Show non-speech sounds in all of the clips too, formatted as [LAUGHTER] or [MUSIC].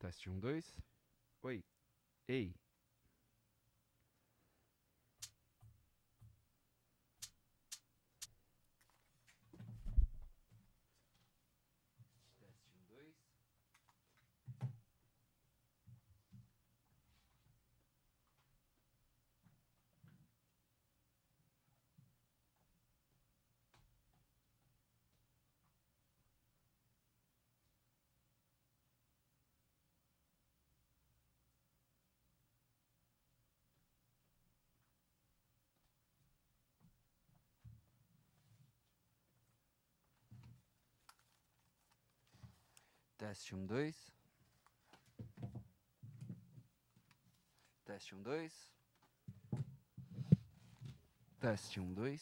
Teste 1, 2. um, Oi. Ei. Tá Teste 1, 2. Teste 1, 2. Teste 1, 2. Teste 1, 2.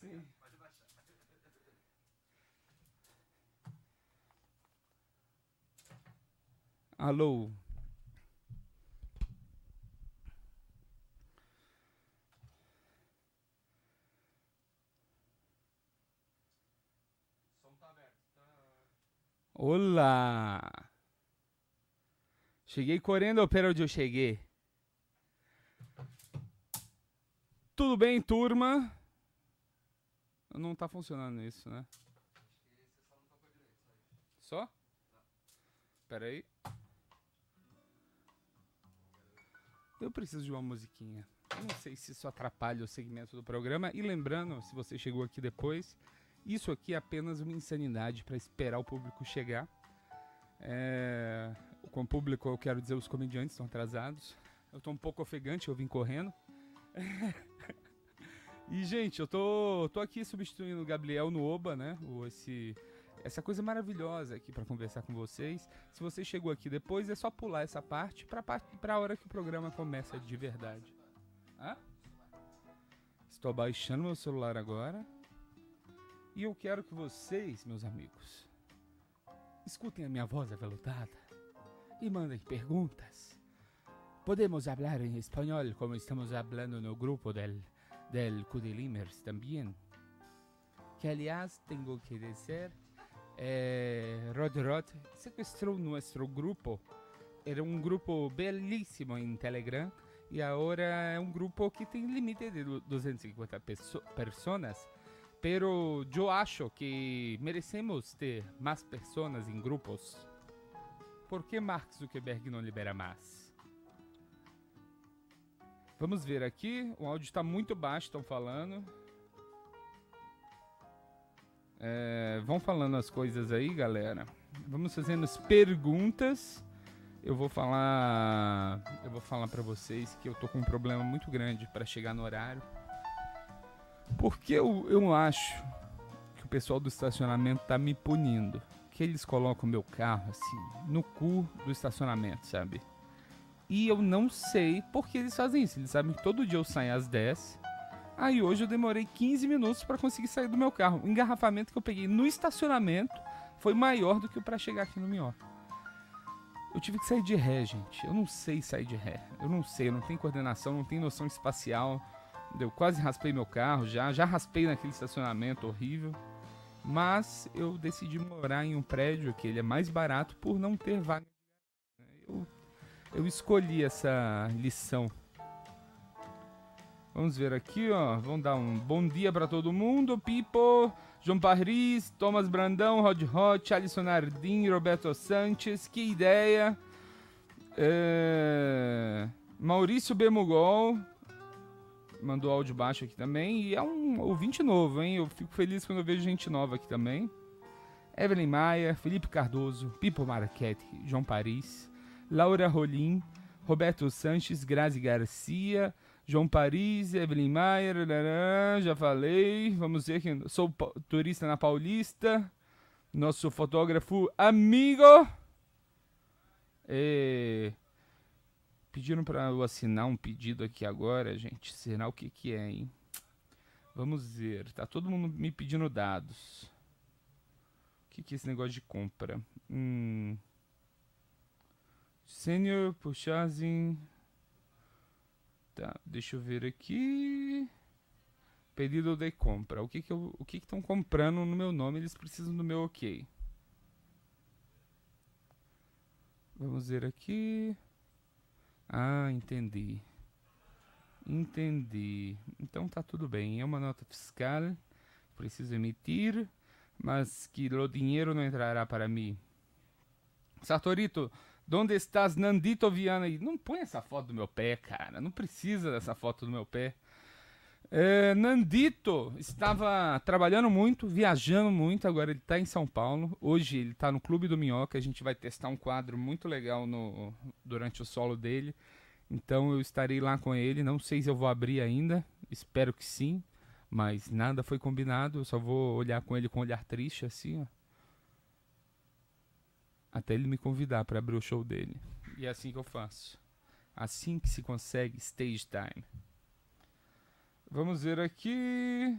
Sim. Alô. Olá. Cheguei correndo para onde eu cheguei. Tudo bem, turma? Não tá funcionando isso, né? Só? Pera aí. Eu preciso de uma musiquinha. Eu não sei se isso atrapalha o segmento do programa. E lembrando, se você chegou aqui depois, isso aqui é apenas uma insanidade para esperar o público chegar. É... Com o público, eu quero dizer, os comediantes estão atrasados. Eu tô um pouco ofegante, eu vim correndo. [LAUGHS] E, gente, eu tô, tô aqui substituindo o Gabriel no Oba, né? O, esse, essa coisa maravilhosa aqui para conversar com vocês. Se você chegou aqui depois, é só pular essa parte pra, parte, pra hora que o programa começa de verdade. Hã? Estou baixando meu celular agora. E eu quero que vocês, meus amigos, escutem a minha voz avelutada e mandem perguntas. Podemos falar em espanhol como estamos falando no grupo del del Cudelimers también. Que aliás, tengo que dizer, eh, Rod Rod sequestrou nosso grupo. Era um grupo belíssimo em Telegram e agora é um grupo que tem limite de du- 250 perso pessoas. Pero eu acho que merecemos ter mais pessoas em grupos. Por que Mark Zuckerberg não libera mais? Vamos ver aqui. O áudio está muito baixo, estão falando. É, vão falando as coisas aí, galera. Vamos fazendo as perguntas. Eu vou falar, eu vou falar para vocês que eu tô com um problema muito grande para chegar no horário. Porque eu, eu acho que o pessoal do estacionamento tá me punindo. Que eles colocam meu carro assim no cu do estacionamento, sabe? E eu não sei por que eles fazem isso. Eles sabem que todo dia eu saio às 10. Aí hoje eu demorei 15 minutos para conseguir sair do meu carro. O engarrafamento que eu peguei no estacionamento foi maior do que o para chegar aqui no Minhoca. Eu tive que sair de ré, gente. Eu não sei sair de ré. Eu não sei, eu não tenho coordenação, não tenho noção espacial. Eu quase raspei meu carro já, já raspei naquele estacionamento horrível. Mas eu decidi morar em um prédio que ele é mais barato por não ter vaga. Eu eu escolhi essa lição. Vamos ver aqui, ó. Vamos dar um bom dia para todo mundo. Pipo, João Paris, Thomas Brandão, Rod Hot, Alisson Nardim, Roberto Sanches. Que ideia. É... Maurício Bemugol. mandou áudio baixo aqui também. E é um ouvinte novo, hein? Eu fico feliz quando eu vejo gente nova aqui também. Evelyn Maia, Felipe Cardoso, Pipo Marquete, João Paris, Laura Rolim, Roberto Sanches, Grazi Garcia, João Paris, Evelyn Maia, larará, já falei. Vamos ver que sou pa- turista na Paulista. Nosso fotógrafo amigo. É, Pediram pra eu assinar um pedido aqui agora, gente. Será o que que é, hein? Vamos ver. Tá todo mundo me pedindo dados. O que que é esse negócio de compra? Hum. Senior Puxazin. Tá, deixa eu ver aqui. Pedido de compra. O que que eu- o que que estão comprando no meu nome? Eles precisam do meu OK. Vamos ver aqui. Ah, entendi. Entendi. Então tá tudo bem. É uma nota fiscal, preciso emitir, mas que o dinheiro não entrará para mim. Satorito, onde estás, Nandito Viana? E Não põe essa foto do meu pé, cara. Não precisa dessa foto do meu pé. É, Nandito estava trabalhando muito, viajando muito. Agora ele está em São Paulo. Hoje ele está no Clube do Minhoca. A gente vai testar um quadro muito legal no, durante o solo dele. Então eu estarei lá com ele. Não sei se eu vou abrir ainda. Espero que sim. Mas nada foi combinado. Eu só vou olhar com ele com um olhar triste, assim, ó. Até ele me convidar para abrir o show dele. E é assim que eu faço. Assim que se consegue stage time. Vamos ver aqui.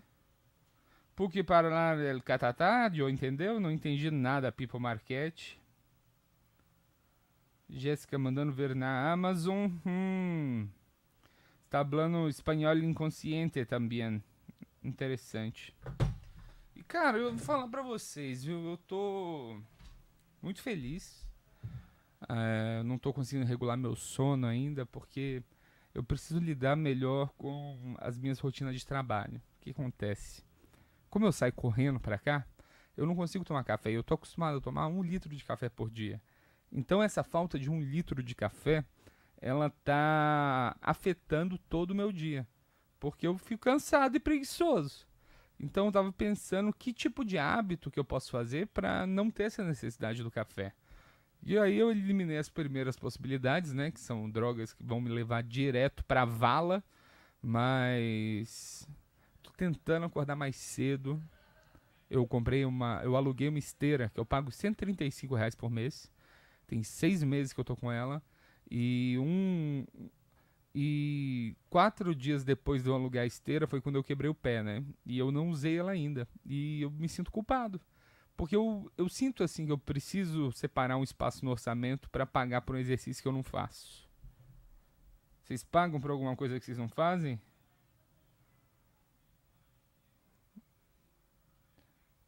Porque para lá el catatadio, entendeu? Não entendi nada, Pipo Marquete. Jéssica mandando ver na Amazon. Hum. Está falando espanhol inconsciente também. Interessante. E cara, eu vou falar pra vocês, viu? Eu tô muito feliz. É, não tô conseguindo regular meu sono ainda porque eu preciso lidar melhor com as minhas rotinas de trabalho. O que acontece? Como eu saio correndo pra cá, eu não consigo tomar café. Eu tô acostumado a tomar um litro de café por dia. Então essa falta de um litro de café, ela tá afetando todo o meu dia, porque eu fico cansado e preguiçoso. Então eu tava pensando que tipo de hábito que eu posso fazer para não ter essa necessidade do café. E aí eu eliminei as primeiras possibilidades, né, que são drogas que vão me levar direto pra vala, mas tô tentando acordar mais cedo. Eu comprei uma, eu aluguei uma esteira que eu pago R$ 135 reais por mês. Tem seis meses que eu tô com ela. E um. E quatro dias depois de eu alugar a esteira foi quando eu quebrei o pé, né? E eu não usei ela ainda. E eu me sinto culpado. Porque eu, eu sinto assim que eu preciso separar um espaço no orçamento para pagar por um exercício que eu não faço. Vocês pagam por alguma coisa que vocês não fazem?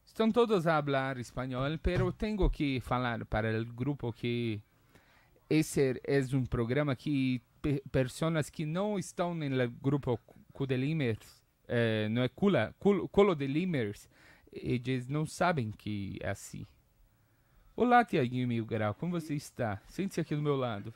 Estão todos a falar espanhol, pero tenho que falar para o grupo que esse é um programa que pe pessoas que não estão no grupo Cudelimers, eh, não é Cula, Cul- Colo de Limers, eles não sabem que é assim. Olá, Tiaguinho Mil Grau, como você está? Sente-se aqui do meu lado.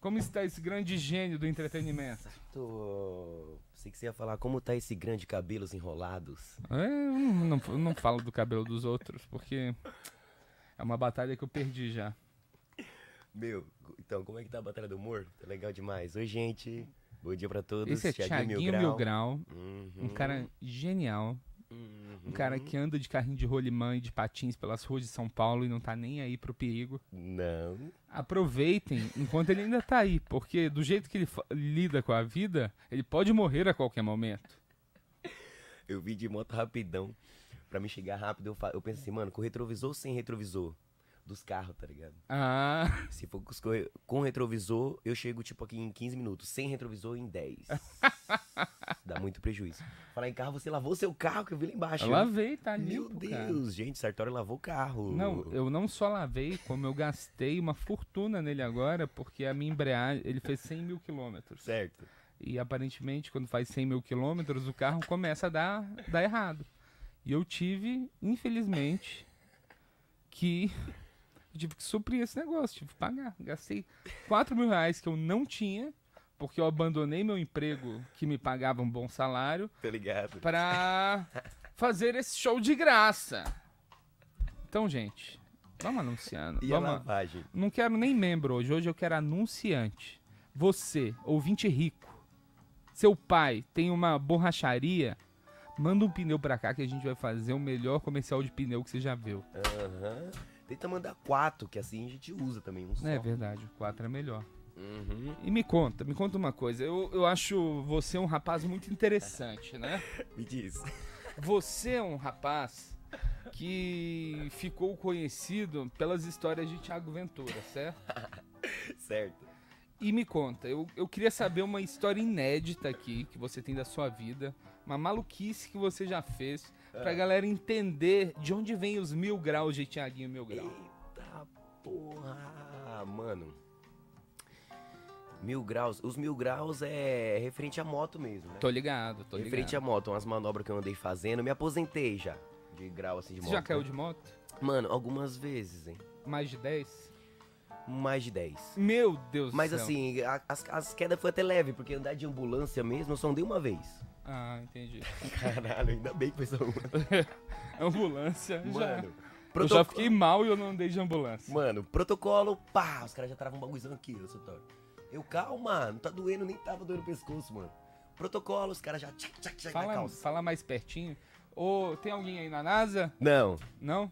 Como está esse grande gênio do entretenimento? Tô... Pensei que você ia falar como tá esse grande cabelos enrolados. É, eu não, não- não falo do cabelo dos outros, porque é uma batalha que eu perdi já. Meu, então, como é que tá a Batalha do Humor? Tá legal demais. Oi, gente. Bom dia pra todos. Esse é Thiaguinho Mil Grau, um Uhum, cara genial, um uhum. cara que anda de carrinho de rolimã e de patins pelas ruas de São Paulo e não tá nem aí pro perigo. Não. Aproveitem enquanto ele ainda tá aí, porque do jeito que ele fa- lida com a vida, ele pode morrer a qualquer momento. Eu vi de moto rapidão. Pra me chegar rápido, eu, fa... eu penso assim, mano, com retrovisor ou sem retrovisor? Dos carros, tá ligado? Ah, [LAUGHS] Se for com os corre- com retrovisor, eu chego, tipo, aqui em 15 minutos. Sem retrovisor, em [LAUGHS] 10. Dá muito prejuízo. Falar em carro, você lavou seu carro, que eu vi lá embaixo. eu lavei, tá Meu limpo, cara. Deus, gente, Sartori lavou o carro. Não, eu não só lavei, como eu gastei uma fortuna nele agora, porque a minha embreagem, ele fez 100 mil quilômetros. Certo. E aparentemente, quando faz 100 mil quilômetros, o carro começa a dar, dar errado. E eu tive, infelizmente, que. eu tive que suprir esse negócio, tive que pagar. Gastei 4 mil reais que eu não tinha porque eu abandonei meu emprego que me pagava um bom salário Tá ligado? pra fazer esse show de graça. Então, gente, vamos anunciando. E a vamos lavagem? Não quero nem membro hoje, hoje eu quero anunciante. Você, ouvinte rico, seu pai tem uma borracharia, manda um pneu pra cá que a gente vai fazer o melhor comercial de pneu que você já viu. É Aham. Tenta mandar quatro, que assim a gente usa também um só. É verdade, o 4 é melhor. Uhum. E me conta, me conta uma coisa. Eu, eu acho você um rapaz muito interessante, né? [LAUGHS] Me diz. Você é um rapaz que ficou conhecido pelas histórias de Tiago Ventura, certo? [LAUGHS] certo. E me conta, eu, eu queria saber uma história inédita aqui que você tem da sua vida, uma maluquice que você já fez, Ah. pra galera entender de onde vem os mil graus de Tiaguinho Mil Grau. Eita porra, Ah, mano. Mil graus. Os mil graus é referente à moto mesmo, né? Tô ligado, tô ligado. referente à moto, umas manobras que eu andei fazendo. Me aposentei já. De grau assim de Você moto. já caiu de moto? Mano, algumas vezes, hein? Mais de 10? Mais de 10. Meu Deus Mas do céu. assim, a- as, as quedas foi até leve, porque andar de ambulância mesmo eu só andei uma vez. Ah, [LAUGHS] entendi. Caralho, ainda bem que foi só uma. [LAUGHS] Ambulância. já. Mano, Eu já protoco- fiquei mal e eu não andei de ambulância. Mano, protocolo, pá, os caras já travam um bagulhozão aqui, eu sou torto. Eu, calma, não tá doendo, nem tava doendo o pescoço, mano. Protocolo, os caras já tchac, tchac, tchac na Fala, calça. fala mais pertinho. Ô, tem alguém aí na NASA? Não, Não?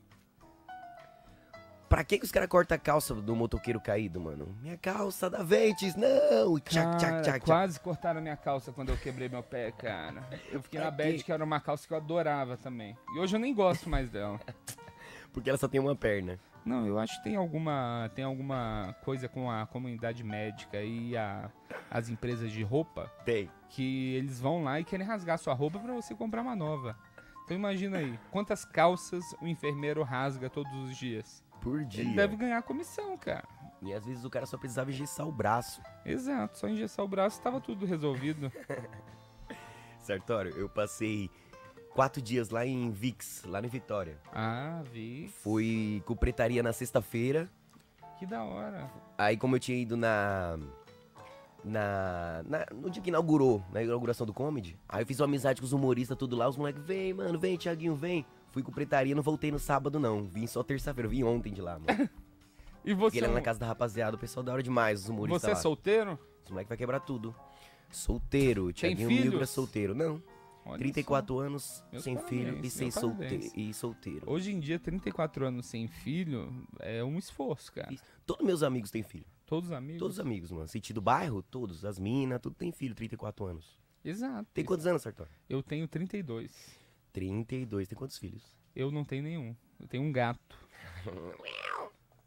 pra que que os caras cortam a calça do motoqueiro caído, mano? Minha calça da Ventes, não! Tchac, Cara, tchac, tchac, tchac. quase cortaram minha calça quando eu quebrei meu pé, cara. Eu fiquei na Pra bad quê? que era uma calça que eu adorava também. E hoje eu nem gosto mais dela. [LAUGHS] Porque ela só tem uma perna. Não, eu acho que tem alguma, tem alguma coisa com a comunidade médica e a- as empresas de roupa Tem. que eles vão lá e querem rasgar sua roupa pra você comprar uma nova. Então imagina aí, quantas calças o enfermeiro rasga todos os dias? Por dia. Ele deve ganhar comissão, cara. E às vezes o cara só precisava engessar o braço. Exato, só engessar o braço tava [LAUGHS] tudo resolvido. Sartório, eu passei quatro dias lá em Vix, lá em Vitória. Ah, vi. Fui com pretaria na sexta-feira. Que da hora. Aí como eu tinha ido na. Na, na- No dia que inaugurou, na inauguração do comedy, aí eu fiz uma amizade com os humoristas, tudo lá, os moleques, vem, mano, vem, Thiaguinho, vem. Fui com pretaria, não voltei no sábado, não. Vim só terça-feira, eu vim ontem de lá, mano. [LAUGHS] E você, Fiquei lá é um- na casa da rapaziada, o pessoal da hora demais, os humoristas. você é lá. solteiro? Os moleques vai quebrar tudo. Solteiro, Thiaguinho filhos? Milgra solteiro. Não. Olha 34 anos, Meus sem filho e parabéns, sem meus solte parabéns. e só. solteiro. Hoje em dia, 34 anos sem filho é um esforço, cara. Todos meus amigos têm filho. Todos os amigos. Todos os amigos, mano. Sentido bairro, todos. As minas, tudo tem filho, 34 anos. Exato. Tem quantos anos, Sartor? Eu tenho 32. 32. Tem quantos filhos? Eu não tenho nenhum. Eu tenho um [LAUGHS] gato.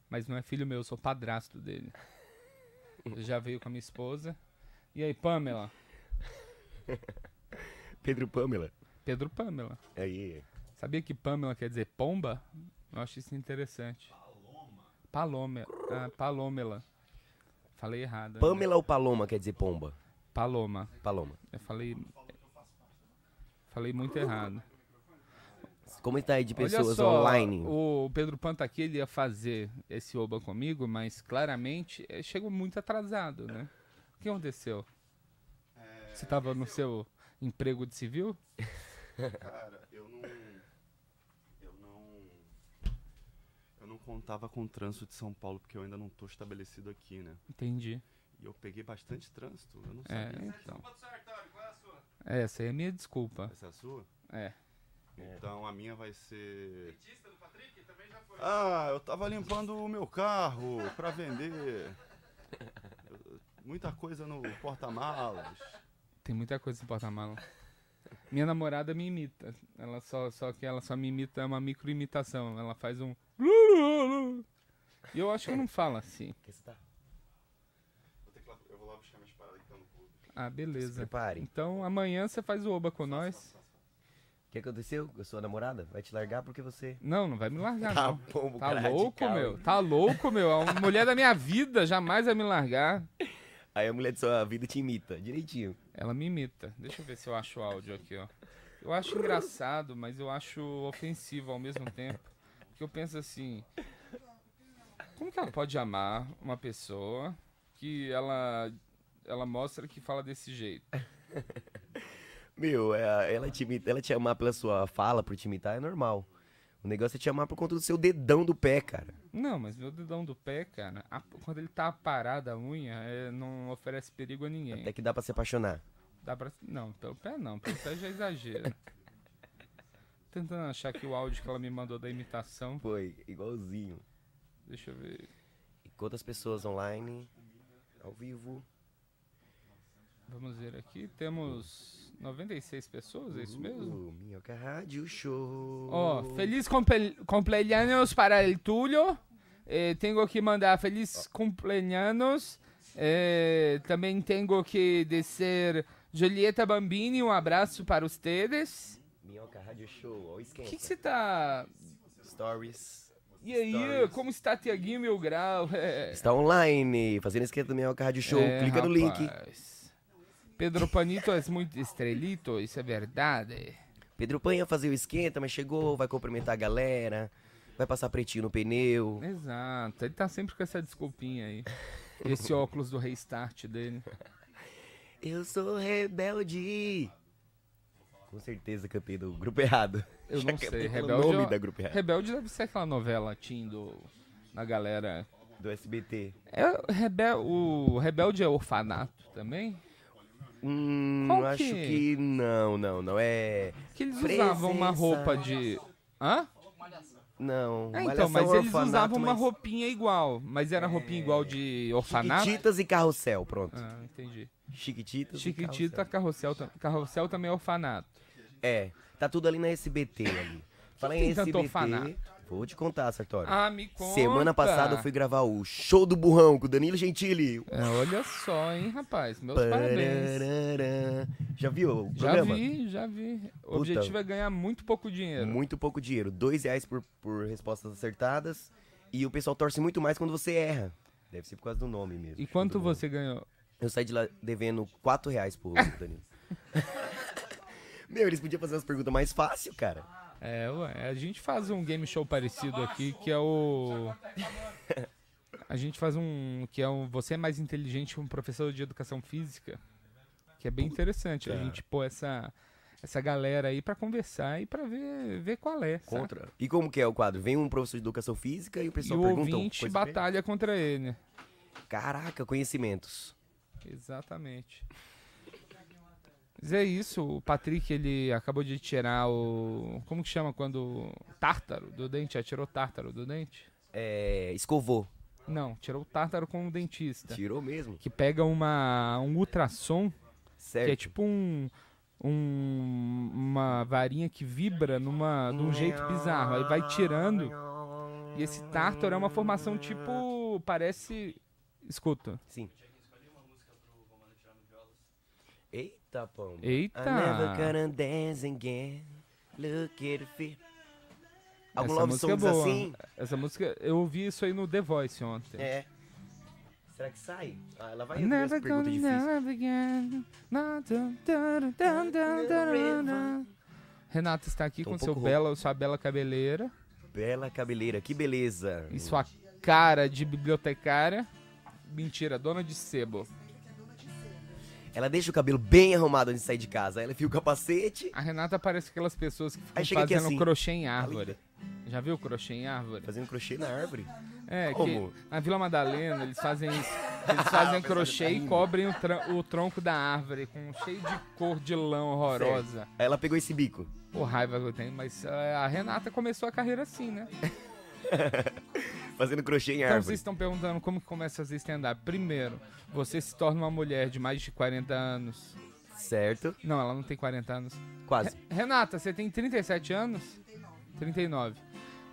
Mas não é filho meu, eu sou padrasto dele. Ele Já veio com a minha esposa. E aí, Pamela? Pedro Pamela. Pedro Pamela. Aí. Sabia que Pamela quer dizer pomba? Eu acho isso interessante. Paloma. Ah, Palomela. Falei errado. né? Pamela ou Paloma quer dizer pomba? Paloma. Paloma. Eu falei. Falei muito errado. Como está aí de pessoas Olha só, online? O Pedro Pan tá aqui, ele ia fazer esse Oba comigo, mas claramente eh, chegou muito atrasado, né? O que aconteceu? É, Você tava no seu emprego de civil? Cara, eu não. Eu não. Eu não contava com o trânsito de São Paulo, porque eu ainda não tô estabelecido aqui, né? Entendi. E eu peguei bastante trânsito. Eu não É, sabia. então. Essa aí é a minha desculpa. Essa é a sua? É. Então a minha vai ser. Ah, eu tava limpando o meu carro pra vender. Eu- Muita coisa no porta-malas. Tem muita coisa no porta-mala. Minha namorada me imita. Ela só, só que ela só me imita, é uma micro-imitação. Ela faz um. E eu acho que eu não falo assim. Que você tá? Vou ter que lá- Eu vou lá buscar minhas paradas que estão no clube. Ah, Se beleza. prepare. Então amanhã você faz o Oba com nós. O que aconteceu com a sua namorada? Vai te largar porque você. Não, não vai me largar, não. pombo, Tá louco, meu. Tá louco, meu. A mulher da minha vida jamais vai me largar. Aí a mulher de sua vida te imita, direitinho. Ela me imita. Deixa eu ver se eu acho o áudio aqui, ó. Eu acho engraçado, mas eu acho ofensivo ao mesmo tempo. Porque eu penso assim. Como que ela pode amar uma pessoa que ela ela mostra que fala desse jeito. Meu, é, ela, te, imita- ela te amar pela sua fala, por te imitar, é normal. O negócio é te amar por conta do seu dedão do pé, cara. Não, mas meu dedão do pé, cara, a- quando ele tá parado a unha, é, não oferece perigo a ninguém. Até que dá pra se apaixonar. Dá pra... Não, pelo pé não, pelo pé já exagera. Tentando achar aqui o áudio que ela me mandou da imitação. Foi, igualzinho. Deixa eu ver. E quantas pessoas online, ao vivo. Vamos ver aqui. Temos 96 pessoas, é isso mesmo? Uh, Minhoca Rádio Show. Ó, feliz compel- cumpleaños para el Tulio. Eh, tenho que mandar feliz cumpleaños. Eh, também tenho que dizer Julieta Bambini, um abraço para vocês. Minhoca Rádio Show, ó, o O esquenta. que que você tá... Stories. E aí, como está Tiaguinho Mil Grau? É. Está online, fazendo esquenta do Minhoca Rádio Show. É, Clica no link. rapaz. Pedro Panito é muito estrelito, isso é verdade. Pedro Panha fazer o esquenta, mas chegou, vai cumprimentar a galera, vai passar pretinho no pneu. Exato, ele tá sempre com essa desculpinha aí. [LAUGHS] Esse óculos do restart dele. Eu sou rebelde. Com certeza cantei do grupo errado. Eu Já não cantei sei, pelo Rebelde. nome eu- da grupo errado. Rebelde deve ser aquela novela teen do na galera. Do SBT. É, o Rebel, o Rebelde é orfanato também? Hum, Qual acho que que- não, não, não é. Que eles usavam uma Presença. roupa de. Hã? Não, É, então, Malhação mas é eles orfanato, usavam uma mas- É, roupinha igual. Mas era roupinha igual de orfanato? Chiquititas e carrossel, pronto. Ah, entendi. Chiquititas. e Chiquitita, Carrossel. carrossel, tam- carrossel também é orfanato. É, tá tudo ali na SBT ali. Fala em tem tanto SBT. orfanato? Vou te contar, Sartori. Ah, me conta. Semana passada eu fui gravar o Show do Burrão com o Danilo Gentili. É, olha só, hein, rapaz. Meus parabéns. Parará. Já viu o Já programa? vi, já vi. O objetivo é ganhar muito pouco dinheiro. Muito pouco dinheiro. Dois reais por, por respostas acertadas. E o pessoal torce muito mais quando você erra. Deve ser por causa do nome mesmo. E quanto Show do Burrão. você ganhou? Eu saí de lá devendo 4 reais pro [LAUGHS] Danilo. Meu, eles podiam fazer as perguntas mais fácil, cara. É, ué, a gente faz um game show parecido aqui, que é [LAUGHS] o... A gente faz um... que é um Você é Mais Inteligente, um professor de Educação Física, que é bem interessante. A gente pôr essa, essa galera aí pra conversar e pra ver, ver qual é, saca? Contra. E como que é o quadro? Vem um professor de educação física e o E pessoal o pergunta. um ouvinte coisa pra ele. batalha contra ele. Caraca, conhecimentos. Exatamente. Mas é isso, o Patrick ele acabou de tirar o. Como que chama quando. Tártaro do dente? Já tirou o tártaro do dente? É, escovou. Não, tirou o tártaro com o dentista. Tirou mesmo. Que pega uma, um ultrassom, que é Certo. tipo um. um- uma varinha que vibra numa, de um jeito bizarro. Aí vai tirando. E esse tártaro é uma formação tipo. Parece. Escuta. Sim. Eita, pão. Eita! I never gonna dance again. Look at the feet. Algum Essa love música é songs boa. assim? Essa música, eu ouvi isso aí no The Voice ontem. É. Será que sai? Ah, ela vai entrar Never nessa pergunta gonna difícil. love again. Na, dun, dun, dun, dun, dun, dun. Renato está aqui Tô com um seu pouco bela, sua bela cabeleira Bela cabeleira, que beleza. e sua cara de bibliotecária. Mentira, dona de sebo. Ela deixa o cabelo bem arrumado antes de sair de casa. Aí Ela enfia o capacete. A Renata parece aquelas pessoas que ficam Aí chega aqui fazendo assim. crochê em árvore. Já viu crochê em árvore? Fazendo crochê na árvore. É, Como? Ah, é que na Vila Madalena eles fazem isso. [LAUGHS] Eles fazem crochê e cobrem o, tran- o tronco da árvore com cheio de cor de lã horrorosa. Aí ela pegou esse bico. Pô, raiva que eu tenho, mas é, a Renata começou a carreira assim, né? Fazendo crochê em Então árvore. vocês estão perguntando como que começa a fazer stand-up. Primeiro, você se torna uma mulher de mais de 40 anos. Certo? Não, ela não tem 40 anos. Quase. Renata, você tem 37 anos? 39.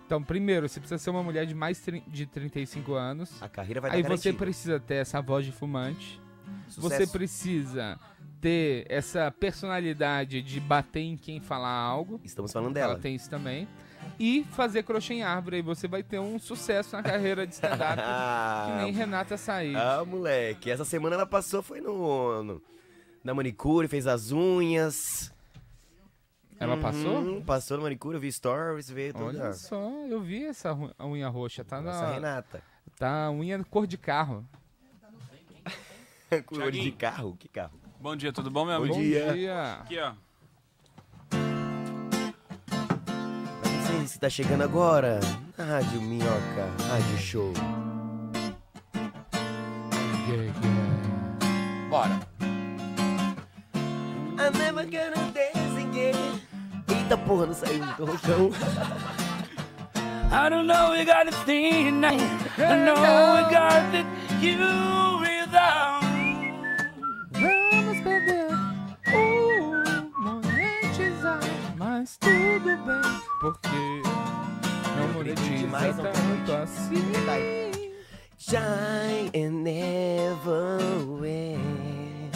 Então, primeiro, você precisa ser uma mulher de mais tri- de 35 anos. A carreira vai Aí dar você garantida. precisa ter essa voz de fumante. Você Sucesso. precisa ter essa personalidade de bater em quem falar algo. Estamos falando Ela dela. tem isso também. E fazer crochê em árvore. Aí você vai ter um sucesso na carreira de [LAUGHS] stand-up. que nem Renata Said. Ah, moleque. Essa semana ela passou, foi no, no- na manicure, fez as unhas. Ela passou? Uhum, passou na manicure, eu vi stories, veio É tudo. Olha só, eu vi essa ru- a unha roxa. Tá Nossa, na. Renata. Tá a unha cor de carro. de Thiaguinho. carro? Que carro? Bom dia, tudo bom, meu amigo? Bom dia. dia. Aqui, ó. Pra você que tá chegando agora, na Rádio Minhoca, Rádio Show. Bora. I'm never gonna dance again. Eita porra, não saiu do roxão. I don't know, you got a thing now. I know we got that you without. Vamos beber, uh, monetizar, mas tudo bem, porque não monetiza demais ontem à noite. tanto assim. Tá aí. Shine and never win.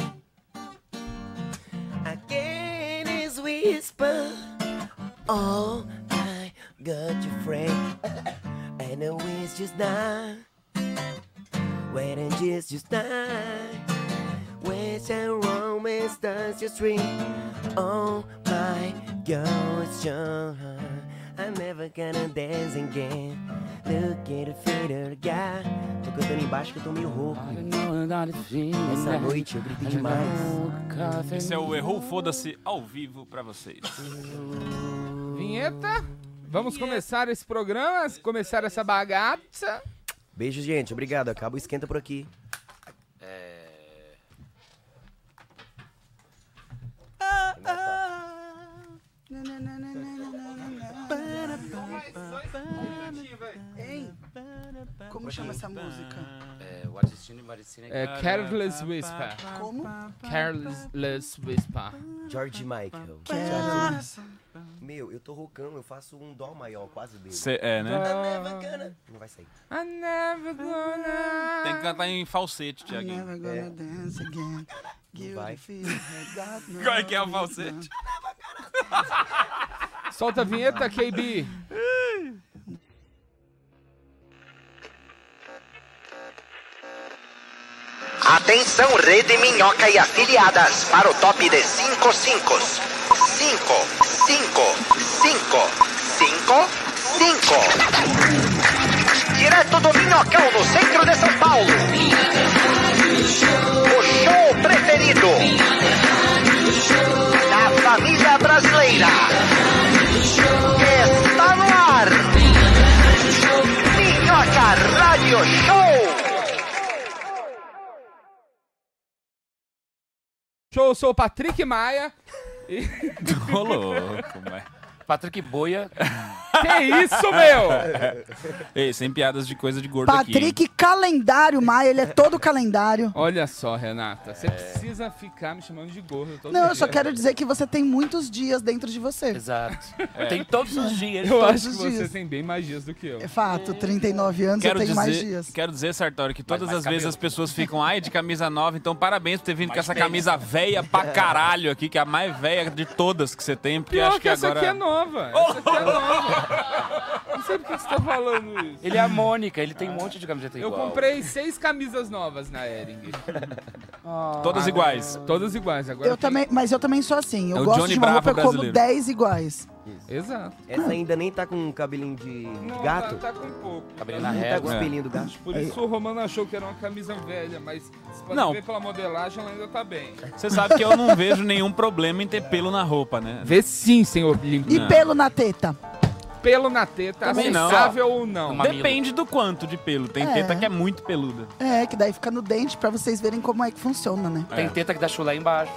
Again is whisper. Oh, I got your friend. [LAUGHS] And I wish just now. Waiting just just now. Wish and romance does just ring. Oh my God, sure. I'm never gonna dance again. Look at the feet of the guy. Tô cantando embaixo que eu tô meio rouco. I know I got a feeling Essa that- noite eu gritei I demais. know I got that- Esse é o Errou Foda-se ao vivo pra vocês. Vinheta? Vamos começar esse programa, começar essa bagaça. Beijo, gente. Obrigado. Acaba o esquenta por aqui. Como chama essa música? É, o Argentino e Maricina. É Careless Whisper. Como? Careless Whisper. George Michael. Nossa. Meu, eu tô rocando, eu faço um dó maior, quase dele. Cê é, né? Não vai sair. I'm never gonna... Tem que cantar em falsete, I'm Thiaguinho. never gonna dance again. vai. Guilty [LAUGHS] feeling, God knows. Qual é que é o falsete? Solta a vinheta, KB. Atenção, Rede Minhoca e afiliadas, para o top de 5 5 5 5 5 5 5 Direto do Minhocão, no centro de São Paulo. O show preferido da família brasileira. Está no ar. Minhoca Rádio Show. Show, eu sou o Patrick Maia. Ô, louco, mas... Patrick Boia. Que isso, meu? [LAUGHS] Ei, sem piadas de coisa de gordo aqui. Patrick Calendário Maia, ele é todo calendário. [LAUGHS] Olha só, Renata, você precisa ficar me chamando de gordo todo Não, dia. eu só quero dizer que você tem muitos dias dentro de você. Exato. É. Tem todos os dias. Eu todos acho que os você dias. tem bem mais dias do que eu. É fato, 39 anos Quero eu tenho mais dizer, dias. quero dizer, Sartori, que todas mais as vezes cabelo. as pessoas ficam, ai, de camisa nova, então parabéns por ter vindo com essa pênis. camisa velha [LAUGHS] pra caralho aqui, que é a mais velha de todas que você tem, porque Pior acho que, que, essa agora. aqui é nova. Essa [LAUGHS] aqui é nova. Não sei por que você tá falando isso. Ele é a Mônica, ele tem um monte de camiseta Eu igual. comprei seis camisas novas na Ering. Todas iguais. Todas iguais. Agora Ah. tá Eu tem- também, mas eu também sou assim. Eu É o gosto Johnny de uma Bravo roupa, eu como brasileiro. 10 iguais. Exato. Essa ainda nem tá com um cabelinho de Não, gato. Tá, tá com pouco. Cabelo na Não tá com régua. os É. pelinhos do gato. Por isso o Romano achou que era uma camisa velha, mas se pode Não. ver pela modelagem, ela ainda tá bem. Você sabe que eu não vejo nenhum problema em ter pelo na roupa, né? Vê sim, senhor E Limpo. Não. pelo na teta. [LAUGHS] Pelo na teta, Também não. aceitável ou não. Uma- Depende do quanto de pelo. Tem É. teta que é muito peluda. É, que daí fica no dente pra vocês verem como é que funciona, né? Tem teta que dá chulé embaixo.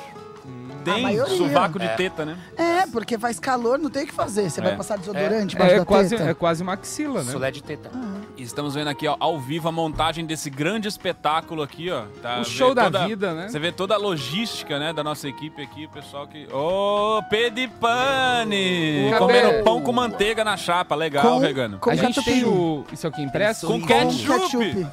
Tem maioria. sovaco de É. teta, né? É, porque faz calor, não tem o que fazer. Você É. vai passar desodorante embaixo É da quase, teta. é quase uma axila, né? Chulé de teta. Ah. E Estamos vendo aqui ó, ao vivo a montagem desse grande espetáculo aqui, ó. Tá, O vê show da toda- vida, né? Você vê toda a logística, né, da nossa equipe aqui, o pessoal que. Ô, Pedipane! Cadê? Comendo pão com manteiga na chapa, legal, Com- vegano. com a gente tem catupiry. o... Isso aqui impresso? Com Com ketchup.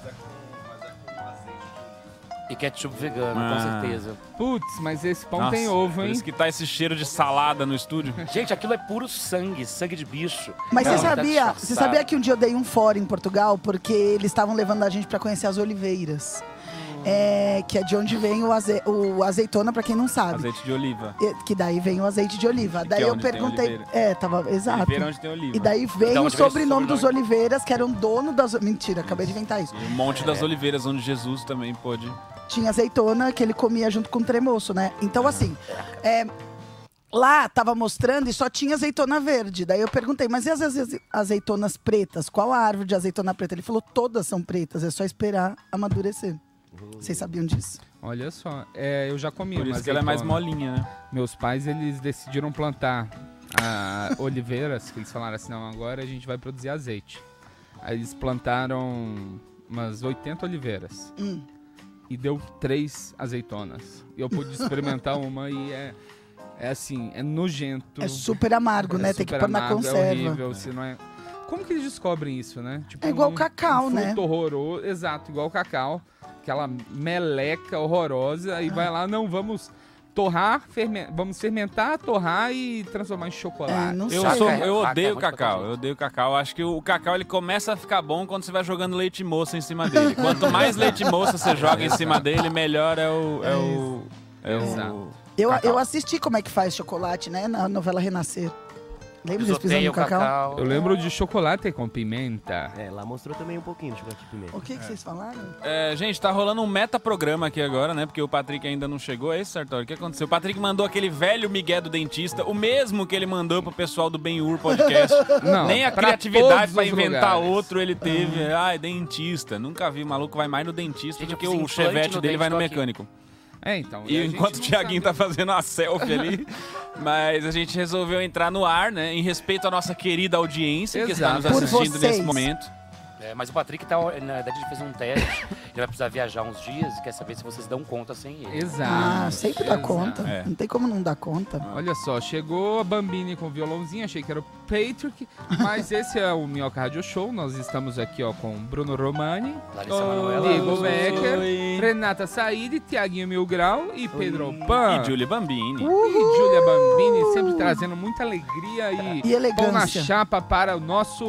E ketchup vegano, Ah. com certeza. Putz, mas esse pão Nossa, tem ovo, Por hein? isso que tá esse cheiro de salada [LAUGHS] no estúdio. Gente, aquilo é puro sangue, sangue de bicho. Mas Não, você tá sabia, você disfarçado. sabia que um dia eu dei um fora em Portugal porque eles estavam levando a gente pra conhecer as oliveiras. Hum. É, que é de onde vem o, aze- o azeitona, pra quem não sabe. Azeite de oliva. E- Que daí vem o azeite de oliva. Daí é eu onde tem perguntei. oliveira. É, tava. Exato. Oliveira onde tem oliva. E daí veio Da o onde vem esse sobrenome dos Um sobrenome? Oliveiras, que eram dono das. Mentira, acabei de inventar isso. E o Monte das Oliveiras, onde Jesus também pôde tinha azeitona que ele comia junto com tremoço, né? Então, assim, é, lá tava mostrando e só tinha azeitona verde. Daí eu perguntei, mas e as aze- azeitonas pretas? Qual a árvore de azeitona preta? Ele falou, todas são pretas, é só esperar amadurecer. Vocês sabiam disso? Olha só, é, eu já comi Por uma isso que ela é mais azeitona. molinha, né? Meus pais, eles decidiram plantar ah, oliveiras, que eles falaram assim, não, agora a gente vai produzir azeite. Aí eles plantaram umas 80 oliveiras. Hum. E deu três azeitonas. E eu pude experimentar uma e é, é assim, é nojento. É super amargo, É né? Tem que super pôr na amargo, É conserva. horrível, se não é... Como que eles descobrem isso, né? Tipo, É igual cacau, né? fruto horroroso, exato, igual cacau. Aquela meleca horrorosa. Aí vai lá, não, vamos torrar, ferme- vamos fermentar, torrar e transformar em É, chocolate. não Eu, sei. sou, é- eu vaca é odeio muito cacau, potente. eu odeio cacau. Acho que o cacau ele começa a ficar bom quando você vai jogando leite moça em cima dele. Quanto mais leite moça você joga em cima dele, melhor é o. É o, é o Exato. Eu, Cacau. eu assisti como é que faz chocolate, né? Na novela Renascer. Lembra de pisando Pisoteia no o cacau? cacau. Eu lembro de chocolate com pimenta. É, lá mostrou também um pouquinho de chocolate de pimenta. O que, que vocês falaram? É, gente, tá rolando um metaprograma aqui agora, né? Porque o Patrick ainda não chegou. É isso, Sartori? O que aconteceu? O Patrick mandou aquele velho Miguel do Dentista, o mesmo que ele mandou pro pessoal do Ben Hur Podcast. [LAUGHS] Não, Nem a pra criatividade todos pra os inventar lugares. outro ele teve. Ai, dentista. Nunca vi. O maluco vai mais no dentista Gente, eu porque fiz o implante chevette no dele vai no dente, tô aqui. mecânico. É, então. E a gente enquanto o não Tiaguinho tá sabe. fazendo a selfie ali, [LAUGHS] mas a gente resolveu entrar no ar, né? Em respeito à nossa querida audiência que está nos Exato. Por assistindo nesse vocês. momento. É, mas o Patrick tá, na verdade, ele fez um teste. Ele vai precisar viajar uns dias e quer saber se vocês dão conta sem ele. Exato. Ah, sempre dá exato. conta. É. Não tem como não dar conta. Olha só, chegou a Bambini com o violãozinho, achei que era o Patrick, mas esse é o Minhoca Radio Show, nós estamos aqui ó com Bruno Romani, Larissa Ô, Manoela. Diego Becker, Renata Said, Tiaguinho Milgrau e Pedro Pan. E Julie Bambini. E Júlia Bambini sempre trazendo muita alegria e, E pão na elegância. chapa para o nosso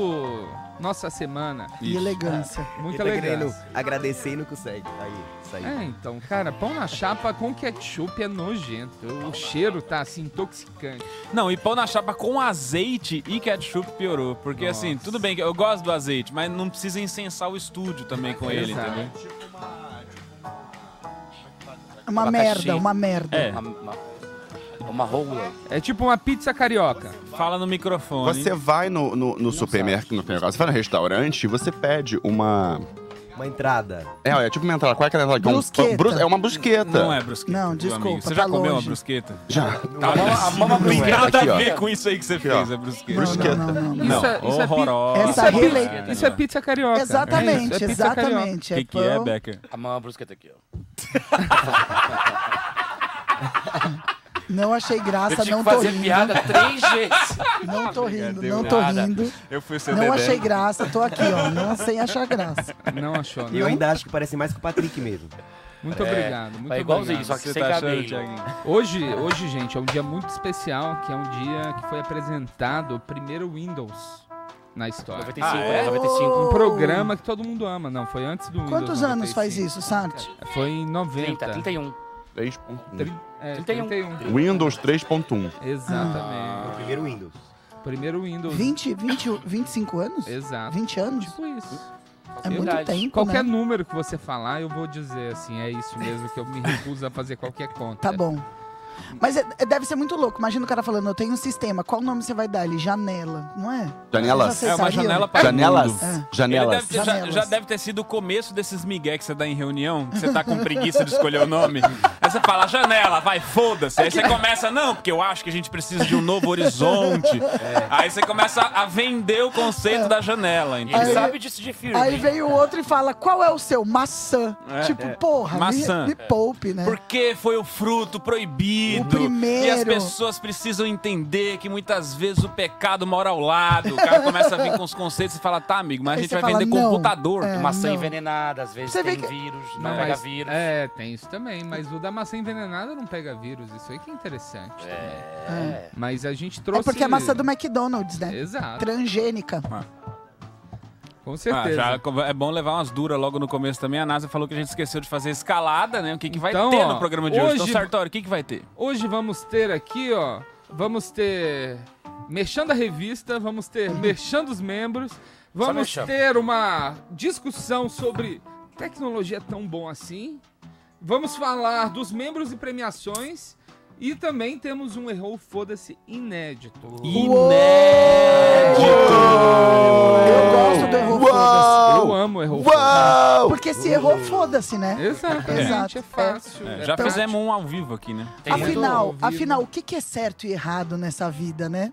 nossa semana. E elegância. Muita Ele tá querendo elegância. agradecer e não consegue. Aí, saiu. É, então, cara, pão na chapa com ketchup é nojento. O cheiro tá assim intoxicante. Não, e pão na chapa com azeite e ketchup piorou. Porque Nossa. assim, tudo bem que eu gosto do azeite, mas não precisa incensar o estúdio também com ele, Exato. entendeu? É Uma Abacaxi. merda, uma merda. É. Uma, uma, uma rola. É tipo uma pizza carioca. Fala no microfone. Você vai no, no, no supermercado, no supermercado, você vai no restaurante e você pede uma. Uma entrada. É, é tipo uma entrada. Qual é aquela entrada? que é um- Brusqueta. brus- É uma brusqueta. Não é brusqueta. Não, meu desculpa, amigo. tá Você já comeu uma longe. brusqueta? Já. Tá, A mama Não é. nada Aqui, a ó. ver com isso aí que você ó. fez, a Não, brusqueta. não, não, não, não. Não, Isso é- isso é pi- horrorosa. essa Isso é, rela- pizza, isso é pizza carioca. Exatamente, É isso, é pizza carioca. exatamente. O que, que é, Becker? A mama brusqueta aqui, ó. Não achei Eu graça, tive não que tô fazer rindo. piada três vezes. [LAUGHS] Não tô rindo, Obrigado, não tô nada. rindo. Eu fui ser Não achei graça, tô aqui, ó. Não sei achar graça. Não achou, E eu não? ainda acho que parece mais com o Patrick mesmo. Muito obrigado, muito é igualzinho, obrigado. só que Você sem tá achando, cabelo. Thiaguinho? Hoje, hoje, gente, é um dia muito especial, que é um dia que foi apresentado o primeiro Windows na história. 95, Ah, é? né? 95. Um programa que todo mundo ama, não, foi antes do Windows Quantos anos faz 95. isso, Sarte? É, Foi em 90. 30, 31. 3.1. É, 31. 31. Windows 3.1. Exatamente. Ah. O Ah. primeiro Windows. Primeiro Windows. 20, 20, 25 anos? Exato. 20 anos? Tipo isso. um. É muito Verdade. tempo, Qualquer né? número que você falar, eu vou dizer assim, é isso mesmo, que eu me recuso a fazer qualquer conta. Tá bom. Mas é- é- deve ser muito louco. Imagina o cara falando, eu tenho um sistema. Qual nome você vai dar? Ele, janela, não é? Janelas. Vocês É uma sabiam? janela para Janelas. mundo. É. Ele Janelas. deve ter- já, Janelas. já deve ter sido o começo desses migué que você dá em reunião, que você tá com preguiça de escolher o nome. Aí você fala, janela, vai, foda-se. Aí você começa, não, porque eu acho que a gente precisa de um novo horizonte. É. Aí você começa a vender o conceito da janela, E ele entendeu? Aí- sabe disso de firme. Aí hein? vem o outro e fala, qual é o seu? Maçã. É, tipo, porra, Maçã. Me, me poupe, né? Porque foi o fruto proibido. O primeiro. E as pessoas precisam entender que muitas vezes o pecado mora ao lado. O cara começa a vir com os conceitos e fala, tá, amigo, mas a Aí gente você vai fala, vender não. computador. É. [LAUGHS] Maçã não. envenenada, às vezes Você vê tem que- vírus, não, Não, pega mas- vírus. É, tem isso também, mas o da maçã envenenada não pega vírus. Isso aí que é interessante. também. É. Mas a gente trouxe. É porque é maçã do McDonald's, né? Exato, Transgênica. com Ah, certeza. já co- é bom levar umas duras logo no começo também. A NASA falou que a gente esqueceu de fazer escalada, né? O que, que vai Então, ter ó, no programa de hoje? Então, hoje- Sartori, o que, que vai ter? Hoje vamos ter aqui, ó. Vamos ter. Merchan da revista, [LAUGHS] vamos ter merchan dos membros, vamos merchan. ter uma discussão sobre tecnologia é tão bom assim. Vamos falar dos membros e premiações. E também temos um Errou Foda-se inédito. Eu Ah. gosto do erro foda-se. Eu amo Errou Foda-se. Porque se errou, foda-se, né? Exatamente, Exato, É. é fácil. É, É já prático. fizemos um ao vivo aqui, né? Tem muito- ao Afinal, vivo. afinal, o que que é certo e errado nessa vida, né?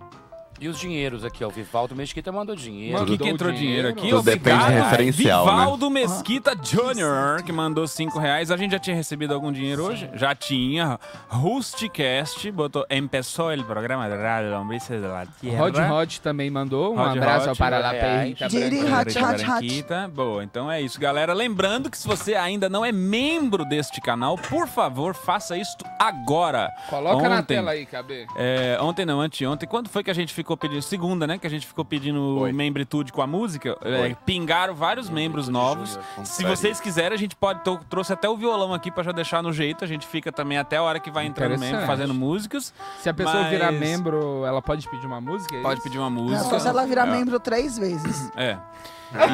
E os dinheiros aqui, ó. O Vivaldo Mesquita mandou dinheiro. Mandou Quem que entrou dinheiro aqui? Tudo Obrigado. depende do referencial, né? Ah. Vivaldo Mesquita Jr., que mandou 5 reais. A gente já tinha recebido algum dinheiro hoje? Já tinha. Rusticast botou Empezou el programa de rádio Lombrices de la Tierra. Rod Rod também mandou. Um Rod abraço Rod, para lá é, pra é, tá Rita Diri Branco. Hot, Branquita, hot, hot. branquita. Boa, então é isso, galera. Lembrando que se você ainda não é membro deste canal, por favor, faça isto agora. Coloca na Ontem, tela aí, KB. É, ontem não, anteontem. Quando foi que a gente ficou pedindo? Segunda, né? Que a gente ficou pedindo membritude com a música. É, pingaram vários membros novos. Se vocês quiserem, a gente pode. tô- trouxe até o violão aqui pra já deixar no jeito. A gente fica também até a hora que vai entrando Interessante. membro, fazendo músicas. Se a pessoa Mas- virar membro, ela pode pedir uma música? é Pode isso? pedir uma É música. só se ela virar É. membro três vezes. É. E,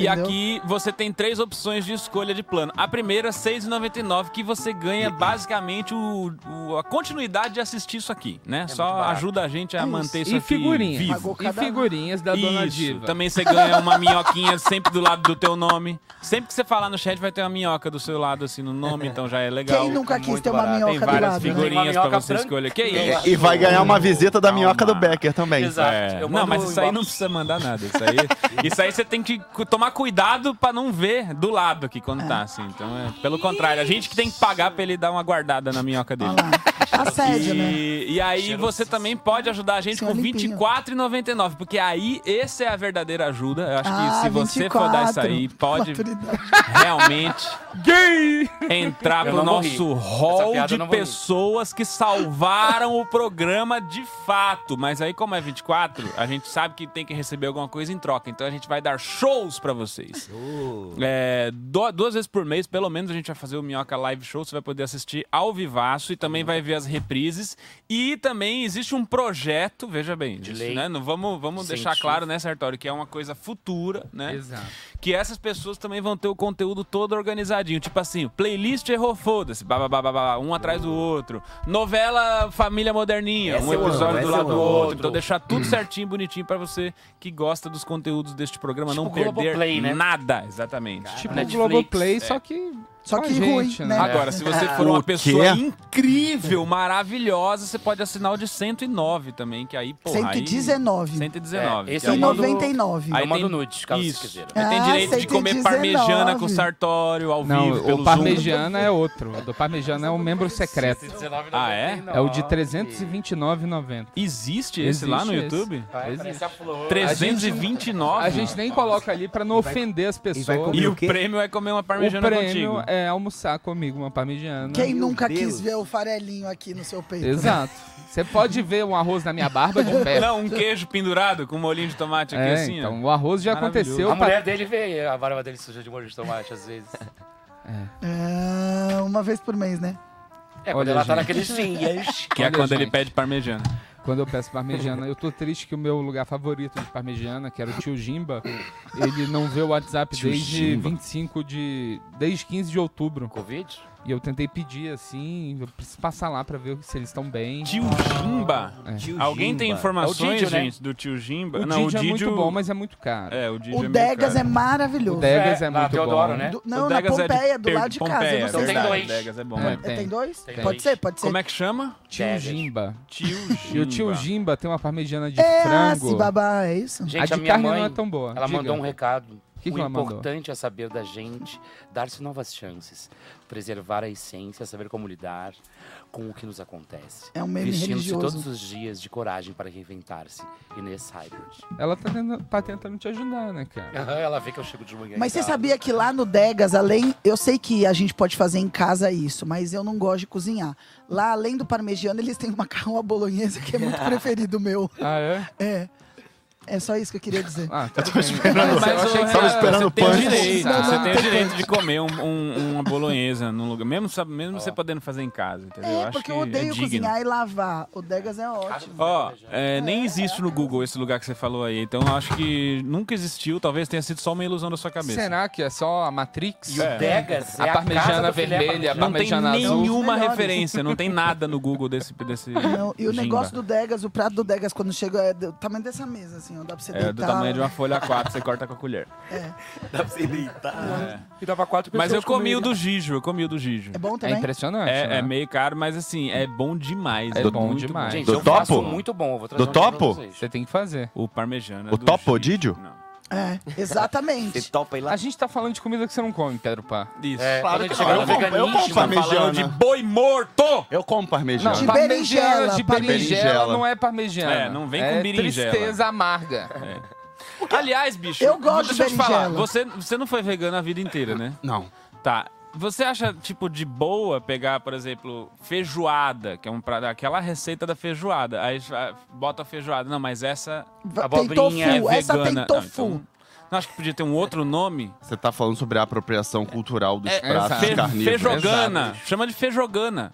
e Entendeu? aqui você tem três opções de escolha de plano. A primeira, R$ 6,99, que você ganha basicamente o, o- a continuidade de assistir isso aqui, né? Só É barato. ajuda a gente a É manter isso E aqui figurinhas. vivo. E figurinhas da Dona Isso. Diva. Também você ganha uma [LAUGHS] [LAUGHS] minhoquinha sempre do lado do teu nome. Sempre que você falar no chat vai ter uma minhoca do seu lado assim no [LAUGHS] nome, então já é legal. Quem nunca quis muito ter uma barato. Tem minhoca do várias lado? né? figurinhas. figurinhas Tem pra uma você minhoca escolher. Que branca. isso? É. E vai ganhar uma visita da minhoca Calma. do Becker também. Exato. É. Não, Eu mando mas um isso aí não inbox. precisa mandar nada. Isso aí, isso aí você tem que cu- tomar cuidado pra não ver do lado aqui quando tá assim. Então, é, pelo contrário, a gente que tem que pagar pra ele dar uma guardada na minhoca dele. Olha lá. Assédio, né? E, e aí você um também pode ajudar a gente Senhor com R$ limpinho. 24,99, porque aí essa é a verdadeira ajuda. Eu acho que Ah, se você for dar isso aí, 24. pode Maturidade. [LAUGHS] realmente Gay! entrar Eu pro não vou rir. nosso Essa hall piada eu de não vou rir. pessoas que salvaram o programa de fato. Mas aí, como é 24, a gente sabe que tem que receber alguma coisa em troca. Então a gente vai dar shows pra vocês. Uh, É, do- duas vezes por mês, pelo menos, a gente vai fazer o Minhoca Live Show. Você vai poder assistir ao vivaço e também vai ver as reprises. E também existe um projeto, veja bem, isso, lei. né? Não, vamos vamos deixar Incentivo. claro, né, Sartório, que é uma coisa futura, né? Exato. que essas pessoas também vão ter o conteúdo todo organizadinho. Tipo assim, playlist errou, foda-se, babá, babá, um atrás do outro. Novela Família Moderninha, Essa é um eu amo, episódio do essa lado eu do amo. outro. Então deixar Hum. tudo certinho, bonitinho pra você que gosta dos conteúdos deste programa Tipo não perder Globoplay, né? nada. Exatamente. Tipo, Tipo o Netflix, Globoplay, é. só que. Só com a que ruim, né? Agora, se você É. for O uma quê? pessoa incrível, maravilhosa, você pode assinar o de 109 também, que aí, porra, aí... 119. 119. É, esse E que é o aí- modo- 99. Aí Eu mando É tem- nude, caso vocês Isso. quiserem. Aí tem Ah, direito de comer 119. parmegiana com sartório ao vivo, Não, pelo o Zoom. Parmegiana é outro. O do Parmegiana é um membro secreto. Ah, é? É o de 329,90. Existe esse Existe lá no esse. YouTube? Parece a flor. 329. A gente nem coloca ali pra não ofender as vai pessoas. comer E E o o quê? prêmio é comer uma O parmegiana prêmio contigo. é almoçar comigo uma parmegiana. Quem nunca Deus. quis ver o farelinho aqui no seu peito? né? Exato. Você pode ver um arroz na minha barba [LAUGHS] de pé. Não, um queijo pendurado com molhinho de tomate aqui é, assim, então, o arroz já Maravilhoso. aconteceu. A pa- mulher dele vê a barba dele suja de molho de tomate, às vezes. Ah, uma vez por mês, né? É, quando Olha, ela gente. tá [LAUGHS] naqueles dias. ó. Que é Olha, quando ele gente. pede parmegiana. Quando eu peço parmegiana, eu tô triste que o meu lugar favorito de parmegiana, que era o tio Jimba, ele não vê o WhatsApp Tio desde Jimba. 25 de. desde 15 de outubro. Covid? E eu tentei pedir assim, eu preciso passar lá pra ver se eles estão bem. É. Tio Jimba. Tio Alguém tem Jimba. informações, É o Didio, né? gente, do tio Jimba? O Não, Didi é o Didio... muito bom, mas é muito caro. É, o Didio O é meio Degas é caro. O maravilhoso. Degas é, É, lá, muito Teodoro, bom. né? Do- O não, na Degas é de Pompeia, do Per- lado de casa. Pompeia, eu não Então sei. tem verdade, dois. o Degas é bom. É. mas- Tem, Tem. dois? Tem Pode dois. ser, pode ser. Como é que chama? Tio Degas. Jimba. Tio Jimba. E o tio Jimba tem uma parmegiana de É, ah, se frango. babá, é isso? Gente, a de a minha carne mãe, não é tão boa. ela Diga. mandou um recado. que o ela mandou? importante é saber da gente, dar-se novas chances, preservar a essência, saber como lidar com o que nos acontece. É um meme Vestindo-se religioso. todos os dias de coragem para reinventar-se. Inês Hybrid. Ela tá tentando, tá tentando te ajudar, né, cara? Ela vê que eu chego de manhã. tá- Mas você em casa. sabia que lá no Degas, além. Eu sei que a gente pode fazer em casa isso, mas eu não gosto de cozinhar. Lá, [LAUGHS] além do parmegiana, eles têm um macarrão à bolonhesa, que é muito preferido meu. Ah, é? É. É só isso que eu queria dizer. Ah, tá Eu tudo tava bem. esperando, Mas eu achei que tava era- esperando o Tem o punch. direito, Não, você não, tem o tem direito de comer um- um- uma bolonhesa num lugar, mesmo, sa- mesmo você podendo fazer em casa, entendeu? É, acho porque que eu odeio é digno. cozinhar e lavar. O Degas é ótimo. Ó, é, nem existe no Google esse lugar que você falou aí, então eu acho que nunca existiu, talvez tenha sido só uma ilusão da sua cabeça. Será que é só a Matrix? E o Degas é A a parmegiana casa do filé vermelha, a Não tem parmegiana azul. nenhuma Melhores. referência, não tem nada no Google desse. desse Não, e o gimba. negócio do Degas, o prato do Degas quando chega é do tamanho dessa mesa, assim, ó, dá pra você É deitar. do tamanho de uma folha A4, você corta com a colher. Dá pra você deitar. É. E dava quatro pessoas Mas eu comi comigo. o do Gijo, eu comi o do Gijo. É bom É também? impressionante. É, né? é meio caro, mas assim, é bom demais. É muito bom demais. Gente, Do eu faço topo? um muito bom. eu Vou trazer Do um dia pra topo? vocês. Você tem que fazer. O parmejana. O do topo, Gijo. Didio? Não. É, Você [LAUGHS] exatamente. topa ir lá? A gente tá falando de comida que você não come, Pedro Pá. Isso. É, quando Claro a gente que chegar não. no Eu compro- eu veganismo, compro a fala- Falando de boi morto! Eu como parmejana. De parmegiana, berinjela, de berinjela, parmegiana. não é parmegiana. É, não vem com berinjela. É. tristeza amarga. Aliás, bicho, Eu gosto deixa eu te de falar. berinjela. Você, você não foi vegano a vida inteira, né? Não. Tá. Você acha, tipo, de boa pegar, por exemplo, feijoada, que é um prato, aquela receita da feijoada. Aí ah, bota a feijoada. Não, mas essa Tem tofu, Abobrinha é essa tem vegana. tofu. Não, então- não, acho que podia ter um outro nome. Você tá falando sobre a apropriação cultural dos É, pratos fe- carnívoros. Feijogana. Chama de feijogana.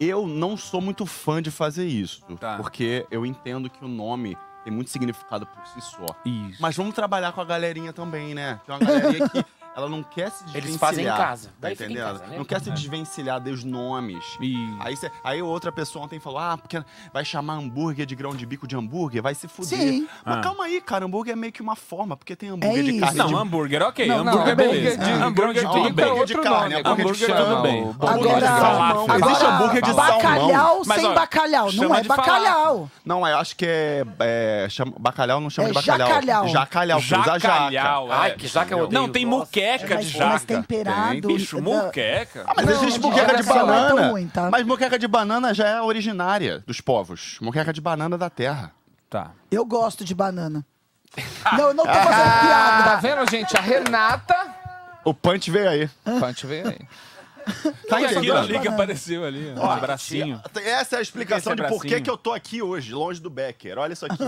Eu não sou muito fã de fazer isso, Tá. porque eu entendo que o nome tem muito significado por si só. Isso. Mas vamos trabalhar com a galerinha também, né? Tem uma galerinha [LAUGHS] que ela não quer se desvencilhar. Eles fazem em casa. Tá Daí fica em entendendo? casa, né? Não quer se desvencilhar dos nomes. Isso. Aí, cê- aí outra pessoa ontem falou: ah, porque vai chamar hambúrguer de grão de bico de hambúrguer, vai se fuder. Sim. Ah. Mas calma aí, cara, hambúrguer é meio que uma forma, porque tem hambúrguer de isso. carne Não, de hambúrguer, ok. Não, não, hambúrguer, hambúrguer beleza. de- hambúrguer grande de bico é hambúrguer. outro nome. é hambúrguer de Hambúrguer frango. também. Hambúrguer de Agora- falafel. Agora, Existe hambúrguer de salmão. bacalhau Mas, sem olha, bacalhau. Não chama é de bacalhau. Não, eu acho que é. é, chama- bacalhau não É chama de bacalhau. jacalhau. Jacalhau, porque usa jaca. Jacalhau, é. Ai, que jaca eu odeio. Não, tem Nossa. muqueca mas, de mas jaca. temperado. Bicho, da- muqueca. Ah, mas Não, existe de moqueca jaca de não é tão banana. ruim, tá? Mas moqueca de banana já é originária dos povos. Moqueca de banana da terra. Tá. Eu gosto de banana. [LAUGHS] Não, eu não tô fazendo piada. Tá vendo, gente? A Renata... Ah! O punch veio aí. Pode ver aí. Tá Olha aquilo ali entendendo? que apareceu ali, ó, um abracinho. Essa é a explicação Esse de por que, abracinho. que eu tô aqui hoje, longe do Becker. Olha isso aqui. tá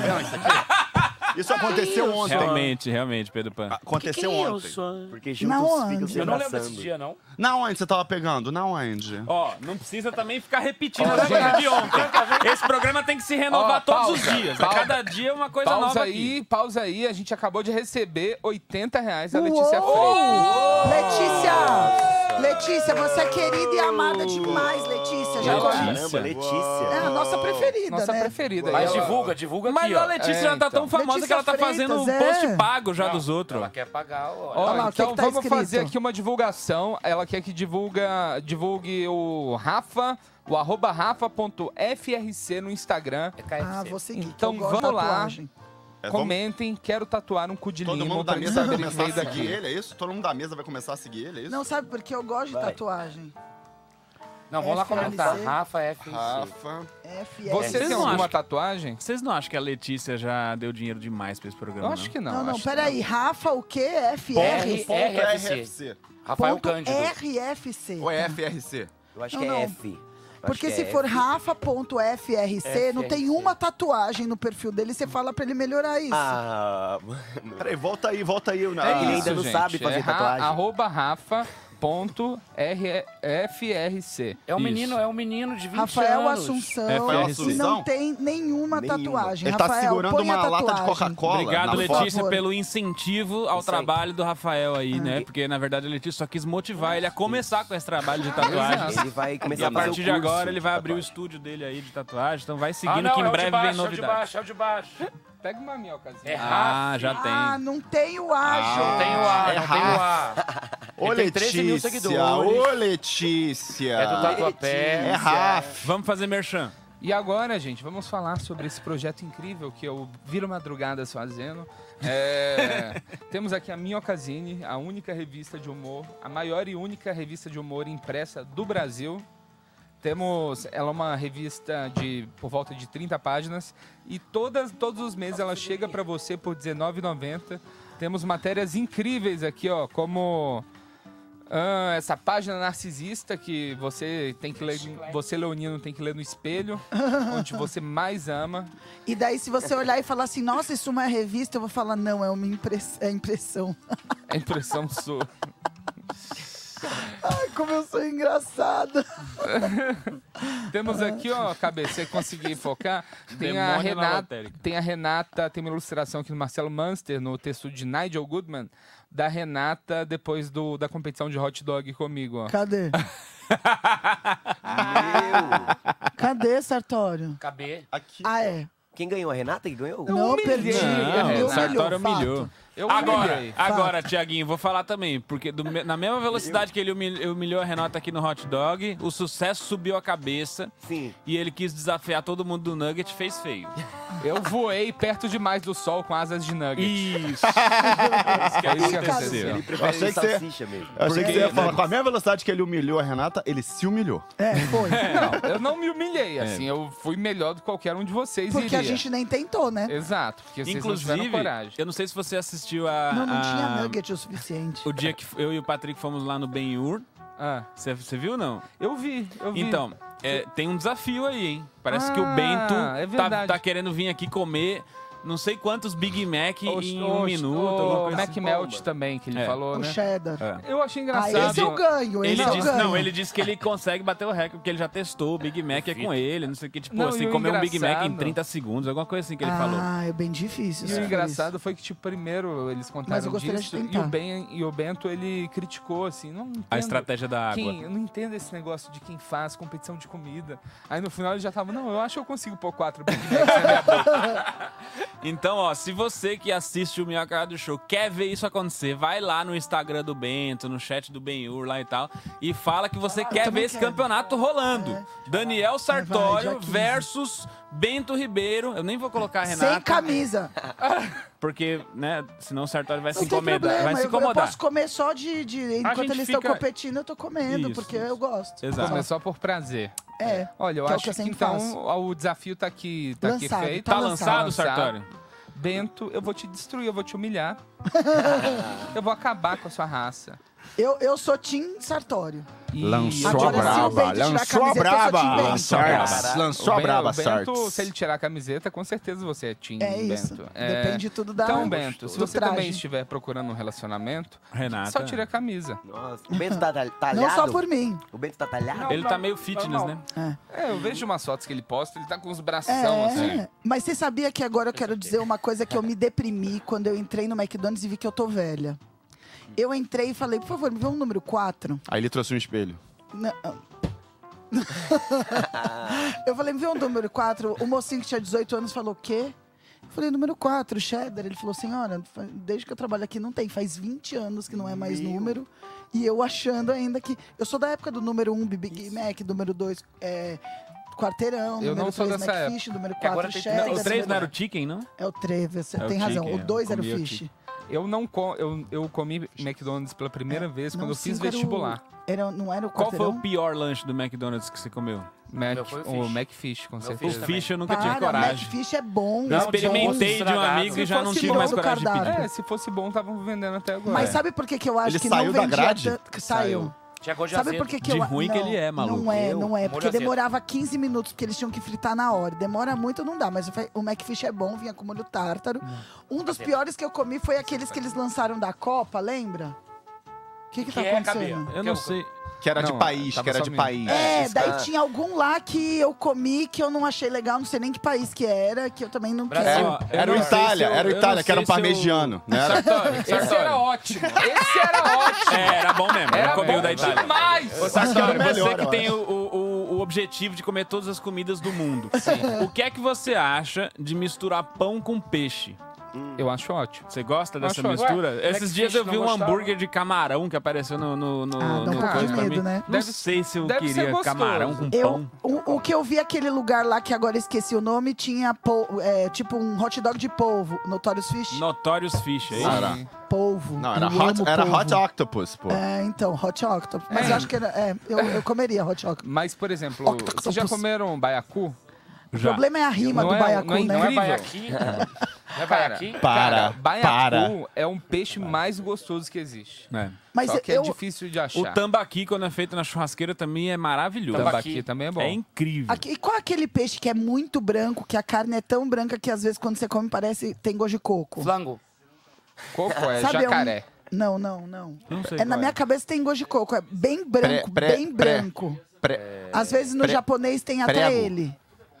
vendo isso aqui? [LAUGHS] Isso aconteceu ontem. Ah, Realmente, realmente, Pedro Pan. Aconteceu Quem eu ontem. sou? Porque é Na juntos onde? ficam se Eu não lembro desse abraçando. dia, não. Na onde você tava pegando? Na onde? Ó, não precisa também ficar repetindo as coisas de ontem. Esse programa tem que se renovar Ó, todos pausa, os dias. pausa. a cada dia é uma coisa Pausa nova aí, aqui. pausa aí. A gente acabou de receber 80 reais da Letícia Freitas. Uou! Letícia! Letícia, você é querida e amada demais, Letícia. Já Letícia. conhece. Caramba, É Letícia. a nossa preferida, Nossa né? preferida. Mas E ela- divulga, divulga aqui, Mas ó. a Letícia É, já tá então. tão famosa Letícia que ela tá Freitas, fazendo um é. post pago já dos outros. Ela quer pagar, ó. Ó, lá, o que então que tá vamos escrito? fazer aqui uma divulgação. Ela quer que divulga, divulgue o Rafa, o arroba rafa.frc no Instagram. É KFC. Ah, vou seguir. que Então eu gosto vamos da lá. tatuagem. É, vamos- Comentem, quero tatuar um cu de Todo limo mundo da pra mesa vai saber que começar a veio seguir daqui. ele, é isso? Todo mundo da mesa vai começar a seguir ele, é isso? Não sabe por que eu gosto de Vai. tatuagem. Não, vamos lá comentar. FLC. Rafa é FLC. Rafa. F Você Vocês tem não alguma acham- tatuagem? Vocês não acham que a Letícia já deu dinheiro demais pra esse programa? Eu acho que não. Não, não, acho peraí. Rafa, o quê? R- FR? Ponto É RFC. Rafael Ponto Cândido. RFC. Ou é FRC? Eu acho Não, que é não. F. Eu acho Porque que se é for F. Rafa.frc, não tem FRC. uma tatuagem no perfil dele. Você fala pra ele melhorar isso. Ah, mano. [LAUGHS] Peraí, volta aí, volta aí. na- É que ele ainda não sabe fazer é ra- tatuagem. Arroba Rafa. Ponto R- FRC. É um Isso. É. menino, é um menino de 20 Rafael anos. Assunção, Rafael que não Assunção? tem nenhuma, Nenhuma. tatuagem. Ele tá Rafael, segurando põe a uma lata de [LAUGHS] tatuagem. Coca-Cola. Obrigado, na Letícia, foto. pelo incentivo ao aí. trabalho do Rafael aí, né? Porque, na verdade, a Letícia só quis motivar ele a começar com esse trabalho de tatuagem. Exato. Ele vai E começar a fazer o partir de curso agora ele vai de abrir o tatuagem. estúdio dele aí de tatuagem. Então vai Ah, seguindo não, que em é o de breve vem baixo, é o de novidade. baixo, é o de baixo. Pega uma minhocazinha. É Ah, Ah, já Ah, tem. não tem o A, Não gente. tem o A, é não tem o A. Ô, Ele tem 13 mil Letícia, seguidores. ô, Letícia. É do Tatuapé. É Rafa. Vamos fazer merchan. E agora, gente, vamos falar sobre esse projeto incrível que eu viro madrugadas fazendo. [LAUGHS] É, temos aqui a Minhocazine, a única revista de humor, a maior e única revista de humor impressa do Brasil. Temos, ela é uma revista de por volta de 30 páginas e todas, todos os meses ela chega para você por R$19,90. Temos matérias incríveis aqui, ó, como Ah, essa página narcisista que você tem que ler, você leonino tem que ler no espelho, onde você mais ama. E daí, se você olhar e falar assim, nossa, isso é uma revista, eu vou falar, não, é uma impress- é impressão. [LAUGHS] A impressão sua. Ai, como eu sou [LAUGHS] engraçada. [LAUGHS] Temos aqui, ó, cabeça, você conseguir focar. Tem a, Demônio na Renata, lotérica. tem a Renata, tem uma ilustração aqui do Marcelo Munster, no texto de Nigel Goodman, da Renata depois do, da competição de hot dog comigo, ó. Cadê? Meu! Cadê, Sartório? Cabê. Aqui. Ah, é. Quem ganhou? A Renata que ganhou? Não, humilhei, perdi. né? Me Não, humilhou, o Sartori fato. humilhou. Eu Agora, humilhei. agora, Tiaguinho, vou falar também, porque do me- na mesma velocidade que ele humil- humilhou a Renata aqui no hot dog, o sucesso subiu a cabeça Sim. e ele quis desafiar todo mundo do Nugget, fez feio. Eu voei perto demais do sol com asas de nugget. [LAUGHS] Isso. Isso que é Foi [LAUGHS] isso que aconteceu. aconteceu. Prefere achei que você- salsicha mesmo. Eu achei que Porque- é você ia falar, com a mesma velocidade que ele humilhou a Renata, ele se humilhou. É, foi. Não, eu não me É. humilhei, assim, eu fui melhor do que qualquer um de vocês Porque iria. a gente nem tentou, né? Exato, porque vocês não Inclusive, tiveram coragem. eu não sei se você assistiu a, Não, não a- tinha nugget o suficiente. o dia que eu e o Patrick fomos lá no Ben Hur. Ah, Você você viu não? eu vi, eu vi. Então, é, tem um desafio aí, hein? Parece Ah, que o Bento é tá, verdade. tá querendo vir aqui comer não sei quantos Big Mac Oxe, em um oxe, minuto. alguma O coisa Mac assim. Melt também, que ele É. falou, O né? cheddar. É. Eu Ah, achei engraçado. esse eu ganho, esse Ele eu disse, ganho. não, ele disse que ele consegue bater o recorde, porque ele já testou o Big Mac é com ele, não sei o que. Tipo, Não, e assim, o comer um Big Mac em engraçado- 30 segundos, alguma coisa assim que ele falou. Ah, é bem difícil. E isso. o engraçado foi que, tipo, primeiro eles Mas eu contaram gostaria de disso e tentar. o, ben, e o Bento, ele criticou, assim, não entendo. A estratégia da água. Quem, eu não entendo esse negócio de quem faz competição de comida. Aí no final ele já tava, não, eu acho que eu consigo pôr quatro Big Macs na minha boca. Então, ó, se você que assiste o Minhoca do Show quer ver isso acontecer, vai lá no Instagram do Bento, no chat do Benhur lá e tal, e fala que você quer ver Ah, também esse quero. É. campeonato rolando. Daniel Vai, Sartório dia 15. versus Bento Ribeiro. Eu nem vou colocar a Renata, Sem camisa. porque, né, senão o Sartório vai Não se tem incomodar. problema. vai se eu, eu incomodar. posso comer só de. de- gente enquanto eles estão fica- competindo, eu tô comendo, Isso, porque isso. eu gosto. [LAUGHS] Exato. Mas só por prazer. É. Olha, eu Que é o acho que que, eu sempre então faço. ó, o desafio tá aqui, tá aqui Lançado, feito. tá Tá lançado, lançado. Sartório? Bento, eu vou te destruir, eu vou [LAUGHS] te humilhar. É. eu vou acabar com a sua raça. Eu, eu sou Tim Sartório. E Lançou Agora, a se o braba, Bento tirar a lançou a camiseta, eu sou braba, de Bento. lançou a braba, lançou O a Ben- braba, o Bento, Sartes. se ele tirar a camiseta, com certeza você é Tim É isso. Bento. É. Depende tudo da. Então, Bento, se do você traje. também estiver procurando um relacionamento, Renata. só tira a camisa. Nossa, o Bento tá tal- talhado? [LAUGHS] Não só por mim. O Bento tá talhado? Ele tá meio fitness, né? É, eu vejo umas fotos que ele posta, ele tá com os bração assim. É, mas você sabia que agora eu quero dizer uma coisa que eu me deprimi quando eu entrei no McDonald's e vi que eu tô velha. Eu entrei e falei, por favor, me vê um número 4. Aí ele trouxe um espelho. [LAUGHS] Eu falei, me vê um número 4. O mocinho que tinha 18 anos falou, o quê? Eu falei, número 4, cheddar. Ele falou, senhora, fa- desde que eu trabalho aqui não tem. Faz 20 anos que não é mais número. E eu achando ainda que... Eu sou da época do número 1, Big Mac, número 2, é, Quarteirão. Eu número não sou 3, dessa época. É, McFish, número agora 4, tem- cheddar. Não, o 3 número- não era o chicken, não? É o Trevi, você É o tem razão. O chicken, é. 2 era o Comia o Fish. chicken. Eu não com, eu, eu comi McDonald's pela primeira É, vez Não, quando o eu fiz cinco era o- vestibular. Era, um, não era o Qual foi quarteirão? o pior lanche do McDonald's que você comeu? Mac, Meu foi o o Fish. McFish, com O certeza. Fish também. fish eu nunca tive Para, coragem. Macfish é bom. Eu é experimentei de um estragado. amigo e Se já não fosse tive mais bom do coragem de cardápio. pedir. É, se fosse bom, estavam vendendo até bom. agora. Mas sabe por que, que eu acho Ele que saiu não da vendia grade? tanto? que Saiu. Chegou de Sabe azedo. por que, que De eu... ruim não, que ele é, maluco. Não é, não é. Molho Porque azedo. demorava 15 minutos, porque eles tinham que fritar na hora. Demora muito, não dá. Mas o fe- o Macfish é bom, vinha com molho tártaro. Um dos piores que eu comi foi aqueles que eles lançaram da Copa, lembra? O que que tá Que é, acontecendo? Gabi? Eu não sei. Que era Não, de país, tava que era só de minha. país. É, esse daí cara- tinha algum lá que eu comi que eu não achei legal, não sei nem que país que era, que eu também não Brasil. quero. Ó, eu Era o não sei Itália, se eu- era o eu não Itália, que era um sei se eu- parmegiano, né? Era- Sartori, Esse era Sartori. [LAUGHS] ótimo! Esse era ótimo! É, era bom mesmo. Era eu comi bom o da Itália. demais! Ô, Sartori, Era melhor, você que eu tem o, o- o- o objetivo de comer todas as comidas do mundo. O que é que você acha de misturar pão com peixe? Eu acho ótimo. Você gosta dessa Acho- mistura? Ué, Esses Mac dias eu Fish vi não um gostava? hambúrguer de camarão que apareceu no... no, no Ah, dá um no pouco de coisa pra medo, mim. né? Não Deve- sei se eu deve ser queria gostoso. camarão com Eu, pão. o, o que eu vi aquele lugar lá que agora esqueci o nome tinha po- é, tipo um hot dog de polvo, Notorious Fish, Notórios Fish, é isso? Era. polvo. Não, era Eu hot, amo era polvo. hot octopus, pô. É, então, hot octopus. Mas eu acho que era, é, eu, eu comeria hot octopus. Mas, por exemplo, Octopus. vocês já comeram baiacu? O problema é a rima Não do é- baiacu, não é [LAUGHS] né? Não é Incrível. baiaqui. Vai Cara, aqui? Cara, Para, baiacu é um peixe mais gostoso que existe. É. Mas Só que eu, é difícil de achar. O tambaqui, quando é feito na churrasqueira, também é maravilhoso. Tambaqui também é bom. É incrível. Aqui- e qual é aquele peixe que é muito branco, que a carne é tão branca que às vezes quando você come parece tem gosto de coco? Flango. Coco é Sabe, é um- jacaré. Não, não, não. Não sei É, na qual minha cabeça tem gosto de coco. É bem branco, pré- bem pré- branco. Pre- É. Às vezes no Pre- japonês tem até prego. ele.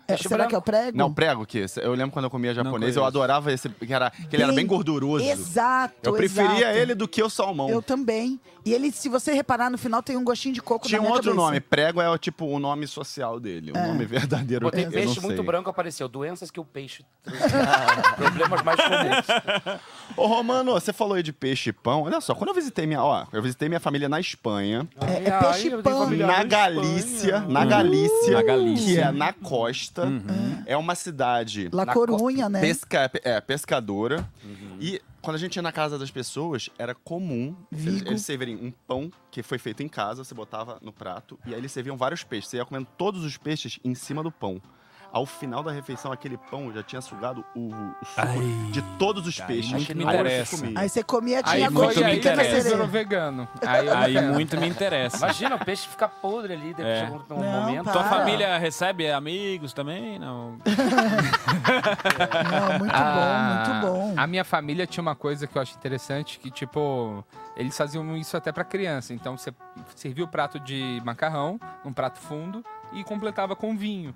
É, será que é o prego? Não, prego que esse- Eu lembro quando eu comia japonês, eu conheço. adorava esse, que, era, que ele era bem gorduroso. Exato. eu preferia exato. ele do que o salmão. Eu também. E ele, se você reparar, no final tem um gostinho de coco Tinha na um minha outro cabeça. É. nome. Prego é tipo o nome social dele. O nome verdadeiro. Botei eu peixe não muito sei. branco, apareceu. Doenças que o peixe transmite. Problemas mais comuns. Ô, Romano, você falou aí de peixe e pão. Olha só, quando eu visitei minha. Ó, eu visitei minha família na Espanha. É, é peixe pão. na Galícia, na Galícia, Uhum. Na Galícia. Uhum. que é na costa, é uma cidade La Corunha, né? pesca, é, pescadora. Uhum. E quando a gente ia na casa das pessoas, era comum eles, Vigo. eles servirem um pão que foi feito em casa, você botava no prato, e aí eles serviam vários peixes. Você ia comendo todos os peixes em cima do pão. Ao final da refeição, aquele pão já tinha sugado o, o suco Ai. de todos tá. os peixes. muito me Aí você interessa. comia. Aí você comia, Aí tinha muito gosto de me pequena interessa. virou sereia. vegano. Aí, eu Aí entendo. muito me interessa. Imagina, o peixe fica podre ali depois É. de um um Não, momento. Tua para. família recebe amigos também? Não. Não, muito Ah, bom, muito bom. A minha família tinha uma coisa que eu acho interessante, que tipo, eles faziam isso até pra criança. Então você servia o prato de macarrão, um prato fundo, e completava com vinho.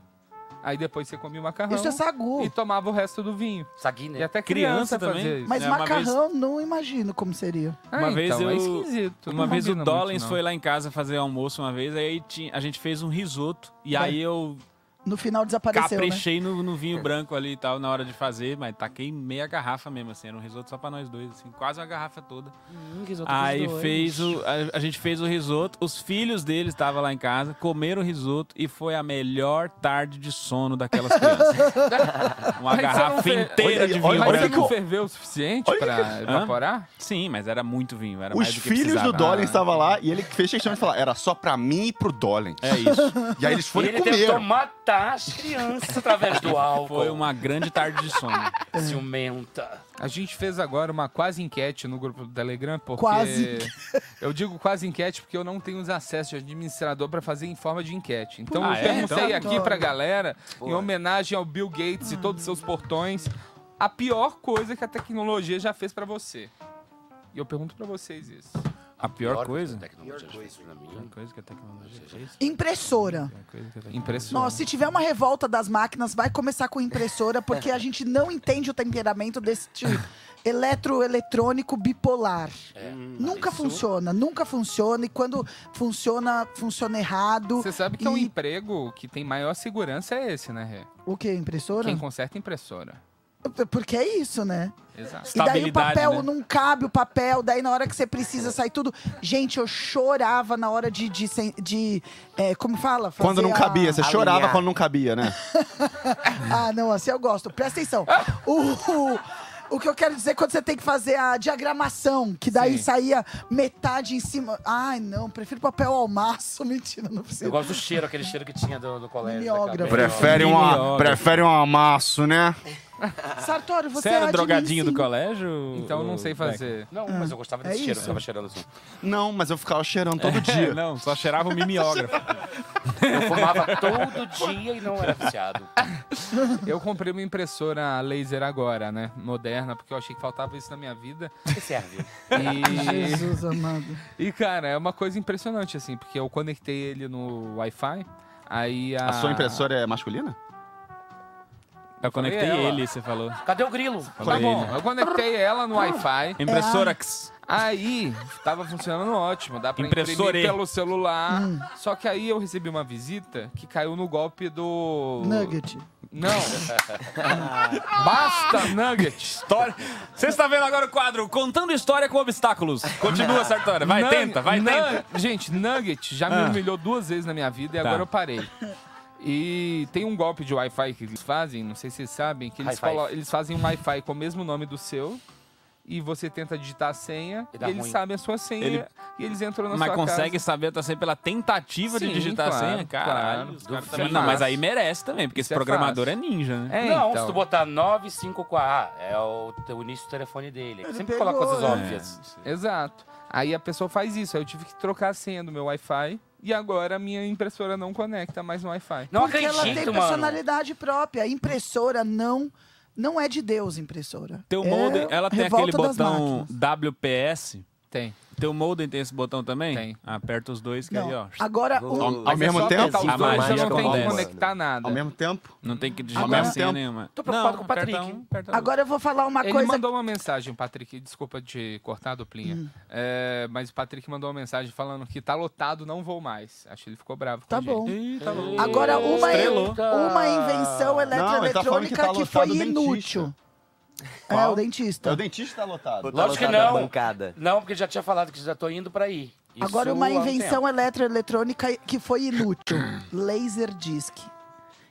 Aí depois você comia o macarrão Isso é sagu. e tomava o resto do vinho. Sagui, E né? até Criança criança, também. fazia isso. Mas É, uma macarrão, não imagino como seria. Ah, Uma vez então, é eu- esquisito. Uma não vez o combina muito, Dollins não. foi lá em casa fazer almoço uma vez, aí tinha- a gente fez um risoto. E Vai. aí eu No final desapareceu, É. né? caprichei no, no vinho branco ali e tal, na hora de fazer, mas taquei meia garrafa mesmo, assim, era um risoto só pra nós dois, assim, quase uma garrafa toda. Hum, risoto com os Aí dois. fez o. A, a gente fez o risoto, os filhos deles estavam lá em casa, comeram o risoto e foi a melhor tarde de sono daquelas [LAUGHS] crianças. uma Mas você não garrafa fez- inteira de vinho olha- Mas olha você branco. não ferveu o suficiente pra evaporar? Sim, mas era muito vinho, era Os mais do que filhos do precisava. Dollen estavam lá e ele fez questão de falar, era só pra mim e pro Dollen. É isso. E aí eles E foram ele e tentou comeram. matar as crianças através [LAUGHS] do álcool. Foi uma grande tarde de sono. [LAUGHS] ciumenta. A gente fez agora uma quase enquete no grupo do Telegram, porque. Quase. [LAUGHS] Eu digo quase enquete porque eu não tenho os acessos de administrador para fazer em forma de enquete. Então Ah, eu é? perguntei Então- aqui pra galera, em Boa. homenagem ao Bill Gates e todos os seus portões, a pior coisa que a tecnologia já fez pra você. E eu pergunto pra vocês isso. A pior, coisa? que a tecnologia fez pra mim. A coisa que a tecnologia é fez? Impressora. A coisa que a tecnologia- Impressionante. Nossa, se tiver uma revolta das máquinas, vai começar com impressora, porque a gente não entende o temperamento desse [LAUGHS] tipo. Eletroeletrônico bipolar. É. Hum, nunca funciona, nunca funciona. E quando funciona, funciona errado. Você sabe que é um E- emprego que tem maior segurança é esse, né, Rê? O que? Impressora? Quem conserta impressora. Porque é isso, né? Exato. E daí o Estabilidade, papel né? não cabe o papel, daí na hora que você precisa sai tudo. Gente, eu chorava na hora de. de, sen- de, é, como fala? Fazer Quando não a- cabia, você chorava alinhar. quando não cabia, né? [LAUGHS] Ah, não, assim eu gosto. Presta atenção. O, o, o que eu quero dizer é quando você tem que fazer a diagramação, que daí Sim. saía metade em cima. Ai, não, prefiro papel ao maço. [LAUGHS] Mentira, não Eu preciso. gosto do cheiro, aquele cheiro que tinha do, do colégio. Mimeógrafo. daquela- Prefere, uma, Mimeógrafo. prefere um amasso, né? Sartório, você Você é era admin, Tipo drogadinho do sim. colégio? Então eu não ô, sei Beck? fazer. Não, mas eu gostava desse É cheiro, isso. eu ficava cheirando assim. Não, mas eu ficava cheirando todo É, dia. não, só cheirava o mimeógrafo. [LAUGHS] Eu fumava todo dia e não era viciado. Eu comprei uma impressora laser agora, né? Moderna, porque eu achei que faltava isso na minha vida. O que serve? E, [LAUGHS] Jesus amado. e, cara, é uma coisa impressionante, assim, porque eu conectei ele no Wi-Fi. Aí a. A sua impressora é masculina? Ah. Eu conectei ela. ele, você falou. Cadê o grilo? Tá Foi bom, ele. eu conectei ela no Wi-Fi. Impressora. x. Aí tava funcionando ótimo, dá pra Impressora imprimir e- pelo celular. Só que aí eu recebi uma visita que caiu no golpe do. Nugget. Não. [LAUGHS] Basta Nugget. História. Você está vendo agora o quadro Contando História com Obstáculos. Continua, Sartória. Vai, Nug- tenta, vai, nu- tenta. Gente, Nugget já me Ah. humilhou duas vezes na minha vida e Tá. agora eu parei. E tem um golpe de Wi-Fi que eles fazem, não sei se vocês sabem, que eles, Hi-Fi. colo- eles fazem um Wi-Fi com o mesmo nome do seu e você tenta digitar a senha E e, dá eles ruim. sabem a sua senha Ele- e eles entram na Mas sua consegue casa. saber também pela tentativa de Sim, digitar claro, a senha? Caralho. claro. os caras Duvido. também- Não, mas aí merece também, porque Isso esse é programador é fácil. ninja, né? É, não, então. se tu botar 954, ah, é o, teu- o início do telefone dele. Ele Sempre pegou, coloca coisas né? óbvias. Exato. Aí a pessoa faz isso. Aí eu tive que trocar a senha do meu Wi-Fi e agora a minha impressora não conecta mais no Wi-Fi. Não Porque acredito, ela tem mano. personalidade própria. Impressora não não é de Deus, impressora. Teu É modem, ela tem revolta aquele das botão máquinas. WPS. Tem. Teu modem tem esse botão também? Tem. Aperta os dois que Não. aí, ó. Agora, Vou- um, Ao, ao Mas é mesmo só tempo, apertar os a dois, mágica você não tem que acontece. conectar nada. ao mesmo tempo, Não tem que digitar Agora- senha nenhuma. Tô preocupado com o aperta Patrick. um, aperta outro. agora eu vou falar uma Ele coisa. mandou uma mensagem, Patrick. Desculpa te cortar, duplinha. Hum. É, mas o Patrick mandou uma mensagem falando que tá lotado, não vou mais. Acho que ele ficou bravo. com Tá a gente. É. bom. Ih, tá louco. Agora, uma, Estrelou. uma invenção ele tá falando que eletroeletrônica tá que, lotado foi o dentista. inútil. É, Qual? o dentista. o dentista tá lotado. Botar Lógico que lotada não. a Bancada. Não, porque já tinha falado que já tô indo pra aí. Isso Agora, uma há um invenção tempo. eletroeletrônica que foi inútil. [CLEARS THROAT] Laser disc.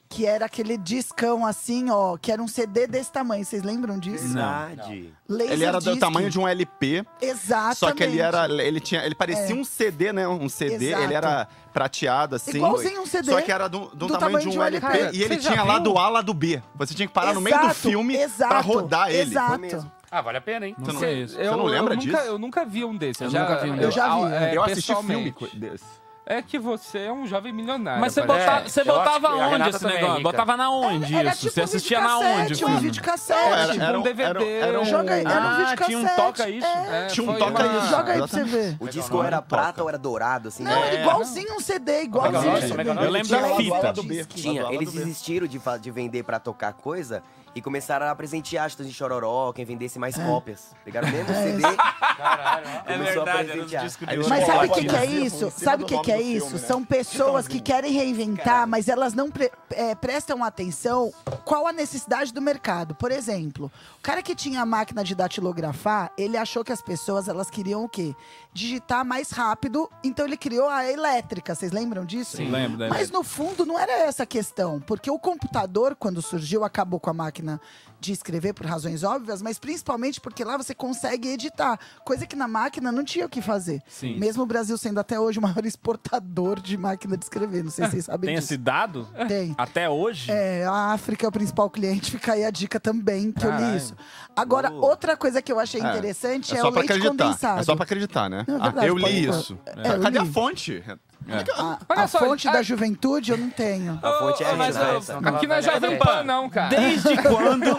Que era aquele discão assim, ó, que era um CD desse tamanho. Vocês lembram disso? Verdade. Laser Ele era do disc. tamanho de um LP, Exatamente. É. só que ele era, ele tinha, ele parecia um CD, né? Um CD, Exato. ele era prateado assim. Igualzinho um CD. Só que era do, do do tamanho, de um LP Cara, e ele você já tinha lá viu? do A, lá do B. Você tinha que parar no meio do Exato, filme exato, pra rodar ele. Exato. mesmo. Ah, vale a pena, hein? Não sei isso. Você não lembra eu disso? Nunca, eu nunca vi um desses. Eu nunca vi um Eu já vi. é, eu assisti o filme pessoalmente. desse. É que você é um jovem milionário. Mas você parece. botava, É, você eu acho botava que a onde Renata esse também é negócio? rica. botava na onde Era isso? tipo Você um assistia na onde? videocassete, Um filho? videocassete. Era- era um- DVD. era um- Joga aí, era um Ah, videocassete. tinha um toca isso. É. Tinha um foi toca uma- isso. Joga aí pra você ver. O disco ou era prata ou era dourado, assim. Não, né? era igualzinho um CD, é igualzinho. um Megaloid, Megaloid. Eu lembro Tinha da lá do A, lá fita. do B. Lá Tinha, do A, lá eles do B. desistiram de, fa- de vender pra tocar coisa e começaram a presentear as de chororó, quem vendesse mais É. cópias. Pegaram o mesmo CD, Caralho, ó. começou a presentear. Aí eles Mas sabe o que, colocavam que é em cima isso? do Sabe o que, nome que é do filme, isso? né? São pessoas que querem reinventar, mas elas não pre- eh, prestam atenção qual a necessidade do mercado. Por exemplo, o cara que tinha a máquina de datilografar, ele achou que as pessoas elas queriam o quê? Digitar mais rápido, então ele criou a elétrica. Vocês lembram disso? Sim, lembro, lembro. Mas no fundo não era essa a questão, porque o computador quando surgiu acabou com a máquina de escrever por razões óbvias, mas principalmente porque lá você consegue editar, coisa que na máquina não tinha o que fazer. Sim. Mesmo o Brasil sendo até hoje o maior [LAUGHS] exportador de máquina de escrever, não sei se vocês sabem Tem disso. esse dado? Tem. Até hoje? É, a África é o principal cliente, [LAUGHS] fica aí a dica também, que eu Caralho. li isso. Agora, outra coisa que eu achei interessante é, só o pra leite acreditar. condensado. É só pra acreditar, né? Não, é verdade, Ah, eu pode li pôr. isso. É, eu Cadê a li. É. fonte? A, Olha a só, fonte a- da juventude eu não tenho. A fonte é a mas, original. ô, essa. Aqui não é Jovem Pan, não, cara. Desde quando?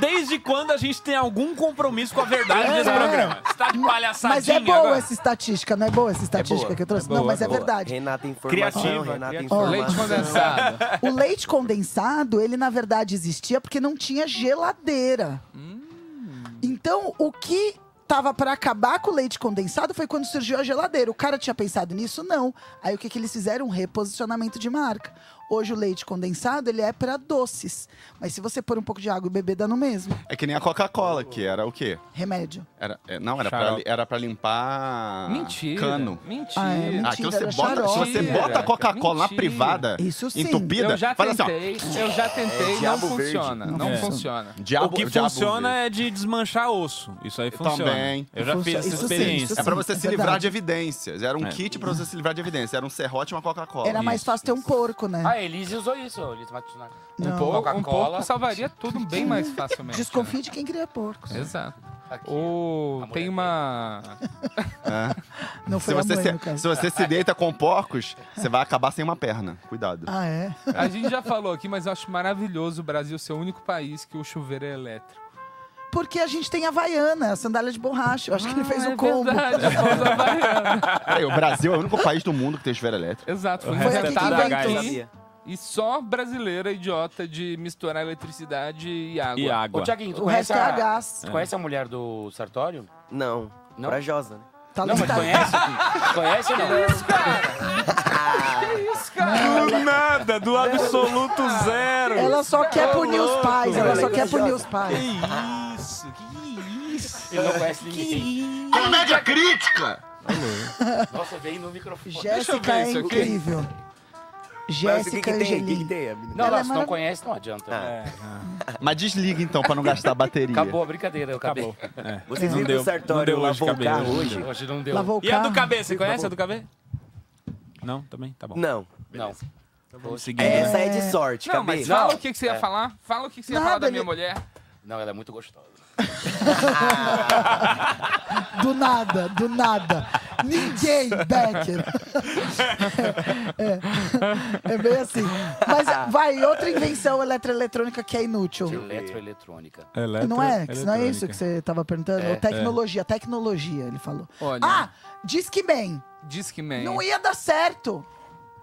Desde quando a gente tem algum compromisso com a verdade nesse É. programa? Você tá de palhaçadinha Mas é boa agora? essa estatística, não é boa essa estatística boa, que eu trouxe? é boa, não, mas é, Boa. [LAUGHS] verdade. Renata Informação, Criativa, Renata criativa. Informação. Leite condensado. O leite condensado, ele na verdade existia porque não tinha geladeira. Hum. Então, o que tava para acabar com o leite condensado foi quando surgiu a geladeira. O cara tinha pensado nisso? Não. Aí o que, que eles fizeram? Um reposicionamento de marca. Hoje o leite condensado, ele é para doces. Mas se você pôr um pouco de água e beber, dá no mesmo. É que nem a Coca-Cola, que era o quê? Remédio. Era, é, não, era pra, Xarope. era pra limpar Mentira. cano. Mentira. Ah, é, Ah, mentira. aquilo você era bota, se xarope. você bota a Coca-Cola na Mentira. privada, Isso sim. entupida, Eu já faz assim, ó. tentei, eu já É, tentei, não diabo verde. funciona. Não Não funciona. funciona. Diabo, o que diabo funciona verde. é de desmanchar osso. Isso aí funciona. Também. Eu já Funciona. fiz essa Isso sim, experiência. É. isso É pra você É se livrar verdade. de evidências. Era um kit pra você se livrar de evidências. Era um serrote e uma Coca-Cola. Era mais fácil ter um porco, né? Ah, a Elise usou isso, Elise Matsunaga. Um Não. pouco, um Coca-Cola. pouco salvaria tudo bem mais facilmente. Desconfie de quem cria porcos. né? Exato. Aqui. Ou A mulher tem uma. Não Se foi a você mãe, no se, caso. se você se deita com porcos, você vai acabar sem uma perna. Cuidado. Ah, é? A gente já falou aqui, mas eu acho maravilhoso o Brasil ser o único país que o chuveiro é elétrico. Porque a gente tem Havaiana, sandália de borracha. Eu acho que ele fez Ah, o é combo. verdade, eu posso avaliar. Cara, o Brasil é o único país do mundo que tem chuveiro elétrico. Exato, foi um O resto é inventado tudo gás. aqui. E só brasileira idiota de misturar eletricidade e água. E Ô, água. Tiaguinho, tu O resto conhece é a a... gás. Tu conhece a mulher do Sartório? Não, Não? corajosa, né? Tá Não, mas lotado. conhece? Tu conhece ou não? Ah, Que isso, cara? Do nada, do É absoluto zero. Ela só quer punir os pais, ela só velho. quer punir os pais. Que isso, que isso. Ele não conhece ninguém. Comédia crítica! Nossa, vem no microfone. Jéssica ver é isso aqui. incrível. Mas o que que Jéssica é tem? O que que Angelim. tem, Não, Ela é não, se não maravilhosa. conhece, não adianta. Ah. Mas desliga então, pra não gastar a bateria. É. Acabou a brincadeira, eu acabei. Vocês Não viram que deu. o Sartório Não deu hoje lavou o cabelo, carro não hoje? Hoje não deu. Lavou o E a do carro. KB, você conhece a do KB? Não, também? Tá bom. Não. Não. Vamos seguir. Essa é de sorte, Não, cabelo. mas fala o que, que você ia falar. Fala o que, que você ia Nada, falar da minha ele- mulher. Não, ela é muito gostosa. Do nada, do nada. Ninguém, Becker. É, é bem assim. Mas vai, outra invenção eletroeletrônica que é inútil. Eletroeletrônica. Não é? Que Não é isso que você estava perguntando? É, Ou tecnologia, tecnologia, ele falou. Olha. Ah, Disque Man. Diz que man. Não ia dar certo.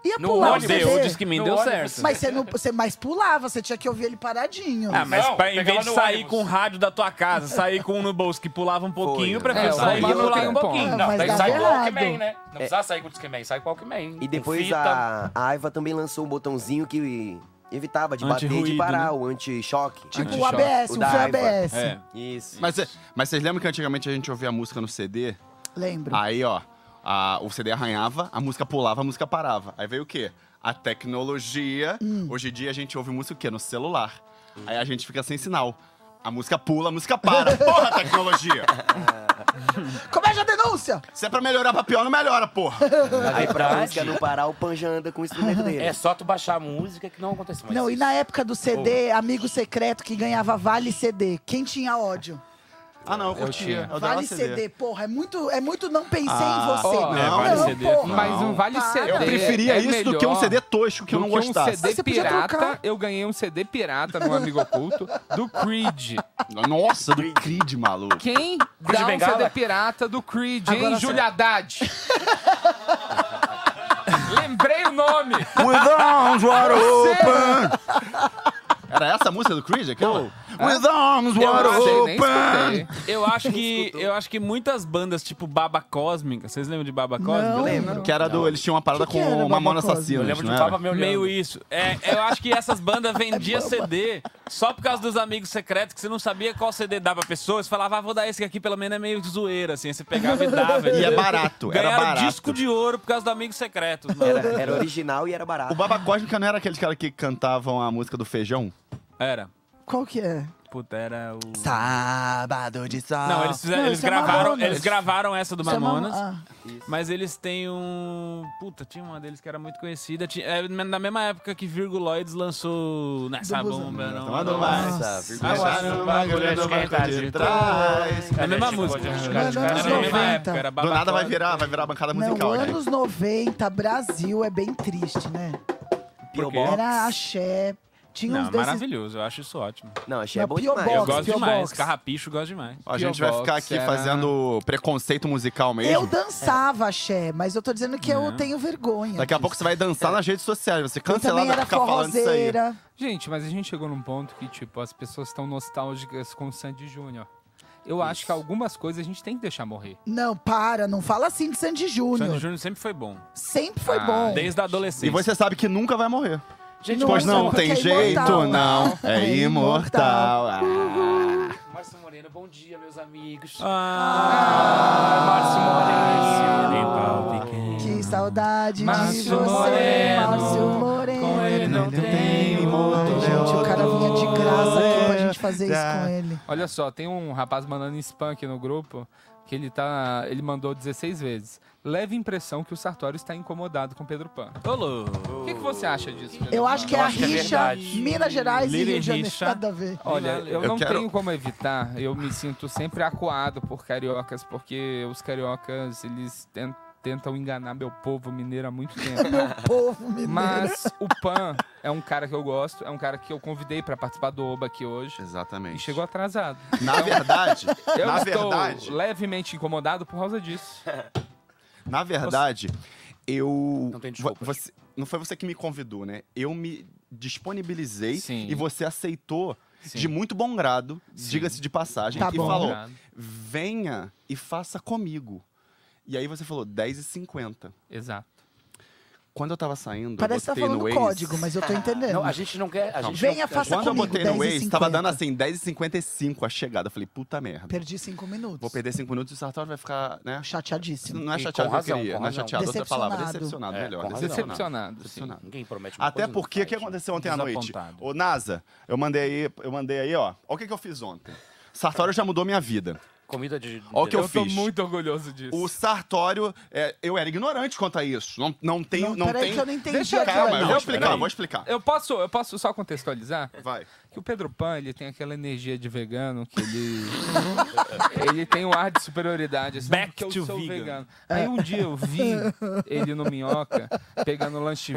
Ia No pular o ônibus, Deu, CD. diz que me No deu ônibus. certo. Mas você, não, você mais pulava, você tinha que ouvir ele paradinho. Ah, mas Não, pra, em pegava vez de no sair ônibus. com o rádio da tua casa, sair com um no bolso que pulava um pouquinho, Foi, né? prefiro É, o sair e Romário pular tem um um pouquinho. ponto. Não, mas Daí dá sai com o errado. Walkman, né? Não precisa sair com o Discman, sai com o Walkman. E depois com fita. a, a Aiva também lançou um botãozinho que evitava de bater e Anti-ruído, de parar, né? o anti-choque. Tipo o Anti-choque. ABS, O um da fio Aiva. ABS. É. Isso. Mas, cê- mas vocês lembram que antigamente a gente ouvia a música no CD? Lembro. Aí, ó, a- o CD arranhava, a música pulava, a música parava. Aí veio o quê? A tecnologia. Hoje em dia a gente ouve música o quê? No celular. Aí a gente fica sem sinal. A música pula, a música para. Porra, tecnologia! Começa a denúncia! Se é pra melhorar pra pior, não melhora, [LAUGHS] porra. Aí pra verdade- música não parar, o Panja anda com o instrumento dele. É só tu baixar a música que não acontece mais. Não, e isso. na época do CD, amigo secreto que ganhava vale CD. Quem tinha ódio? Ah, não, eu curtia. tinha. Eu dava Vale CD. porra, é muito, é muito não pensei Ah, em você. ó, é, vale CD, porra. Mas um vale Para. CD. Eu preferia é isso do que um melhor CD tosco que eu do não um gostasse. CD Você podia pirata, trocar. eu ganhei um CD pirata no Amigo Oculto do Creed. Nossa, do Creed, um maluco. Quem dá um Bengala? CD pirata do Creed, Agora hein, você- Julia Haddad? Lembrei o nome! With arms wide Você- Era essa a música do Creed, aquela? É. With arms Eu wide não sei, nem open! escutei. Eu [LAUGHS] acho que eu acho que muitas bandas tipo Baba Cósmica, vocês lembram de Baba Cósmica? Não. Lembro. Que era do. Eles tinham uma parada Que que era, com o Mamona Babacosa? Assassino. Eu lembro de não um era? Papa me olhando. Meio isso. É, eu acho que [LAUGHS] essas bandas É vendiam CD só por causa dos amigos secretos, que você não sabia qual CD dava pra pessoa. Você falava, ah, vou dar esse aqui, pelo menos é meio zoeira, assim. Aí Você pegava e dava. E é entendeu? barato, era Ganharam barato. disco de ouro por causa dos amigos secretos, mano. Era, era original e era barato. O Baba Cósmica não era aquele cara que cantavam a música do feijão? Era. Qual que é? Puta, era o. Sábado de sol. Não, eles fizeram. Não, eles, isso é gravaram, Mamonas. eles gravaram essa do Mamonas. Ah, Mas eles têm um. Puta, tinha uma deles que era muito conhecida. Tinha- é, na mesma época que Virguloids lançou. Nessa Busão. bomba, não. Tomando não- mais. Agora, bagulho de quem tá de trás. É a mesma Gente, música. pode né? Era ficar de na Anos cara. mesma 90. época, era Do nada vai Babacoa. virar, vai virar a bancada não, musical. gente. Ah, anos 90, Brasil é bem triste, né? Piobox. Era axé, tinha Não, uns desses... maravilhoso, eu acho isso ótimo. Não, achei Não, bom Pio demais. Box, Eu gosto Pio demais, Box. carrapicho eu gosto demais. Ó, A gente vai Box ficar aqui era- fazendo preconceito musical Eu mesmo. dançava axé, mas eu tô dizendo que É. eu tenho vergonha. Daqui a pouco você vai dançar nas redes sociais, você Eu também cancelado por era ficar falando isso aí. forrozeira. Gente, mas a gente chegou num ponto que, tipo, as pessoas estão nostálgicas com o Sandy Júnior. Eu acho que algumas coisas a gente tem que deixar morrer. Não, para, não fala assim de Sandy Sandy Júnior. Júnior sempre foi bom. Sempre foi Ah, bom. Desde a E adolescência. você sabe que nunca vai morrer. Gente, Não, pois não, não, porque tem é jeito, imortal. [LAUGHS] não. É É imortal. imortal. Ah. Márcio Moreno, bom dia, meus amigos. Ah, Márcio Moreno. Márcio Moreno. Que saudade de Márcio você, Moreno, Márcio Moreno. com ele não tem Ai, gente, o cara vinha de graça aqui pra gente fazer isso com ele. Olha só, tem um rapaz mandando spam aqui no grupo que ele tá. Ele mandou 16 vezes. Leve a impressão que o Sartório está incomodado com Pedro Pan. Ô, louco. O que, que você acha disso, né? Pedro Eu Pan? acho que é Eu a acho que é rixa, verdade. Minas Gerais e Lili Rio de Janeiro. rixa. Nada a ver. Olha, eu, Eu não quero- tenho como evitar. Eu me sinto sempre acuado por cariocas, porque os cariocas, eles ten- tentam enganar meu povo mineiro há muito [LAUGHS] tempo. Meu povo mineiro. Mas o Pan é um cara que eu gosto, é um cara que eu convidei pra participar do Oba aqui hoje. E Exatamente. chegou atrasado. Então, Na verdade, [LAUGHS] Eu na estou verdade, levemente incomodado por causa [LAUGHS] disso. na verdade, eu Não tem vo- desculpas. você não foi você que me convidou, né? Eu me disponibilizei Sim. e você aceitou Sim. de muito bom grado, Sim. diga-se de passagem, Tá e bom. falou: Obrigado. "Venha e faça comigo". E aí você falou 10 e 50. Exato. Quando eu tava saindo, Parece que eu tá botei falando no Waze. código, mas eu tô entendendo. Não, a gente não quer. A gente Venha, não, faça Quando eu comigo, botei 10 no e Waze, tava 50. dando assim, 10h55 a chegada. Eu falei, puta merda. Perdi cinco minutos. Vou perder 5 minutos e o Sartori vai ficar, né? Chateadíssimo. Não é E chateado com que eu razão, queria. com Não é razão. chateado, outra palavra. Decepcionado. Decepcionado, É, melhor. com razão. Decepcionado, sim. Ninguém promete uma Até coisa e não porque o faz, que né? aconteceu ontem à noite? Desapontado. Ô, NASA, eu mandei aí, eu mandei aí, ó. Olha o que, que eu fiz ontem. Sartório já mudou minha vida. Comida de. Ó o que eu tô fiz. muito orgulhoso disso. O Sartório, é, eu era ignorante quanto a isso. Não, não tenho. Não, peraí tenho... que eu não entendi. Deixa eu- aquela- Calma, eu Não, vou peraí. explicar, vou explicar. Eu posso, eu posso só contextualizar? Vai. Que o Pedro Pan, ele tem aquela energia de vegano que ele. [LAUGHS] ele tem um ar de superioridade. Assim, Back porque eu to sou vegan. vegano. Aí um dia eu [LAUGHS] vi ele no minhoca pegando lanche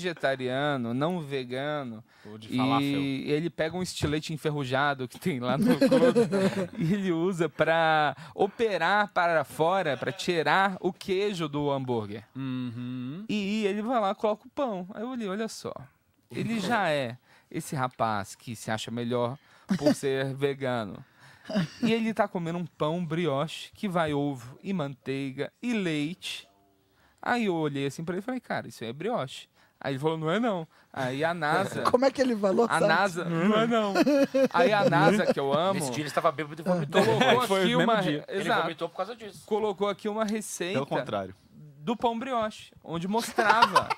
vegetariano, não vegano. Ou de falafel. E ele pega um estilete enferrujado que tem lá no clube [LAUGHS] e ele usa pra operar para fora, pra tirar o queijo do hambúrguer. E ele vai lá, coloca o pão. Aí eu olhei, olha só. Ele já é esse rapaz que se acha melhor por ser vegano. E ele tá comendo um pão brioche que vai ovo e manteiga e leite. Aí eu olhei assim pra ele e falei, cara, isso é brioche. Aí ele falou, não é não. Aí a NASA. Como é que ele falou? A sabe? NASA. Não [LAUGHS] é não. Aí a NASA, que eu amo, Nesse dia ele estava bêbado e Ah. [LAUGHS] vomitou. colocou Foi o aqui mesmo uma. dia. Ele Exato. vomitou por causa disso. Colocou aqui uma Pelo receita contrário. do pão brioche, onde mostrava.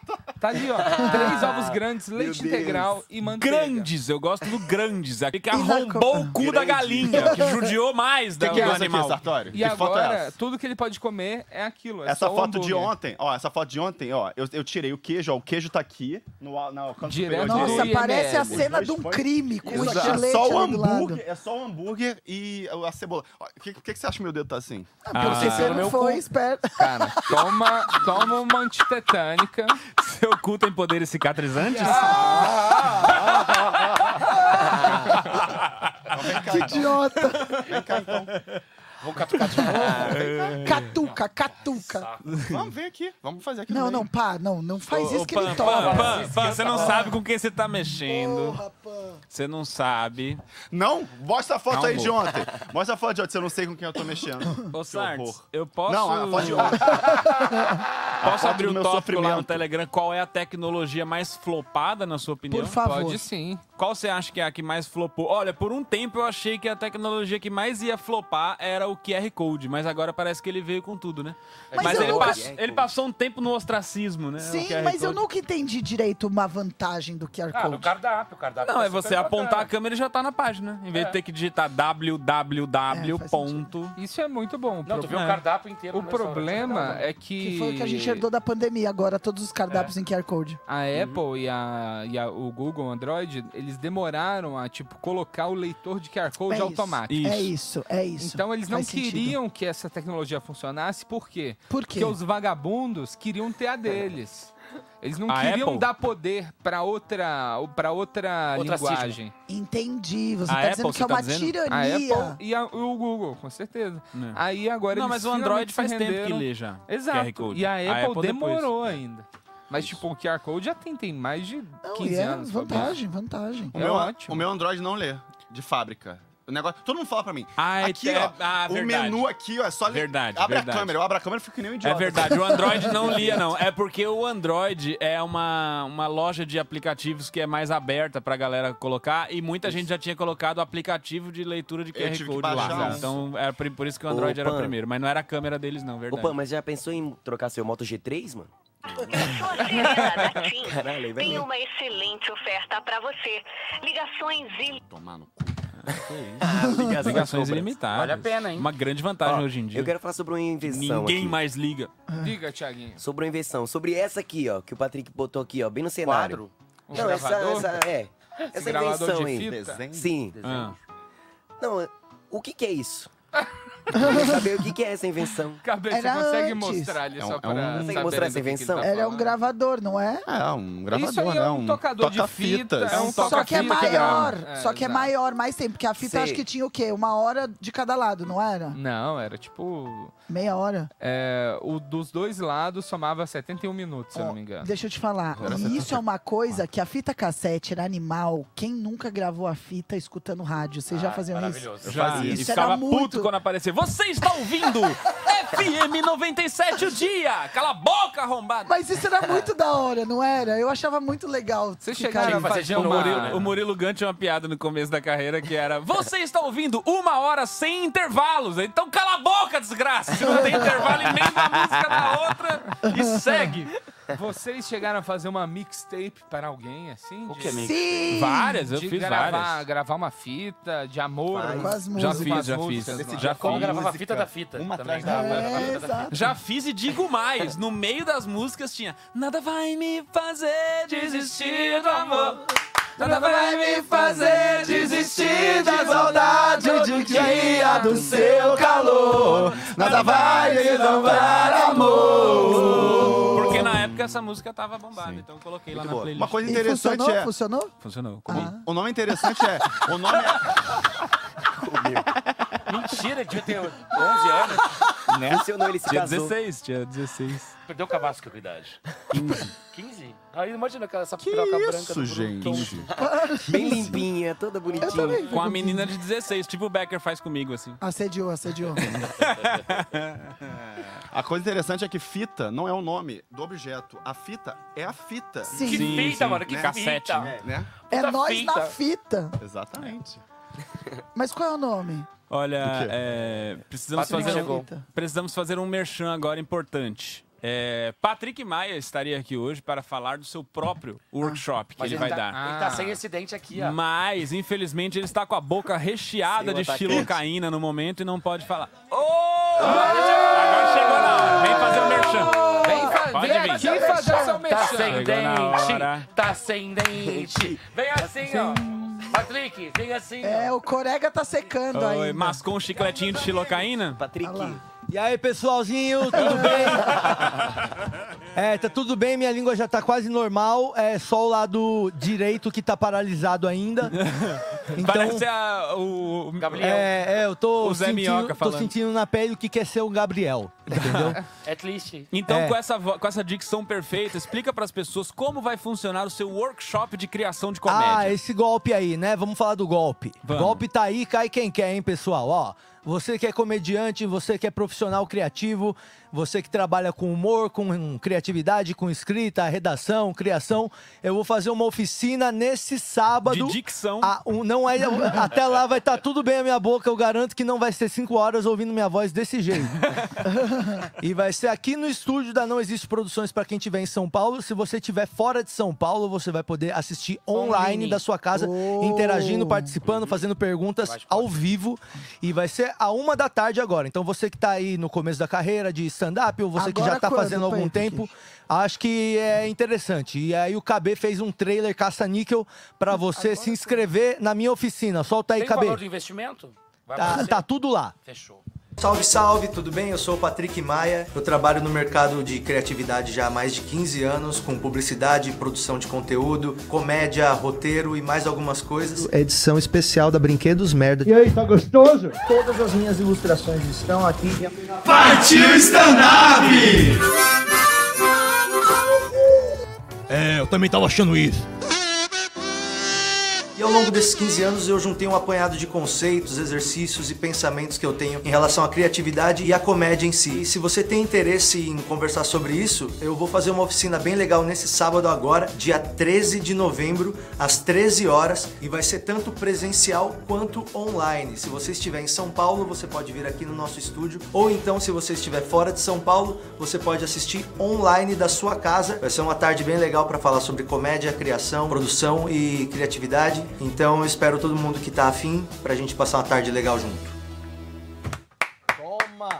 [LAUGHS] tá [LAUGHS] ali, ó. Três ovos grandes, leite Deus. integral e manteiga. Grandes, eu gosto do grandes. Aquele que [LAUGHS] E na arrombou o cu da galinha, que judiou [LAUGHS] mais O é que, da, que é do isso aqui, animal. Sartório? E que foto é agora, essa? tudo que ele pode comer é aquilo. é Essa só o foto de hambúrguer. ontem, ó, essa foto de ontem, ó, eu, eu tirei o queijo, ó, o queijo tá aqui no, al- na canto Direto superior do direito. Nossa, IML. parece a Os cena dois de um põem- crime com o Exato. é estilete só o ali do lado. hambúrguer, é só o hambúrguer e a cebola. O que, que, que você acha que meu dedo tá assim? Ah, Porque Ah, você não foi esperto. Cara, toma, toma uma antitetânica. Seu cu tem poderes cicatrizantes? Que idiota. então. Ah, Vem cá, então. Vou catucar de novo. Catuca, catuca. É. Vamos ver aqui. Vamos fazer aqui. Não, no meio. não, pá, não. Não faz isso que Pan, ele pan, toma. pan, pan, você não sabe com quem você tá mexendo. Você não sabe. [LAUGHS] Não? Mostra a foto Calma. aí de ontem. Mostra a foto de ontem, se eu não sei com quem eu tô mexendo. Ô, Sartes, horror. eu posso. Não, a foto [LAUGHS] de ontem. Posso foto abrir do o meu tópico lá no sofrimento. Telegram? Qual é a tecnologia mais flopada, na sua opinião? Por favor. Pode sim. Qual você acha que é a que mais flopou? Olha, por um tempo eu achei que a tecnologia que mais ia flopar era o QR Code, mas agora parece que ele veio com tudo, né? É Mas eu ele, nunca- passou, ele passou um tempo no ostracismo, né? o Sim, QR mas eu Code. nunca entendi direito uma vantagem do QR Ah, no Code. cardápio, o cardápio. Não, tá é você super apontar a bacana. câmera e já tá na página. Em vez de ter que digitar É, www. faz ponto. Isso é muito bom. O Não, tu pro- vê o cardápio inteiro. O no tá restaurante, problema né? é que. É. Que foi o que a gente herdou da pandemia agora, todos os cardápios em QR Code. A Apple e, a, e a- o Google Android, eles demoraram a, tipo, colocar o leitor de QR Code É isso. automático. Isso. É isso, é isso. Então eles não Faz sentido. queriam que essa tecnologia funcionasse, por quê? Por quê? Porque os vagabundos queriam ter a deles. Eles não A queriam Apple? dar poder pra outra, para outra, Outra linguagem. Entendi. Você A tá Apple, dizendo que você é tá uma dizendo? A tirania. Apple e, a- e o Google, com certeza. É. Aí agora Não, eles mas o finalmente Android se faz tempo que renderam. lê já. QR Exato. Code. E a Apple, depois. né? demorou ainda. Mas tipo, o QR Code já tem, tem mais de Não, 15 e é anos. foi bem. vantagem, vantagem. O É meu, ótimo. o meu Android não lê, de fábrica. O negócio, todo mundo fala pra mim. Ai, aqui, é- ó, ah, o verdade. menu aqui, ó, é só... li- Verdade, Abre verdade. a câmera, eu abro a câmera e fico que nem um idiota. É verdade, o Android [LAUGHS] não lia, não. É porque o Android é uma, uma loja de aplicativos que é mais aberta pra galera colocar e muita gente já tinha colocado o aplicativo de leitura de QR tive que Code baixar lá. um. Então era por por isso que o Android era Opa. primeiro, mas não era a câmera deles, não, verdade. Opa, mas já pensou em trocar seu Moto G3, mano? Sua Cinderela da TIM Caralho, aí vai tem mesmo. uma excelente oferta para você. Ligações e Tomar no cu. [LAUGHS] Ligações Ah, cobras. ilimitadas. Vale a pena, hein? Uma grande vantagem Ó, hoje em dia. Eu quero falar sobre uma invenção Ninguém aqui. mais liga. Diga, Thiaguinho. Sobre uma invenção. Sobre essa aqui, ó, que o Patrick botou aqui, ó, bem no cenário. Quadro. Um Não, essa, gravador, essa, é. esse Essa gravador invenção de aí. fita. Desenho? Sim. Ah. Não, o que que é [LAUGHS] isso? Eu queria saber o que que é essa invenção. Cabeça, Era você consegue antes. mostrar ali É um- só é pra. um- saberem Consegue mostrar do essa que que ele tá invenção? Era um falando? gravador, não é? É, um gravador, Isso aí é né? um tocador de toca-fitas. fita, é um toca- Só que é toca-fita que grava. maior, É, só que é exato. maior, mais tempo. Porque a fita Sim. acho que tinha o quê? Uma hora de cada lado, não era? Não, era tipo. Meia hora. é, o dos dois lados somava 71 minutos, se eu Ó, não me engano. Deixa eu te falar. E isso é uma coisa que a fita cassete era animal. Quem nunca gravou a fita Ah, escutando rádio? Vocês já faziam isso? Maravilhoso. fazia. e Isso era ficava muito- [LAUGHS] puto quando aparecer. Você está ouvindo FM 97 o dia! Cala a boca, arrombada! Mas isso era muito da hora, não era? Eu achava muito legal. Você que chegaram a cara- fazer né? uma- o Murilo, o Murilo Gant tinha Tipo, uma piada no começo da carreira que era Você está ouvindo uma hora sem intervalos, então cala a boca, desgraça! Se não tem intervalo, emenda a música tá [LAUGHS] na outra e segue! Vocês chegaram a fazer uma mixtape para alguém, assim? O de- que é meio... Sim! Várias, eu de fiz gravar, várias. gravar uma fita de amor. Faz. Com as Já músicas. fiz, já fiz. músicas, Esse mano. Já Como fiz. gravava a fita da fita. Uma também. atrás da outra. Gravava É, a fita da fita. exato. [LAUGHS] Já fiz e digo mais. No meio das músicas tinha Nada vai me fazer desistir do amor. Nada vai me fazer desistir da saudade de um dia do seu calor. Nada vai desdobrar amor. Porque na época essa música tava bombada, então eu coloquei lá Muito na boa. playlist. Uma coisa E interessante funcionou? é. Ah, Funcionou? Funcionou. O nome interessante é. O nome [LAUGHS] é. Mentira, devia ter 11 anos. [LAUGHS] Né? Né? Funcionou, ele se Tinha casou. 16, tinha 16. Perdeu o cabasco com a idade. 15. 15? Aí imagina aquela essa Que piroca branca. do isso, Bruno Tom. gente? Bem limpinha, toda bonitinha. Com a menina de 16, tipo o Becker faz comigo, assim. Assediou, assediou. A coisa interessante é que fita não é o nome do objeto. A fita é a fita. Sim. Que fita, sim. mano, que Né? fita. Cassete, né? Né? é puta nós fita. na fita. Exatamente. Mas qual é o nome? Olha, Do quê? é, precisamos, Patrick fazer um, chegou. precisamos fazer um merchan agora importante. É, Patrick Maia estaria aqui hoje para falar do seu próprio workshop que Mas ele vai tá, dar. Ele tá sem esse dente aqui, ó. Mas, infelizmente, ele está com a boca recheada Seu de atacante. xilocaína no momento e não pode falar. Ô! Agora chegou na hora. Vem fazer o merchan. Vem, fa- Pode vem vir. aqui Vem fazer merchan. seu Tá merchan. sem Chegou na hora. dente. Tá sem dente. Vem assim, ó. Patrick, vem assim, É, ó. o Corega tá secando Oi, aí. mascou um chicletinho de xilocaína? Patrick. E aí, pessoalzinho, tudo [LAUGHS] bem? É, tá tudo bem, minha língua já tá quase normal, é só o lado direito que tá paralisado [LAUGHS] ainda. Então, Parece a, o, o- Gabriel, É, é, eu tô, O Zé Minhoca sentindo, tô falando. sentindo na pele o que quer ser um [LAUGHS] Gabriel, entendeu? é triste. Então, É. com, essa, vo- com essa dicção perfeita, explica pras pessoas como vai funcionar o seu workshop de criação de ah, comédia. esse golpe aí, né? Vamos falar do golpe. Vamos. Golpe tá aí, cai quem quer, hein, pessoal? Ó, você que é comediante, você que é profissional criativo, você que trabalha com humor, com criatividade, com escrita, redação, criação, eu vou fazer uma oficina nesse sábado. de dicção. Ah, um- não é, [LAUGHS] até lá vai estar tudo bem a minha boca. Eu garanto que não vai ser cinco horas ouvindo minha voz desse jeito. [LAUGHS] e vai ser aqui no estúdio da Não Existe Produções para quem estiver em São Paulo. Se você estiver fora de São Paulo, você vai poder assistir online, Online. da sua casa, Oh. interagindo, participando, Uhum. fazendo perguntas ao vivo. E vai ser a uma da tarde agora. Então você que está aí no começo da carreira de stand-up ou você que Agora já está quando, fazendo um algum Patrick? tempo, Acho que é interessante. E aí o KB fez um trailer caça-níquel pra você se inscrever na minha oficina. Solta Tá aí, Tem valor KB. de investimento? Vai Tá, aparecer? tá tudo lá. Fechou. Salve, salve, tudo bem? Eu sou o Patrick Maia. Eu trabalho no mercado de criatividade já há mais de 15 anos, com publicidade, produção de conteúdo, comédia, roteiro e mais algumas coisas. Edição especial da Brinquedos Merda. E aí, tá É gostoso? Todas as minhas ilustrações estão aqui. Partiu stand-up! É, eu também tava achando isso. E ao longo desses 15 anos eu juntei um apanhado de conceitos, exercícios e pensamentos que eu tenho em relação à criatividade e à comédia em si. E se você tem interesse em conversar sobre isso, eu vou fazer uma oficina bem legal nesse sábado agora, dia 13 de novembro, às 13 horas, e vai ser tanto presencial quanto online. Se você estiver em São Paulo, você pode vir aqui no nosso estúdio, ou então se você estiver fora de São Paulo, você pode assistir online da sua casa. Vai ser uma tarde bem legal para falar sobre comédia, criação, produção e criatividade. Então eu espero todo mundo que tá afim pra gente passar uma tarde legal junto.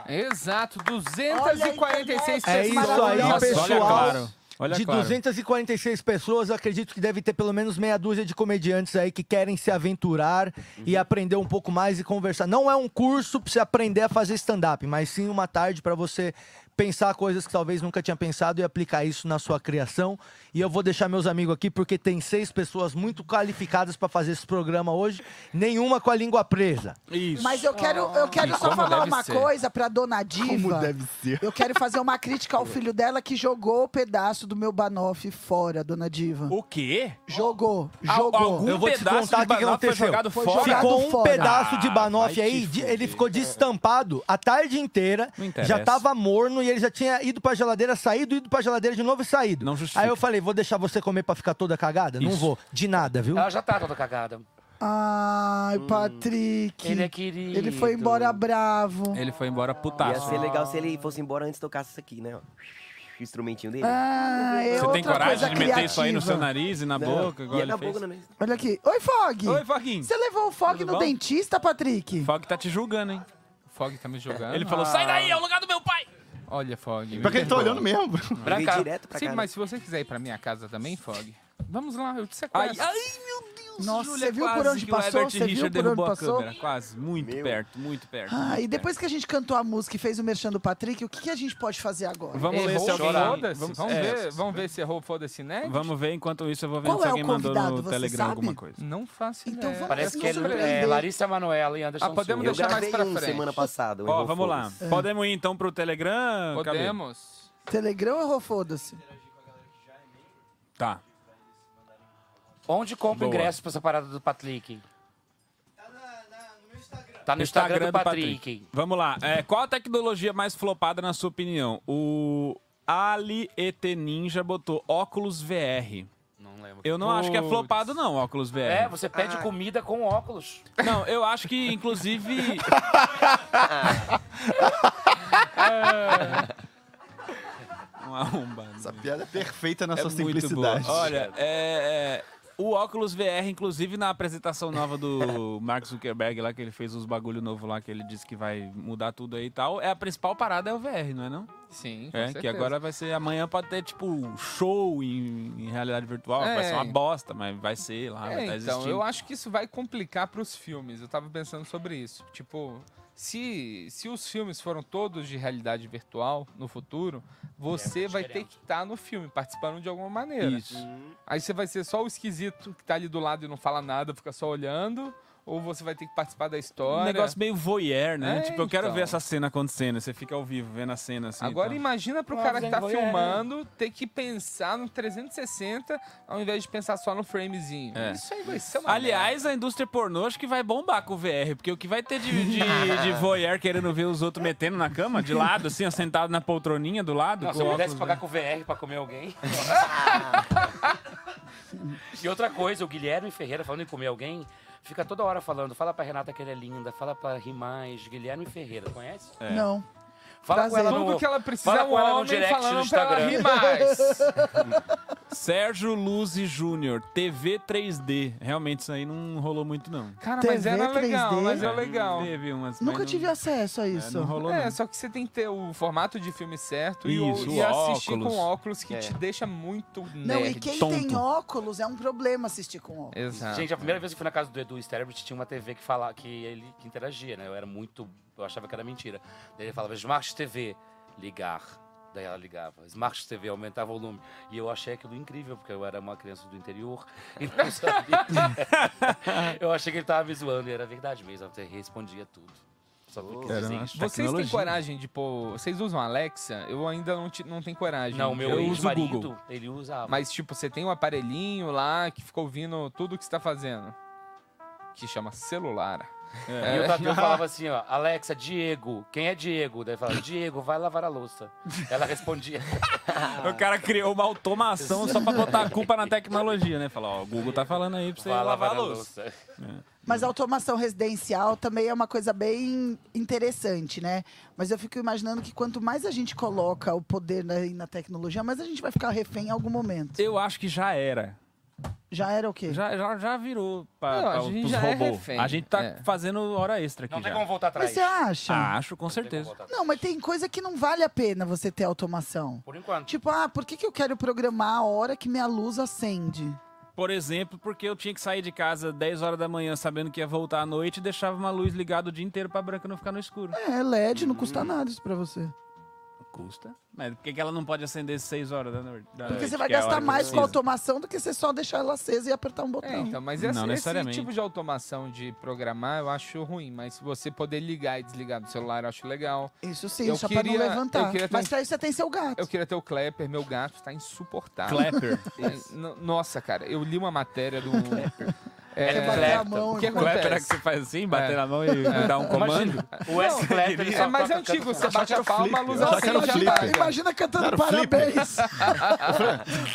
Exato, Olha a 246 internet, É isso aí, maravilhosas. pessoal. Olha claro. Olha de claro. 246 pessoas, eu acredito que deve ter pelo menos meia dúzia de comediantes aí que querem se aventurar e Uhum. aprender um pouco mais e conversar. Não é um curso pra você aprender a fazer stand-up, mas sim uma tarde pra você pensar coisas que talvez nunca tinha pensado e aplicar isso na sua criação. E eu vou deixar meus amigos aqui porque tem seis pessoas muito qualificadas para fazer esse programa hoje, nenhuma com a língua presa. Isso. Mas eu quero, eu E quero só como falar deve uma ser. coisa pra dona Diva. Como deve ser. Eu quero fazer uma crítica ao filho dela que jogou o pedaço do meu banoffee fora, dona Diva. O quê? Jogou, Al- jogou. algum Eu vou te pedaço contar de que que banoffee foi aconteceu. jogado Foi fora? jogado Ficou um fora. pedaço de Ah, banoffee vai aí, te de- ele ficou destampado a tarde inteira, interessa. já tava morno e ele já tinha ido pra geladeira, saído, ido pra geladeira de novo e saído. Não justifica. Aí eu falei, vou deixar você comer pra ficar toda cagada? Não Isso. vou, de nada, viu? Ela já tá toda cagada. Ai, Patrick. Ele é querido. Hum, Ele foi embora bravo. Ele foi embora Ia putaço. ser legal se ele fosse embora antes tocasse isso aqui, né? ó. O instrumentinho dele. Ah, é Você tem outra coragem coisa de meter isso aí no seu criativa. nariz e na Não. boca? Igual E é ele na fez? boca também. Olha aqui. Oi, Fog. Oi, Foguinho. Você levou o Fog Tudo no bom? dentista, Patrick? Fog tá te julgando, hein? Fog tá me jogando. Ele falou, Ah. sai daí, é o lugar do meu pai! Olha, Fog. Pior que ele tá olhando mesmo. Pra Pra cá. cá. direto pra Sim, cá, né? mas se você quiser ir pra minha casa também, Fog, vamos lá, eu te sequestro. Ai, ai, meu Deus, Nossa, Júlia, você viu quase por onde que o passou? Herbert Você viu Richard por derrubou onde a passou? câmera, Quase, muito perto, muito perto. Ah, e depois que a gente cantou a música e fez o merchan do Patrick, o que, que a gente pode fazer agora? Vamos ler se alguém chorar. foda-se. Vamos- Vamos, é. ver, vamos ver se errou foda-se, né? Vamos ver, enquanto isso eu vou ver Qual se é o alguém mandou convidado, no você Telegram sabe? alguma coisa. Não faço Então ideia. Parece que é, Vamos é ver. Larissa Manoela e Anderson Ah, podemos Silva. deixar Eu mais gravei pra um frente. semana passada, Ó, vamos lá. Podemos ir então pro Telegram? Cabê? Podemos. Telegram ou [LAUGHS] foda-se? Tá. Onde compra Boa. ingresso pra essa parada do Patrick? Tá no Instagram, do Patrick. Vamos lá. É, qual a tecnologia mais flopada, na sua opinião? O Ali ET Ninja botou óculos VR. Não lembro. Eu não acho que é flopado, não, óculos VR. É, você pede Ah. comida com óculos. Não, eu acho que, [LAUGHS] inclusive. É. Uma arrombada. Essa piada é perfeita na É sua muito simplicidade. boa. Olha, é, é, o óculos VR, inclusive na apresentação nova [LAUGHS] do Mark Zuckerberg lá, que ele fez uns bagulho novo lá, que ele disse que vai mudar tudo aí e tal, é a principal parada é o VR, não é não? Sim, com É, que certeza. agora vai ser, amanhã pode ter, tipo, um show em, em realidade virtual, É. vai ser uma bosta, mas vai ser lá, vai É, estar então, tá existindo. eu acho que isso vai complicar pros filmes. Eu tava pensando sobre isso. Tipo, se, se os filmes foram todos de realidade virtual no futuro, você vai ter que estar no filme, participando de alguma maneira. Uhum. Isso. Aí você vai ser só o esquisito que tá ali do lado e não fala nada, fica só olhando, ou você vai ter que participar da história. Um negócio meio voyeur, né? É, tipo, eu quero então. ver essa cena acontecendo. Você fica ao vivo vendo a cena assim. Agora então. imagina pro Uma cara que tá vergonha. filmando ter que pensar no 360 ao invés de pensar só no framezinho. É. Isso aí vai ser uma Aliás, a indústria pornô acho que vai bombar com o VR, porque o que vai ter de, de, [LAUGHS] de voyeur querendo ver os outros metendo na cama, de lado, assim, ó, sentado na poltroninha do lado. Não, se com eu pudesse óculos, pagar né? com VR pra [LAUGHS] comer alguém. e outra coisa, o Guilherme Ferreira falando em comer alguém, fica toda hora falando, fala pra Renata que ela é linda, fala pra Rimais, Guilherme Ferreira, conhece? É. Não. Fala com Prazer. ela no, Tudo que ela precisa fala é um com ela no homem direct no falando pra ela Instagram. rir mais. Sérgio Luzi Júnior, TV 3D. Realmente isso aí não rolou muito, não. Cara, mas TV era legal, 3D? mas é legal. Teve umas, mas Nunca não- tive acesso a isso. não rolou, É, não. só que você tem que ter o formato de filme certo e o- Isso, e, o assistir óculos. com óculos que É. te deixa muito nerd. Não, e quem tem óculos é um problema assistir com óculos. Exato. Gente, a primeira vez que eu fui na casa do Edu Sterbert, tinha uma TV que falava que ele que interagia, né? Eu era muito. Eu achava que era mentira. Daí ele falava, Smart TV, ligar. Daí ela ligava, Smart TV, aumentar volume. E eu achei aquilo incrível, porque eu era uma criança do interior [LAUGHS] e não sabia. eu achei que ele tava me zoando, e era verdade mesmo. Ele respondia tudo. Só porque Era uma Vocês têm coragem de pôr. Vocês usam Alexa? Eu ainda não, ti- não tenho coragem. Não, meu eu uso o ex-marido, Google. ele usava. Mas, tipo, você tem um aparelhinho lá que fica ouvindo tudo que você tá fazendo. Que chama celular. É. E eu, [LAUGHS] tava- eu falava assim, ó, Alexa, Diego, quem é Diego? Daí eu falava, Diego, vai lavar a louça. [LAUGHS] Ela respondia. O cara criou uma automação só pra botar a culpa na tecnologia, né? Falar, ó, o Google tá falando aí pra você Vai lavar a lavar a louça. É. louça. Mas a automação residencial também é uma coisa bem interessante, né? Mas eu fico imaginando que quanto mais a gente coloca o poder na, na tecnologia, mais a gente vai ficar refém em algum momento. Eu acho que já era. Já era o quê? Já, já, já virou pra, Não, a pra, gente pros já é robôs. refém, a gente tá é. fazendo hora extra aqui Não tem já. como voltar atrás. Mas você acha? Ah, acho, com certeza. Não, mas tem coisa que não vale a pena você ter automação. Por enquanto. Tipo, ah, por que, que eu quero programar a hora que minha luz acende? Por exemplo, porque eu tinha que sair de casa 10 horas da manhã sabendo que ia voltar à noite e deixava uma luz ligada o dia inteiro pra branca não ficar no escuro. É, LED não custa nada isso pra você. custa. Mas por que, que ela não pode acender 6 horas da noite? da Porque noite, você vai que é a hora gastar que mais com a precisa? automação do que você só deixar ela acesa e apertar um botão. É, então, mas esse, Não esse necessariamente. tipo de automação de programar eu acho ruim, mas se você poder ligar e desligar do celular, eu acho legal. Isso sim, eu só queria, pra não levantar. Eu queria ter Mas um- pra isso você tem seu gato. eu queria ter o Clapper, meu gato está insuportável. Clapper. É, no- Nossa, cara, eu li uma matéria do. É que bater a mão, o que né? Clapper é acontece? É. que você faz assim, bater na mão e dar um [LAUGHS] Imagina. comando? O S Não, Clapper, ele É só mais toca antigo, cantando. você bate a Achava que era palma, a flipper. luz Achava que era acende. já tá. flipper. Imagina cantando parabéns.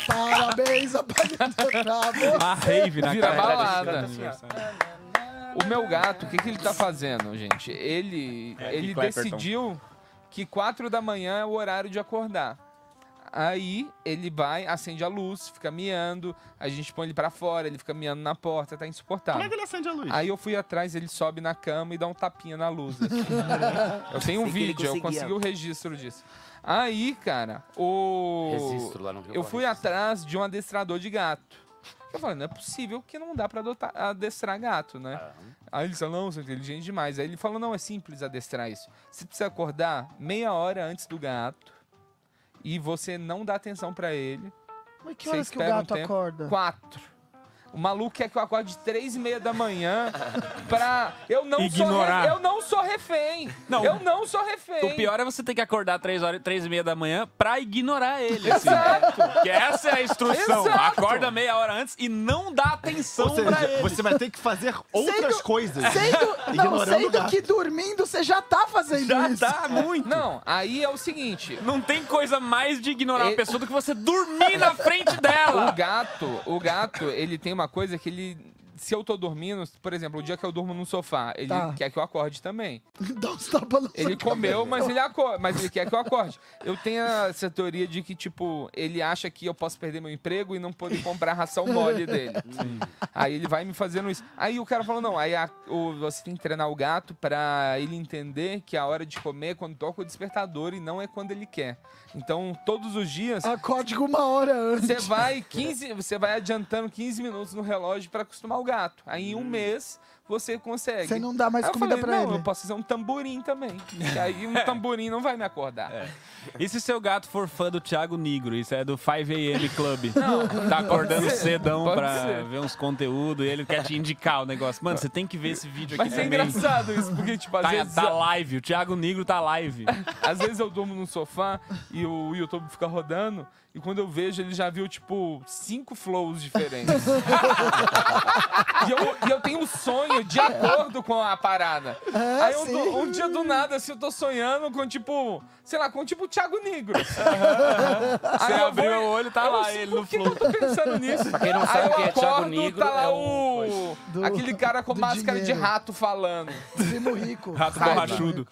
parabéns, apagador. A rave na Vira cara dela, balada. assim, assim, O meu gato, o que, que ele tá fazendo, gente? Ele, É, ele que Clapperton. decidiu que 4 da manhã é o horário de acordar. Aí ele vai, acende a luz, fica miando, a gente põe ele pra fora, ele fica miando na porta, tá insuportável. Como é que ele acende a luz? Aí eu fui atrás, ele sobe na cama e dá um tapinha na luz. [LAUGHS] assim. eu tenho um Sei que ele vídeo, eu conseguia. consegui o registro disso. Aí, cara, o. Registro lá no Rio Eu Grande. fui atrás de um adestrador de gato. Eu falei, não é possível que não dá pra adotar, adestrar gato, né? Ah. Aí ele falou, não, você é inteligente demais. Aí ele falou, não, é simples adestrar isso. Você precisa acordar meia hora antes do gato e você não dá atenção pra ele. Mas que Você horas que o espera um gato acorda? Quatro. O maluco quer que eu acorde de três e meia da [LAUGHS] manhã pra... Eu não sou Ignorar. re- Eu não sou refém. Não. Eu não sou refém. O pior é você ter que acordar 3 horas, três e meia da manhã pra ignorar ele. Assim. Exato. Que essa é a instrução. Exato. Acorda meia hora antes e não dá atenção Ou seja, é pra ele. você vai ter que fazer outras coisas. [LAUGHS] [LAUGHS] Sendo, não, ignorando o sendo gato. que dormindo você já tá fazendo Já isso. tá muito. Não, aí é o seguinte... Não tem coisa mais de ignorar Ele- a pessoa do que você dormir na frente dela. [LAUGHS] O gato, o gato, ele tem uma coisa que ele. Se eu tô dormindo, por exemplo, o dia que eu durmo no sofá, ele Tá. quer que eu acorde também. [LAUGHS] Dá uns tapas na Ele sua comeu, cabeça. mas ele, acorda, mas ele quer que eu acorde. Eu tenho essa teoria de que, tipo, ele acha que eu posso perder meu emprego e não poder comprar a ração [LAUGHS] mole dele. Aí ele vai me fazendo isso. Aí o cara falou, não, aí a- o- você tem que treinar o gato pra ele entender que a hora de comer é quando toca o despertador e não é quando ele quer. Então, todos os dias, Acorde com É, uma hora antes. você vai 15, você vai adiantando 15 minutos no relógio pra acostumar o gato. Aí em um mês você consegue. Hum. Você não dá mais Aí eu comida falei, pra Não, ele." É. eu posso fazer um tamborim também. E [LAUGHS] aí um tamborim não vai me acordar. E se seu gato for fã do Thiago Nigro? Isso é do 5am Club. tá acordando ser, cedão pode pra ser. ver uns conteúdos e ele quer te indicar o negócio. Mano, você tem que ver esse vídeo aqui Mas é também. engraçado isso, porque tipo, às Tá, vezes tá live, o Thiago Nigro tá live. Às vezes eu durmo no sofá e o YouTube fica rodando, e quando eu vejo, ele já viu, tipo, cinco flows diferentes. e, eu, e eu tenho um sonho de acordo com a parada. Ah, Aí eu do- um dia do nada, assim, eu tô sonhando com, tipo, sei lá, com tipo o Thiago Negro. Você abriu o olho, tá lá ele no Por que que eu flow." tô pensando nisso? Pra quem não sabe quem é Thiago Nigro, tá lá é um- o... Aquele cara com do máscara de dinheiro. rato falando. Primo rico. Rato Raiva. borrachudo.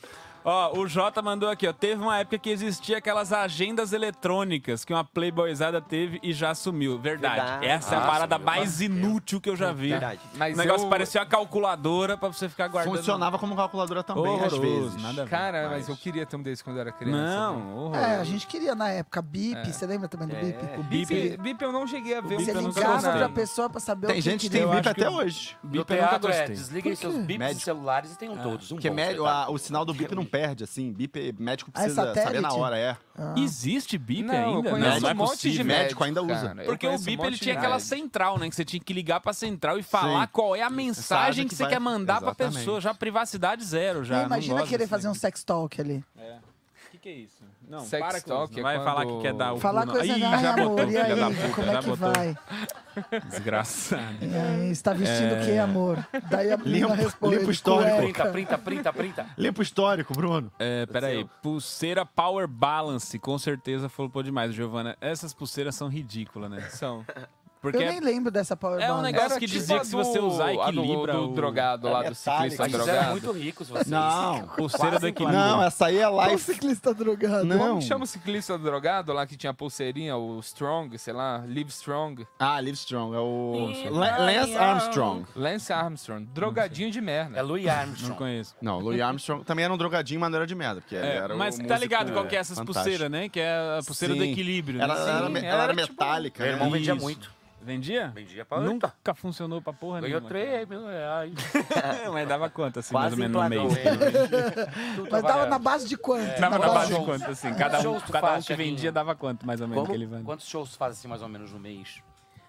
Ó, o Jota mandou aqui, ó. Teve uma época que existia aquelas agendas eletrônicas que uma playboyzada teve e já sumiu. Verdade. Verdade. Essa é a Ah, parada sumiu. mais inútil que eu já vi. Verdade. Mas o negócio eu- parecia uma calculadora pra você ficar guardando. Funcionava como calculadora também, às Horroroso, vezes. nada a ver. Cara, mas eu queria ter um desse quando eu era criança. né? Não, horroroso. É, a gente queria na época bip, você lembra também É, do bip? É. O Bip, bip, É. é Bip eu não cheguei a ver. Bip Você eu nunca ligava gostei. pra pessoa pra saber o Tem que gente que que tem Eu bip acho até que- hoje. Meu bip eu nunca pecado é, gostei. desliguem seus bips Médico. dos celulares e tenham todos. Um Porque bom, mé- você tá- a- o sinal do bip não perde, assim. Bip médico Ah, é precisa saber na satélite? Ah. hora, é. Existe bip Não, eu ainda? conheço não, não é um monte de possível. médico ainda usa. cara. Eu Porque o conheço um bip monte ele de tinha aquela médico. central, né? Que você tinha que ligar pra central e falar Sim. qual é a mensagem Mensagem que, que você vai- quer mandar pra Exatamente. pessoa. Já privacidade zero, já. Não, não imagina gosto querer desse fazer um negócio. sex talk ali. O que, que é isso? Não, Sex para com talk isso. Não é vai quando- falar que quer dar o Falar cu, não. coisa, Ih, ai já botou, amor, e filha da aí, puta, como já é que botou. vai? Desgraçado. E aí, É, está vestindo É. o que, amor? Daí a menina Limpa- responde. limpa o histórico. um Printa, cueca. printa, printa, printa. Limpa o histórico, Bruno. É, peraí. Pulseira Power Balance, com certeza flopou demais, Giovana. Essas pulseiras são ridículas, né? São. Eu Porque nem lembro dessa Power É um Balance. negócio Era que tipo dizia a que se você do- usar, a do- equilibra do, o- drogado lá, É do metálica. ciclista Mas vocês eram drogado. muito ricos, [LAUGHS] vocês. Não. pulseira do equilíbrio. Não, essa aí é Qual live. ciclista drogado? Não. Como é que chama o ciclista drogado lá que tinha a pulseirinha, o Strong, sei lá, Live Strong? Ah, Livestrong, é o. La- Lance Armstrong. Lance Armstrong, drogadinho de merda. É Louis Não Armstrong. conheço. Não, Louis Armstrong também era um drogadinho, mas não era de merda. Porque É, era o mas tá músico ligado qual que é essas fantástico. pulseiras, né? Que é a pulseira do Sim. equilíbrio. né? Ela, ela era, me- Sim, ela era era tipo- metálica, Meu irmão né? vendia Isso. muito. Vendia? Vendia pra Nunca funcionou pra porra Ganhou nenhuma. 3 mil reais. [LAUGHS] Mas dava quanto, assim, Quase mais ou um menos no mês? [LAUGHS] Mas é. tava na base de quanto? Tava na É, Quantos base de shows? quanto, assim? Cada um, Shows tu cada um faz, que vendia Chequinho? dava quanto, mais ou menos, que ele vende? Quantos shows tu faz assim, mais ou menos, no mês?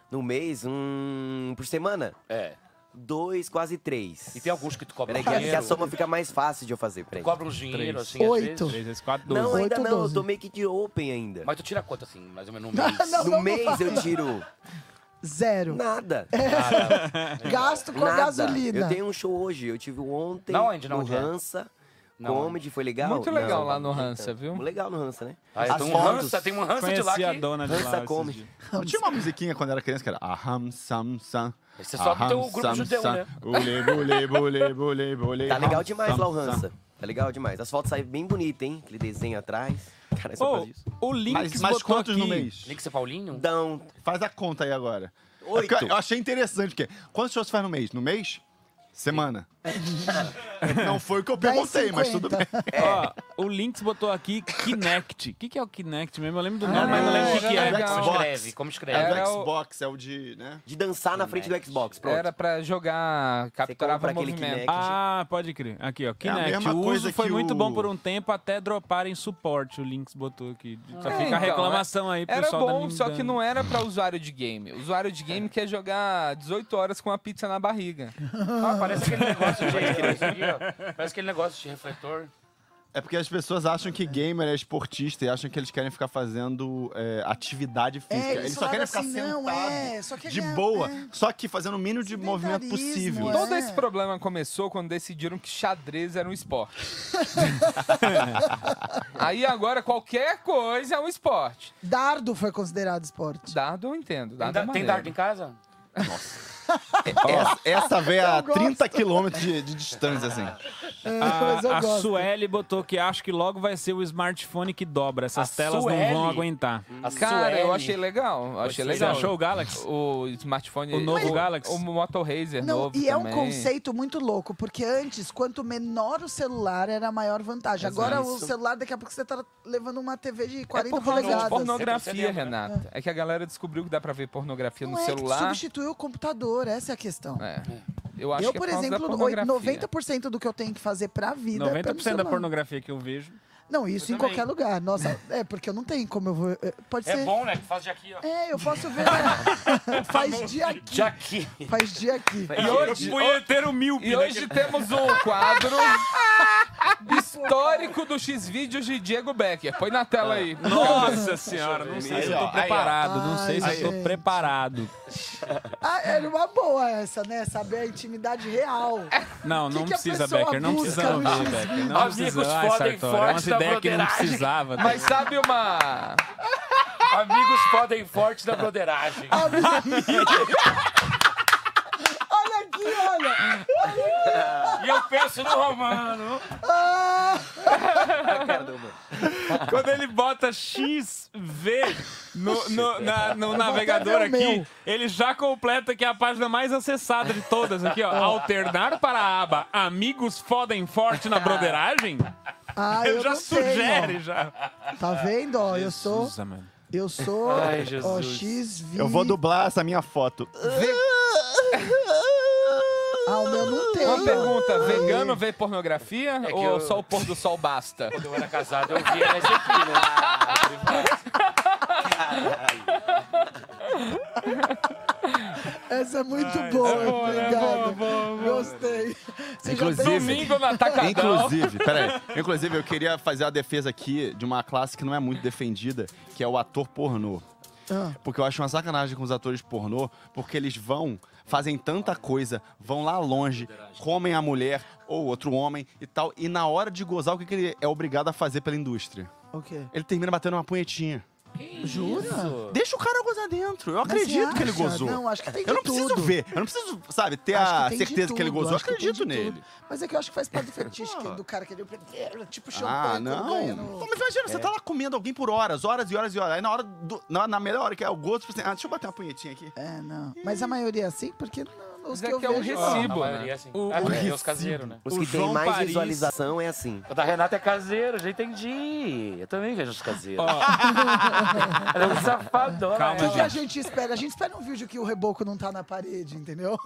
No mês, um por semana? É. Dois, quase três. E tem alguns que tu cobra Peraí, que a- que a dinheiro? soma fica mais fácil de eu fazer. Peraí. cobra um dinheiro, assim, às Oito. vezes? Três vezes quatro, doze. Não, ainda Oito, não. Eu doze. tô meio que de open ainda. Mas tu tira quanto, assim, mais ou menos, no [LAUGHS] mês? no Um mês eu tiro Zero. É. Nada. Gasto com a Nada. gasolina. Eu tenho um show hoje. Eu tive ontem Na onde? Na no onde é? Hansa. Na Comedy, foi legal? Muito legal lá no Hansa, viu? Legal no Hansa, né? Ah, As tem um fotos- Hansa, tem um Hansa de lá Conheci a que- dona de lá Hansa esses come. dias. Não tinha uma musiquinha quando era criança que era Aham, Sam, Sam. Esse é só aham, teu grupo sam, judeu, sam, né? Ule, bule, bule, bule, bule. Tá legal aham, demais sam, lá o Hansa. sam. Tá legal demais. As fotos saem bem bonitas, hein? Aquele desenho atrás. Cara, é só Ô, por causa disso. o Lynx Mas- mas botou quantos é no aqui- mês? Link São Paulinho? Dão. Faz a conta aí agora. Oito. É porque Eu achei interessante, porque quantos shows você faz no mês? No mês? Semana. Não foi [LAUGHS] o que eu perguntei, mas tudo bem. [LAUGHS] Ó, o Lynx botou aqui Kinect. O que, que é o Kinect mesmo? Eu lembro do nome, mas não lembro o que, que é. Ah, É Era o o- Xbox, é o de, né? De dançar na frente do Xbox, Era pra jogar, capturava o um movimento. Ah, pode crer. É Aqui, ó. Kinect. mesma o coisa uso foi que muito o- bom por um tempo até droparem suporte. O Lynx botou aqui. Só É, fica então, a reclamação aí pro Era pessoal um da bom, só Nintendo. que não era pra usuário de game. O usuário de game quer jogar 18 horas com uma pizza na barriga. Ah, parece aquele [LAUGHS] negócio de... isso aqui, ó. Parece aquele negócio de refletor. É porque as pessoas acham que gamer é esportista e acham que eles querem ficar fazendo é, atividade física. eles eles só falaram querem ficar assim, sentado não, é, só quer de ganhar- boa, só [LAUGHS] [LAUGHS] que fazendo o mínimo de movimento possível. Todo esse problema começou quando decidiram que xadrez era um esporte. [LAUGHS] Aí agora qualquer coisa é um esporte. Dardo foi considerado esporte. Dardo eu entendo. Dardo é Tem, dardo em casa? Essa, essa veio a Eu gosto. 30 quilômetros de, de distância, assim. É. [LAUGHS] mas eu A, a gosto. Sueli botou que acho que logo vai ser o smartphone que dobra. Essas A telas Sueli? não vão aguentar. Cara, eu achei legal. eu Achei Você legal. achou o Galaxy? O smartphone. O novo o, Galaxy? O Moto Razer Não, novo e é um também. conceito muito louco, porque antes, quanto menor o celular, era a maior vantagem. Exato. Agora o Isso. celular, daqui a pouco você tá levando uma TV de É 40 por causa de polegadas. pornografia, Renata. É que a galera descobriu que dá pra ver pornografia Não no é que celular. substituiu o computador, essa é a questão. É. Eu acho eu, que por é causa da exemplo, oi- pornografia. 90% do que eu tenho que fazer pra vida é pelo 90% da celular. pornografia que eu vejo. Não, isso em qualquer lugar. Nossa, é porque eu não tenho como eu vou... é, Pode É ser... bom, né? Que faz de aqui, ó. É, eu posso ver... né? [LAUGHS] Faz dia aqui. De aqui. Faz dia aqui. E hoje- punheteiro míope. né, E hoje temos um quadro [LAUGHS] histórico do X-Vídeos de Diego Becker. Põe na tela aí. Ah. Nossa senhora, não sei se eu tô preparado. não sei se eu tô gente. preparado. Ah, era uma boa essa, né? Saber a intimidade real. Não, Que não que a precisa, pessoa Becker. Não busca precisa não no ver, X-Vídeos? Becker. Não precisa. Ai, Sartori, é umas ideias que não precisava. tá Mas sabe uma... Amigos podem forte da [LAUGHS] broderagem. Olha aqui, olha. E eu penso no Romano. Ah, Quando ele bota XV no, no- na- no Eu navegador botei o aqui, meu. ele já completa que é a página mais acessada de todas aqui, ó. Alternar para a aba Amigos Fodem Forte na Broderagem? ah, Ele eu já não sei, sugere, ó. já. Tá vendo? Ó, eu sou... amado. Eu sou... Ai, Ó, Jesus. XV... Eu vou dublar essa minha foto. Ah, o meu não tem. Uma pergunta, vegano vê pornografia que ou eu- só o pôr do sol basta? Quando eu era casado, eu via nesse aqui, né? Essa é muito boa, é obrigado. Gostei. Você já um Inclusive, tem- Inclusive, peraí. Inclusive, eu queria fazer a defesa aqui de uma classe que não é muito defendida, que é o ator pornô. Ah. Porque eu acho uma sacanagem com os atores pornô, porque eles vão, fazem tanta coisa, vão lá longe, comem a mulher ou outro homem e tal, e na hora de gozar, o que, que ele é obrigado a fazer pela indústria? O quê? Ele termina batendo uma punhetinha. Jura? Deixa o cara gozar dentro. Eu Mas você acredito que ele acha? gozou. Não, acho que tem de Eu não preciso tudo. ver, eu não preciso, sabe, ter Acho tem a de certeza que ele tudo, gozou. Eu acho que tem acredito de tudo. nele. Mas é que eu acho que faz parte do fetiche que- do cara querer o tipo shampoo. Ah, quando ganha não. no- Pô, mas imagina, É. você tá lá comendo alguém por horas, horas e horas e horas. Aí na hora tipo assim, do- na, na melhor hora que é o gosto, você ah, deixa eu bater uma punhetinha aqui. É, né? não. Mas a maioria é assim, porque não, os Mas é que eu que é um vejo. recibo, A Ah, maioria é assim. O- É, o tem os recibo. caseiros, né? Os que têm mais visualização é assim. O da Renata é caseiro, já entendi. Eu também vejo os caseiros. Ela é um safadona. O que, que a gente espera? A gente espera um vídeo que o reboco não tá na parede, entendeu?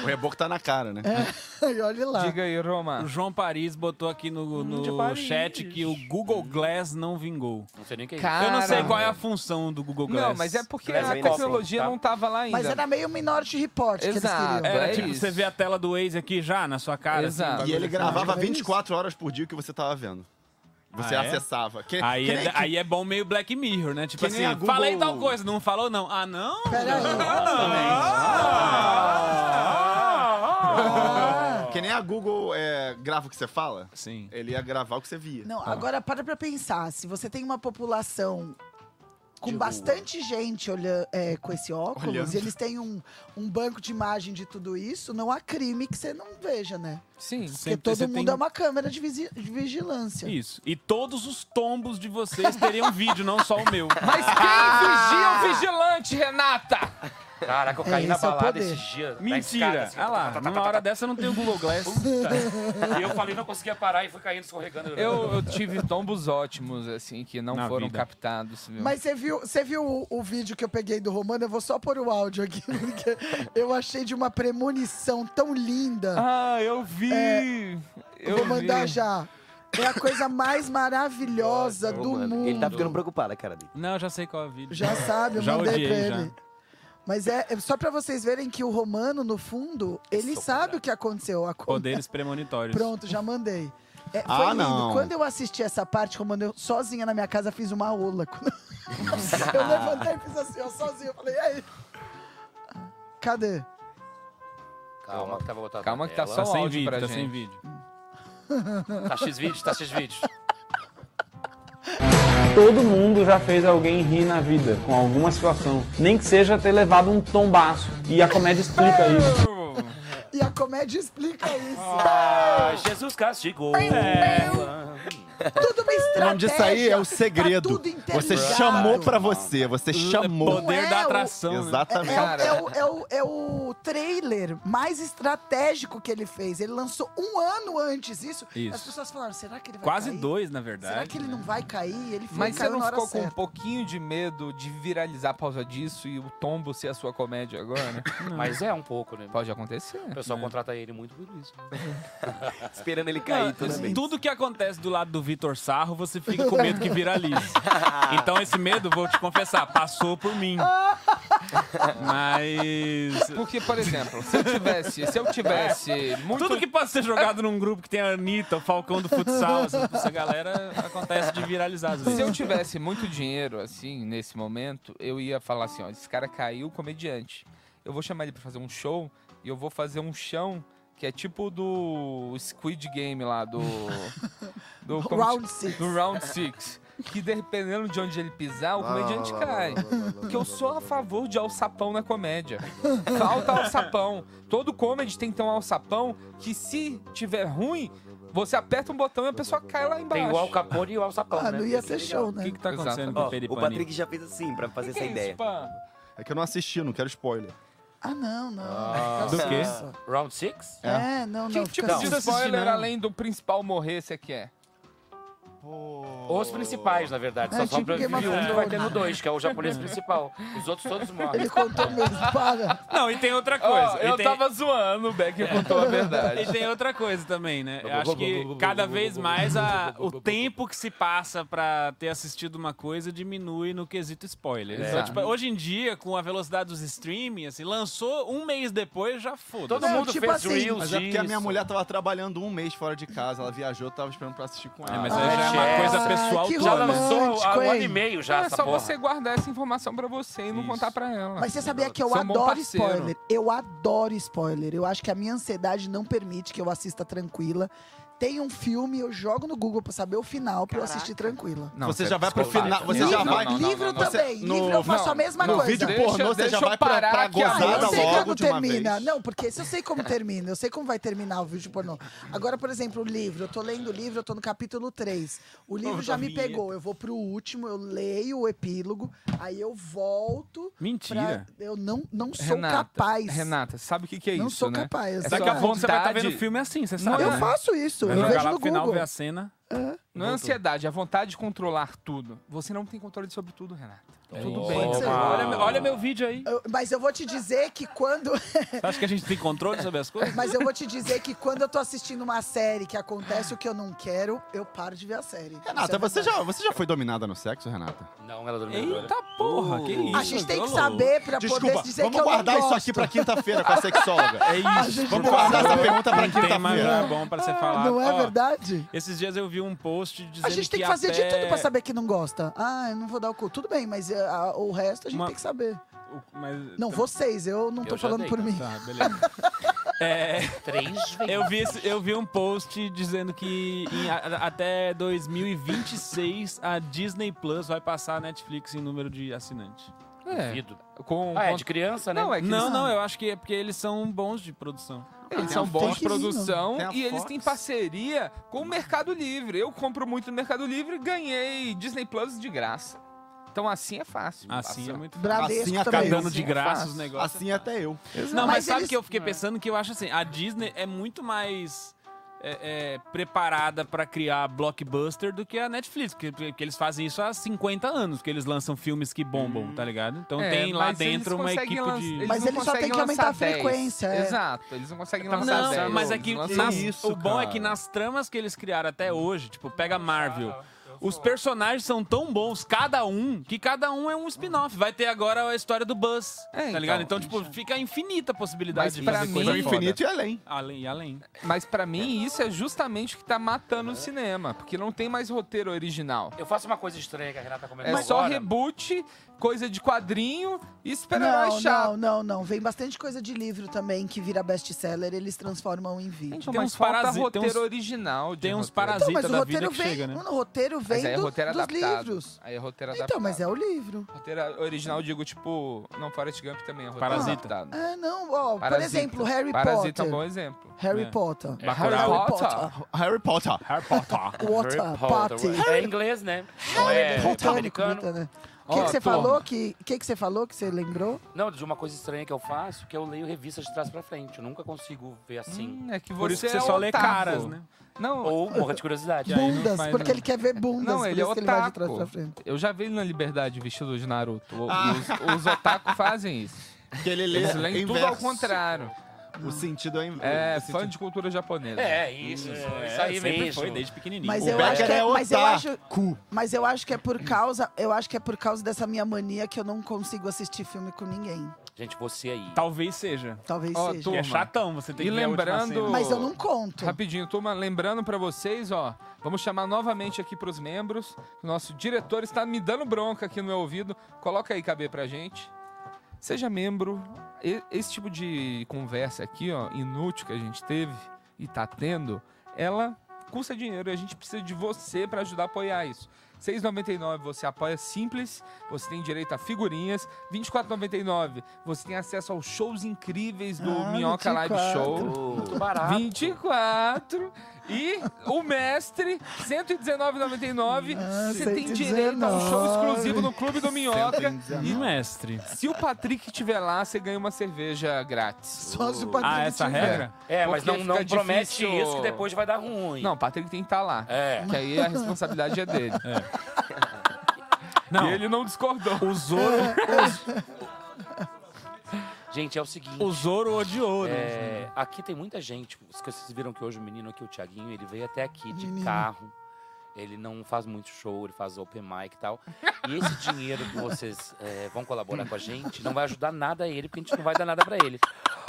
o reboco tá na cara, né? [LAUGHS] e olha lá. Diga aí, Roma. O João Paris botou aqui no, de no Paris. chat que o Google Glass não vingou. Não sei nem que é isso. Eu não sei Cara. qual é a função do Google Glass. Não, mas é porque a tecnologia não tava lá ainda. É Mas era meio Minority Report que eles Exato. queriam. Era tipo, você vê a tela do Waze aqui já na sua cara. assim, E bagulho ele assim. gravava 24 horas por dia o que você tava vendo. Você Ah, é? acessava. Que- aí, que é, nem que- aí é bom meio Black Mirror, né? Tipo Que nem assim, a Google- falei tal coisa, não falou não. Ah, não? Que nem a Google é, grava o que você fala. Ah! Sim. Ele ia gravar o que você via. Não, agora para pra pensar. Se você tem uma população com bastante gente olha, é, com esse óculos, Olhando. e eles têm um, um banco de imagem de tudo isso, não há crime que você não veja, né? Sim. Porque Sempre todo você mundo tem- é uma câmera de, visi- de vigilância. [LAUGHS] Isso. E todos os tombos de vocês teriam vídeo, não só o meu. Mas quem vigia o vigilante, Renata? Tá Caraca, eu caí É, na esse é o balada poder. esses Tá dias. na escada, Mentira. assim, Ah lá, tá, tá, tá, numa tá, hora tá. dessa não tem o Google Glass. E eu falei, não conseguia parar e fui caindo, escorregando. Eu, eu tive tombos ótimos, assim, que não Na foram vida. captados. Viu? Mas você viu, você viu o, o vídeo que eu peguei do Romano? Eu vou só pôr o áudio aqui, [LAUGHS] porque eu achei de uma premonição tão linda. Ah, eu vi! eu vou mandar já. É a coisa mais maravilhosa do mundo. Ele tá ficando preocupado, a cara dele. Não, já sei qual é o vídeo. Já sabe, eu já mandei odiei, pra já. ele. Mas é, é só pra vocês verem que o Romano, no fundo, ele sabe o que aconteceu. A co- Poderes premonitórios. Pronto, já mandei. É, foi Ah, lindo. não. Quando eu assisti essa parte, Romano, eu sozinha na minha casa fiz uma ola. [LAUGHS] eu levantei e fiz assim, eu sozinha. Eu falei, e aí? Cadê? [LAUGHS] Calma que tava botando Calma na que tá tela. só o áudio pra gente. vídeo. Tá X vídeos, tá X vídeos. Todo mundo já fez alguém rir na vida, com alguma situação. Nem que seja ter levado um tombaço. E a comédia explica isso. E a comédia explica isso. É, Ah, Jesus castigou. Tudo bem O nome disso aí é o segredo. tá tudo interligado. você chamou pra você, você chamou. poder da atração, Exatamente. É, o- é o, é, o, é o trailer mais estratégico que ele fez. Ele lançou um ano antes isso. Isso. As pessoas falaram, será que ele vai Quase cair? dois, na verdade. Será que ele não vai cair? Ele foi, né? Mas você caiu não na hora ficou com um certa. pouquinho de medo de viralizar por causa disso e o tombo ser a sua comédia agora, né? Mas é um pouco, né? Pode acontecer. Né? O pessoal contrata ele muito é por isso. [LAUGHS] Esperando ele Não, assim, tudo que acontece do lado do Vitor Sarro, você fica com medo que [LAUGHS] viralize. então esse medo, vou te confessar, passou por mim. Mas. É, Porque, por exemplo, se eu tivesse. Se eu tivesse muito. Tudo que pode ser jogado num grupo que tem a Anitta, o Falcão do futsal, essa, essa galera acontece de viralizar. às vezes. Se eu tivesse muito dinheiro, assim, nesse momento, eu ia falar assim, ó, esse cara caiu comediante. Eu vou chamar ele pra fazer um show e eu vou fazer um chão que é tipo do Squid Game lá, do... [LAUGHS] do como Round se- Six. Do Round Six. Que dependendo de onde ele pisar, o Lá, lá, comediante lá, lá, cai. lá, lá, lá, lá, Porque eu sou a favor de alçapão na comédia. Falta alçapão. Todo comedy tem que ter um alçapão que se tiver ruim, você aperta um botão e a pessoa cai lá embaixo. Tem o Al Capone e o Al Sapão, Ah, né? não ia ser show, né? O que que tá acontecendo Ó, com o Peripani? o Patrick já fez assim, pra fazer essa ideia. É que eu não assisti, eu não quero spoiler. Ah, não, não. Do quê? um- Round 6? É, não, Que não. tipo fica de assim. spoiler além do principal morrer você é. quer? Os principais, na verdade. É, Só tipo sobra Game of um que vai Thrones. ter no 2, que é o japonês principal. Os outros todos morrem. Ele contou mesmo, para. Não, e tem outra coisa. Ó, E eu tem- tava zoando, o Becker contou a verdade. [LAUGHS] E tem outra coisa também, né? Eu acho que cada vez mais a- o tempo que se passa pra ter assistido uma coisa diminui no quesito spoiler. É. Então, tipo, hoje em dia, com a velocidade dos streaming, assim, lançou um mês depois, já foda. Todo mundo tipo fez assim, reels Mas é porque a minha disso. mulher tava trabalhando um mês fora de casa, ela viajou, eu tava esperando pra assistir com ela. É, mas aí já é uma coisa pessoal que tua, né? romântico, Ah, lançou há um hein? ano e meio já é essa só porra. você guardar essa informação pra você e não contar pra ela. Mas você sabia que eu Você é um bom adoro parceiro. spoiler. Eu adoro spoiler. Eu acho que a minha ansiedade não permite que eu assista tranquila. tem um filme, eu jogo no Google pra saber o final, pra eu assistir tranquila. Não, você já vai pro final. Você já Livro- vai. livro também. Você- no- livro eu faço a não, mesma no coisa. vídeo pornô, você já vai pra, pra Ah, gozada eu sei logo como de uma termina. vez. Ah, Não, porque se eu sei como termina, eu sei como vai terminar o vídeo pornô. Agora, por exemplo, o livro, eu tô lendo o livro, eu tô no capítulo 3. O livro Volta já a me vinheta. pegou, eu vou pro último, eu leio o epílogo, aí eu volto. Mentira. pra- Eu não, não sou Renata, capaz. Renata, sabe o que, que é Não isso, sou né? capaz, Essa Daqui a pouco você vai tá vontade- vendo filme assim, você Não, sabe, eu né? faço isso, Vai eu jogar vejo lá no pro final, Google. ver a cena. Não é ansiedade, é a vontade de controlar tudo. Você não tem controle sobre tudo, Renata. Tudo Opa. bem. Olha meu- olha meu vídeo aí. mas eu vou te dizer que quando. Você acha que a gente tem controle sobre as coisas? [LAUGHS] Mas eu vou te dizer que quando eu tô assistindo uma série que acontece o que eu não quero, eu paro de ver a série. Isso Renata, é você verdade. já, você já foi dominada no sexo, Renata? Não, ela dormiu Eita porra, que isso. A gente tem que saber pra poder dizer que eu não gosto. quinta-feira com a sexóloga. É isso. A gente Vamos guardar essa pergunta pra Não tem quinta-feira. mais nada bom pra ser falado. não é Ó, verdade? Esses dias eu vi um post dizendo A gente tem que fazer de tudo pra saber que não gosta. Ah, eu não vou dar o cu. Tudo bem, mas eh, a- o resto a gente Uma- tem que saber. Mas, Não, vocês, eu não tô Eu já falando dei, por tá? mim. [LAUGHS] Tá, beleza. É, Três vezes. Eu vi, esse- eu vi um post dizendo que em a- a- até 2026 a Disney Plus vai passar a Netflix em número de assinante. É. Duvido. Com, Ah, é com- de criança, né? Não, é que Não, eles- não, eu acho que é porque eles são bons de produção. Ah, Eles são bons um de produção e eles têm parceria com o Mercado Livre. Eu compro muito no Mercado Livre e ganhei Disney Plus de graça. Então assim é fácil. [LAUGHS] Assim é muito fácil. assim acaba dando de graça os negócios. Assim até eu. Não, mas, Mas sabe o eles- que eu fiquei pensando? Que eu acho assim, a Disney é muito mais é, é, preparada pra criar blockbuster do que a Netflix, porque, porque eles fazem isso há 50 anos, que eles lançam filmes que bombam, tá ligado? Então É, tem lá mas eles dentro uma conseguem equipe lan- de... eles Mas não eles só têm conseguem que aumentar a lançar 10. frequência, é. Exato, eles não conseguem lançar Não, 10, mas é que eles nas- lançam isso, o bom é cara. que nas tramas que eles criaram até hoje, tipo, Ah, pega Marvel... Os personagens são tão bons, cada um, que cada um é um spin-off. Vai ter agora a história do Buzz, tá então, ligado? Então, tipo, fica infinita a possibilidade Mas de pra fazer mim- coisa Pro foda. infinito é e além. Além e além. Mas pra mim isso é justamente o que tá matando o cinema, porque não tem mais roteiro original. Eu faço uma coisa estranha que a Renata comentou É só agora. reboot, coisa de quadrinho e super-herói Não, chato. não, não, não. Vem bastante coisa de livro também que vira best-seller, eles transformam em vídeo. Então, mas falta roteiro original. de tem uns roteiro. parasita Então, mas o da roteiro vida que vem- chega, né? O roteiro vem Mas aí é do- roteiro dos adaptado. livros. Aí é roteiro adaptado. Então, mas é o livro. Roteiro original, eu digo, tipo... Não, Forrest Gump também é roteiro Parasita. adaptado. É, não, ó, por Parasita. exemplo, Harry Parasita Potter. é um bom exemplo. Harry É. Potter. É Harry Bacurau. Potter. Ah, Harry Potter. Harry Potter. Water, Harry party. É inglês, né? Não é Britânico, americano. britânico. O Ó, que que você turma. falou? que que que você falou que você lembrou? Não, de uma coisa estranha que eu faço, que eu leio revistas de trás pra frente. Eu nunca consigo ver assim. É que Por isso você que você é só lê otaku. caras, né? Não. Ou morra de curiosidade. Bundas, porque ele quer ver bundas. Não, por ele é isso um que vai de trás otaku. pra frente. Eu já vi ele na Liberdade vestido de Naruto. O- Os, os otaku fazem isso. Que ele lê Eles leem em tudo ao verso. contrário. O sentido é... inverso. É, O fã sentido- de cultura japonesa. É, isso, isso aí sempre mesmo. foi, desde pequenininho. Mas O eu, acho Becker que é, é mas eu otaku. acho, mas eu acho que é por causa, eu acho que é por causa dessa minha mania que eu não consigo assistir filme com ninguém. Gente, você aí. Talvez seja. Talvez Ó, seja. Que é chatão, você tem E que ver a última lembrando. cena. Mas eu não conto. Rapidinho, turma, lembrando pra vocês, ó, vamos chamar novamente aqui pros membros. O nosso diretor está me dando bronca aqui no meu ouvido. Coloca aí, KB, pra gente. Seja membro. E- Esse tipo de conversa aqui, ó, inútil que a gente teve e tá tendo, ela custa dinheiro e a gente precisa de você pra ajudar a apoiar isso. R$ 6,99 você apoia simples, você tem direito a figurinhas. R$ 24,99 você tem acesso aos shows incríveis do Ah, Minhoca Live 24. Show. Muito barato. 24. E o mestre, 119,99. Você tem 119. direito a um show exclusivo no Clube do Minhoca. E E mestre. se o Patrick estiver lá, você ganha uma cerveja grátis. Só se o Patrick Ah, essa tiver. regra? É, mas Porque não, não fica promete difícil- isso que [LAUGHS] depois vai dar ruim. Não, o Patrick tem que estar lá. É. Que aí a responsabilidade é dele. Não. E ele não discordou. O Zoro, Gente, é o seguinte. o Zoro odiou, né? É, aqui tem muita gente. Os que Vocês viram que hoje o menino aqui, o Thiaguinho, ele veio até aqui de carro. Ele não faz muito show, ele faz open mic e tal. E esse dinheiro que vocês é, vão colaborar com a gente não vai ajudar nada a ele, porque a gente não vai dar nada pra ele.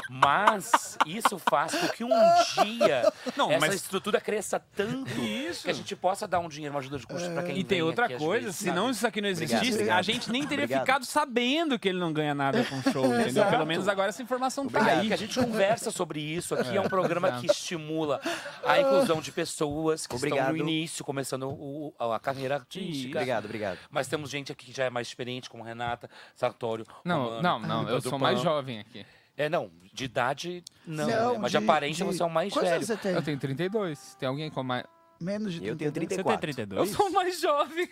Mas isso faz com que um dia Não, essa mas- estrutura cresça tanto isso. Que a gente possa dar um dinheiro, uma ajuda de custo pra quem E tem vem outra aqui, às coisa, vezes, se não sabe? isso aqui não Obrigado, existisse, a obrigado. gente nem teria Obrigado. ficado sabendo que ele não ganha nada com o [LAUGHS] show, entendeu? Exato. Pelo menos agora essa informação tá Obrigado, aí. que a gente conversa sobre isso aqui. É, um programa que exato. estimula a inclusão de pessoas que Obrigado. estão no início, começando o- o- a carreira Isso. artística. Obrigado, obrigado. Mas temos gente aqui que já é mais experiente, como Renata, Sartório. Não, Romano, não, não, eu do sou mais Pan. jovem aqui. É, não, de idade, não. Não, né? mas de- de aparência, de- você é o mais Quantos velho. anos você tem? Eu tenho 32. Tem alguém com mais... Menos de Eu tenho 32? Você tem 32? Eu sou mais jovem.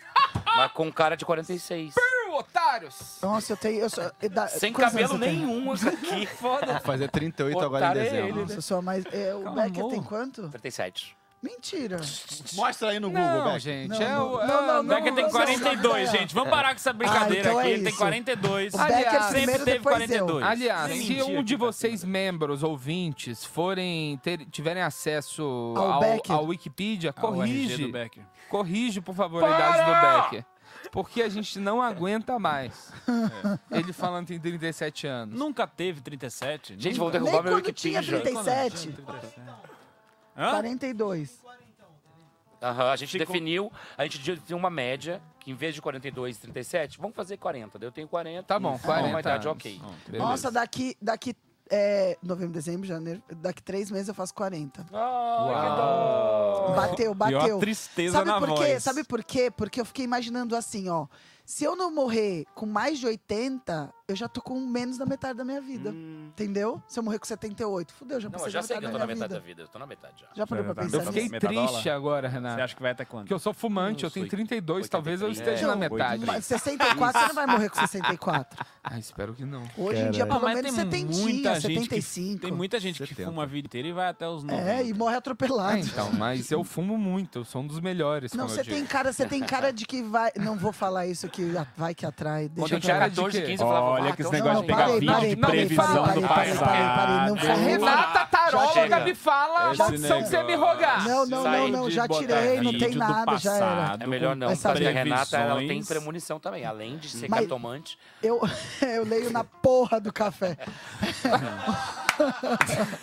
Mas com cara de 46. otários! Nossa, eu tenho. Eu sou, eu da- Sem quantos anos cabelo eu tenho? nenhum aqui. [LAUGHS] Foda. Fazer 38 agora em Otário é dezembro. ele, né? Nossa, eu sou a mais. é, o Becker tem quanto? 37. Mentira. [LAUGHS] Mostra aí no Google, Becker. gente, Não, é não, não, o. não, não, Becker tem não, não, 42, não. gente. Vamos parar com essa brincadeira É. Ah, então aqui. é ele tem isso. 42. O Becker sempre primeiro, teve depois 42. eu. Aliás, Sim. se um Mentira. de vocês, membros, ouvintes, forem ter- tiverem acesso Ao ao, Becker. à Wikipedia, Ao RG corrige. do Becker. Corrige, por favor, a Para! idade do Becker. Porque a gente não aguenta mais. Ele falando que tem 37 anos. É. Nunca teve 37. Gente, nunca. vou derrubar Nem meu quando tinha Wikipedia. 37. 42. Aham, a gente Ficou- definiu, a gente tem uma média, que em vez de 42 e 37, vamos fazer 40. daí Eu tenho 40. Tá bom, 40 Uma idade anos. ok. Nossa, daqui. daqui é, novembro, dezembro, janeiro. Daqui três meses eu faço 40. Bateu, bateu. E ó a tristeza Sabe na por quê? voz. Sabe por quê? Porque eu fiquei imaginando assim, ó. Se eu não morrer com mais de 80, eu já tô com menos da metade da minha vida. Entendeu? Se eu morrer com 78, fudeu, já Não, passei eu já da sei que eu tô na metade da minha metade da vida. vida. Eu tô na metade já. Já parou pra pensar Eu fiquei Metadola? triste agora, Renato. Você acha que vai até quando? Porque eu sou fumante, eu tenho 32, talvez eu esteja na metade. Mas 64, você não vai morrer com 64. [LAUGHS] Ah, espero que não. Hoje em dia, Não, pelo mas menos tem 70, muita gente que- 75. Tem muita gente que fuma a vida inteira e vai até os 90. É, e morre atropelado. Ah, então, mas eu fumo muito, eu sou um dos melhores. Não, como você eu digo. tem cara, você tem cara de que vai. Não vou falar isso que a- vai que atrai. Deixa Quando eu pra tinha lá. 14, 15, eu falava, Olha "Ah, que esse então negócio já de pegar parei, vídeo de parei, parei, previsão parei, do parei, parei, passado. parei, parei, não Renata fala. Taróloga Chega. me fala a Esse maldição que você me rogar. Não, não, não, não, já tirei, não tem nada, já era. É melhor não, Essa- porque a Renata ela tem previsões. premonição também. Além de ser Mas- cartomante, Eu, eu [LAUGHS] leio na porra do [LAUGHS] café.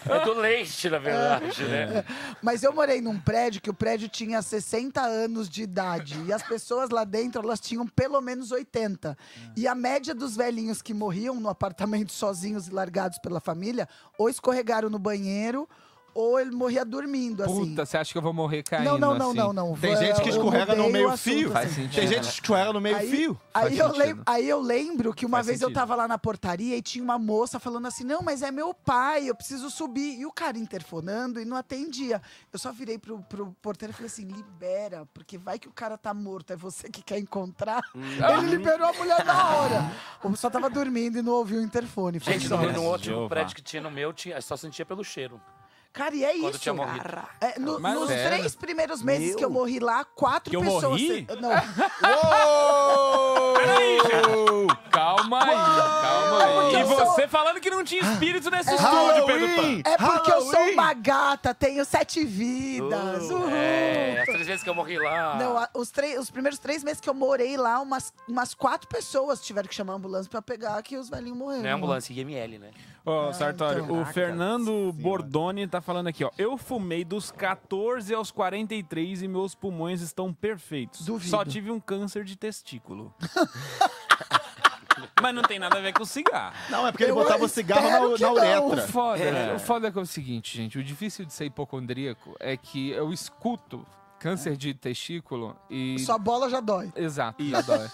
é do leite, na verdade, É, né? Mas eu morei num prédio que o prédio tinha 60 anos de idade. E as pessoas lá dentro, elas tinham pelo menos 80. E a média dos velhinhos que morriam no apartamento sozinhos e largados pela família, ou escorregaram no banheiro, ou ele morria dormindo, assim. Puta, você acha que eu vou morrer caindo Não, não, não, assim? não, não. Tem gente que Eu escorrega no mudei o meio assunto, fio. assim. Tem gente que escorrega Tipo, no meio Aí- fio. Aí Faz eu, sentido. lem- aí eu lembro que uma Faz vez eu sentido. tava lá na portaria e tinha uma moça falando assim: não, mas é meu pai, eu preciso subir. E o cara interfonando e não atendia. Eu só virei pro, pro porteiro e falei assim: libera, porque vai que o cara tá morto, é você que quer encontrar. Hum. Ele liberou a mulher na hora. O só tava dormindo e não ouviu o interfone. Foi Gente, isso. no, no outro Jeová. prédio que tinha no meu, tinha, só sentia pelo cheiro. Cara, e é Quando isso. tinha morrido. É, no- Mas nos era. três primeiros meses Meu. que eu morri lá, quatro Que eu pessoas. morri? [LAUGHS] se- Não. Calma aí, calma aí. E você falando que não tinha espírito nesse É estúdio, Halloween! Pedro Pan. É porque eu sou uma gata, tenho sete vidas. Uhul. É, as três vezes que eu morri lá. Não, a- os, três- os primeiros três meses que eu morei lá, umas, umas quatro pessoas tiveram que chamar a ambulância pra pegar, que os velhinhos morreram. Não é ambulância, IML, né? Ó, Ah, Sartório, então. o Fernando Bordoni tá falando aqui, ó. Eu fumei dos 14 aos 43 e meus pulmões estão perfeitos. Só tive um câncer de [LAUGHS] testículo. Mas não tem nada a ver com cigarro. Não, é porque ele Eu botava o cigarro na- espero que na não. uretra. O foda, É. o foda é que é o seguinte, gente. O difícil de ser hipocondríaco é que eu escuto câncer de testículo e... Sua bola já dói. Exato, já [LAUGHS] dói.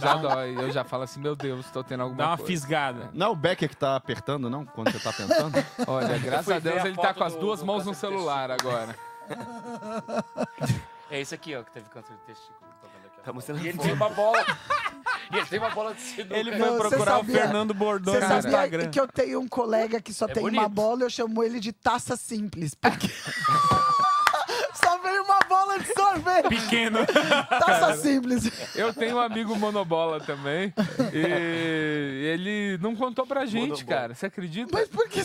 Já dói. Eu já falo assim, meu Deus, tô tendo alguma Dá uma coisa. fisgada. Não é o Becker que tá apertando, não? Quando você [LAUGHS] tá pensando? Olha, graças a Deus ele tá com as duas mãos no celular agora. É esse aqui, ó, que teve câncer de testículo. Tô vendo aqui, ó. Tá mostrando e ele foto. tem uma bola. [LAUGHS] e ele tem uma bola de sinuca. Ele foi procurar o Fernando Bordoni Você no sabia Instagram. que eu tenho um colega que só É tem uma bonito. bola, eu chamo ele de taça simples. Porque... [LAUGHS] só veio uma bola de sorvete. Pequeno. [LAUGHS] Tá Taça simples. Eu tenho um amigo monobola também. [LAUGHS] E ele não contou pra gente, cara. Você acredita? Mas por que?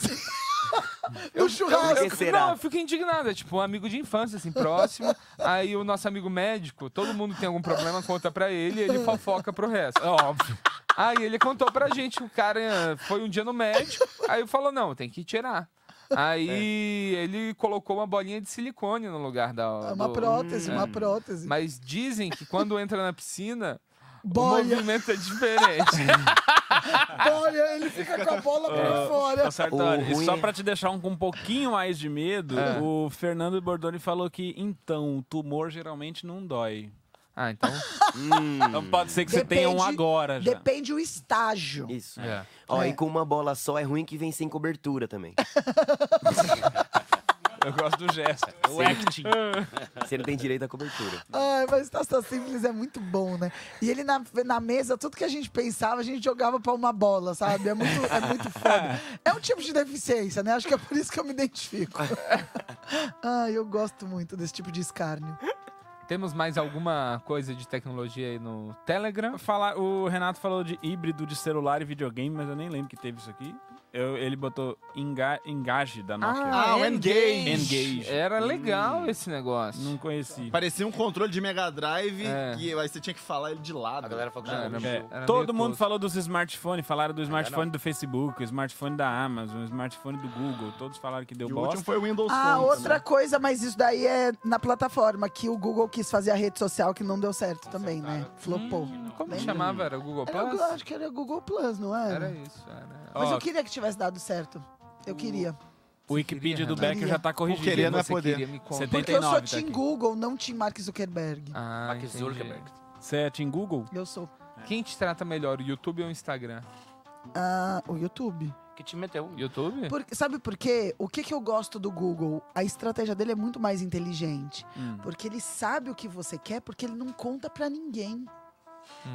Eu, churrasco. eu, Por que será? Não, eu fico indignado. É tipo um amigo de infância, [LAUGHS] assim, próximo. Aí o nosso amigo médico, todo mundo tem algum problema, conta pra ele e ele fofoca pro resto. É óbvio. Aí ele contou pra gente que o cara eh, foi um dia no médico, aí falou: não, tem que tirar. Aí ele colocou uma bolinha de silicone no lugar da. Hum. É uma prótese, uma prótese. Mas dizem que quando entra na piscina. Boia. O movimento [LAUGHS] é diferente. Olha, ele fica com a bola É. pra fora. Ah, Ô, Sartori, e só pra te deixar um, com um pouquinho mais de medo, É. o Fernando Bordoni falou que, então, o tumor geralmente não dói. Ah, [LAUGHS] então. Hum. então pode ser que você tenha um Depende- agora já. Depende o estágio. Isso. É. Ó, É. e com uma bola só é ruim que vem sem cobertura também. [LAUGHS] Eu gosto do gesto. O acting. Você não tem direito à cobertura. Ai, mas Taça Simples é muito bom, né? E ele na, na mesa, tudo que a gente pensava, a gente jogava pra uma bola, sabe? É muito, é muito foda. É um tipo de deficiência, né? Acho que é por isso que eu me [LAUGHS] identifico. Ai, eu gosto muito desse tipo de escárnio. Temos mais alguma coisa de tecnologia aí no Telegram? Falar, o Renato falou de híbrido de celular e videogame, mas eu nem lembro que teve isso aqui. Eu- ele botou enga, Engage da Nokia. Ah, o Engage. Engage. Era legal esse negócio. Não conheci. [LAUGHS] Parecia um controle de Mega Drive É. que aí você tinha que falar ele de lado. A galera falou um É, todo mundo falou dos smartphones, falaram do smartphone do Facebook, o smartphone da Amazon, o smartphone do Google, todos falaram que deu E o bosta. último foi o Windows Ah, Phone outra coisa, mas isso daí é na plataforma, que o Google quis fazer a rede social que não deu certo também, né? Flopou. Como Lembra? chamava? Era Google Era o Plus? Gu- acho que era o Google Plus, não era? Era isso, era. Mas Ó. eu queria que tivesse dado certo. Eu queria. O Wikipedia do Renato? Becker já tá corrigido. Por querer não é Você poder. queria me contar. Porque eu 79 sou tá Team aqui. Google, não Team Mark Zuckerberg. Ah, Mark entendi. É. Zuckerberg. Você é Team Google? Eu sou. Quem te trata melhor, o YouTube ou o Instagram? Ah, o YouTube. Que te meteu. YouTube? Por- sabe por quê? O que, que eu gosto do Google? A estratégia dele é muito mais inteligente. Hum. Porque ele sabe o que você quer, porque ele não conta pra ninguém.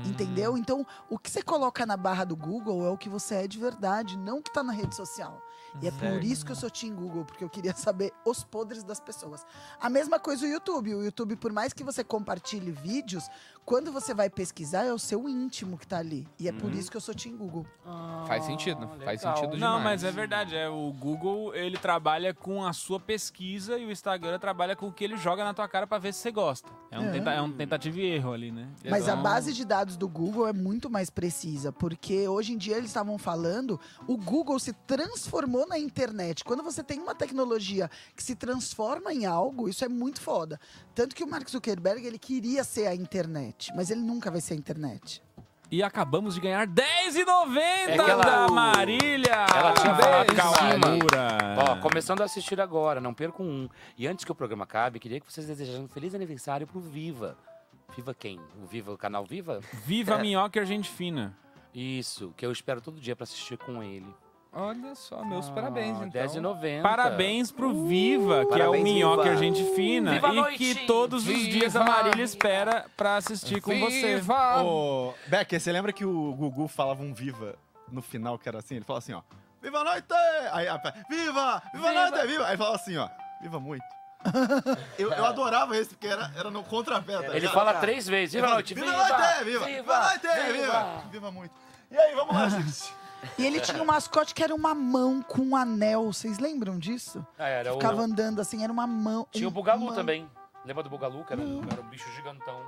Entendeu? Então, o que você coloca na barra do Google é o que você é de verdade, não o que tá na rede social. E é por Certo. isso que eu sou Team Google, porque eu queria saber os podres das pessoas. A mesma coisa o YouTube. O YouTube, por mais que você compartilhe vídeos, quando você vai pesquisar, é o seu íntimo que tá ali. E é por isso que eu sou Team Google. Faz sentido, faz legal. sentido demais. Não, mas é verdade. É, o Google ele trabalha com a sua pesquisa e o Instagram trabalha com o que ele joga na tua cara pra ver se você gosta. É um, É. tenta- é um tentativa e erro ali, né? Mas a Então- base de dados do Google é muito mais precisa, porque hoje em dia eles estavam falando, o Google se transformou na internet. Quando você tem uma tecnologia que se transforma em algo, isso é muito foda. Tanto que o Mark Zuckerberg, ele queria ser a internet, mas ele nunca vai ser a internet. E acabamos de ganhar 10,90 É que ela- da Marília! Ela tinha falado Ah, Beijo, em cima. Cauara. Ó, começando a assistir agora, não percam um. E antes que o programa acabe, queria que vocês desejassem um feliz aniversário pro Viva. Viva quem? O Viva, o canal Viva? Viva a minhoca e a gente fina. É. Isso, que eu espero todo dia pra assistir com ele. Olha só, meus Ah, parabéns, então. 10 de novembro. Parabéns pro Uh! Viva, que é o Parabéns, minhoca e a Viva. gente fina. Viva a e noite! que todos os Viva! dias a Marília espera pra assistir com você. Viva! Ô, Becker, você lembra que o Gugu falava um viva no final, que era assim? Ele falava assim, ó. Viva a noite! Aí, a- viva! Viva a noite! Viva! Aí ele falava assim, ó. Viva muito. eu, eu adorava esse, porque era, era no contrapé. tá Ele ligado? fala três vezes. Viva a noite! Viva a noite! é, Viva! Viva a noite! Viva! Viva muito. E aí, vamos [LAUGHS] lá, gente. E ele tinha um mascote que era uma mão com um anel, vocês lembram disso? Ah, era o... Ficava andando assim, era uma mão. Tinha o um- Bugalu uma- também. Lembra do Bugalu? Que era, era um bicho gigantão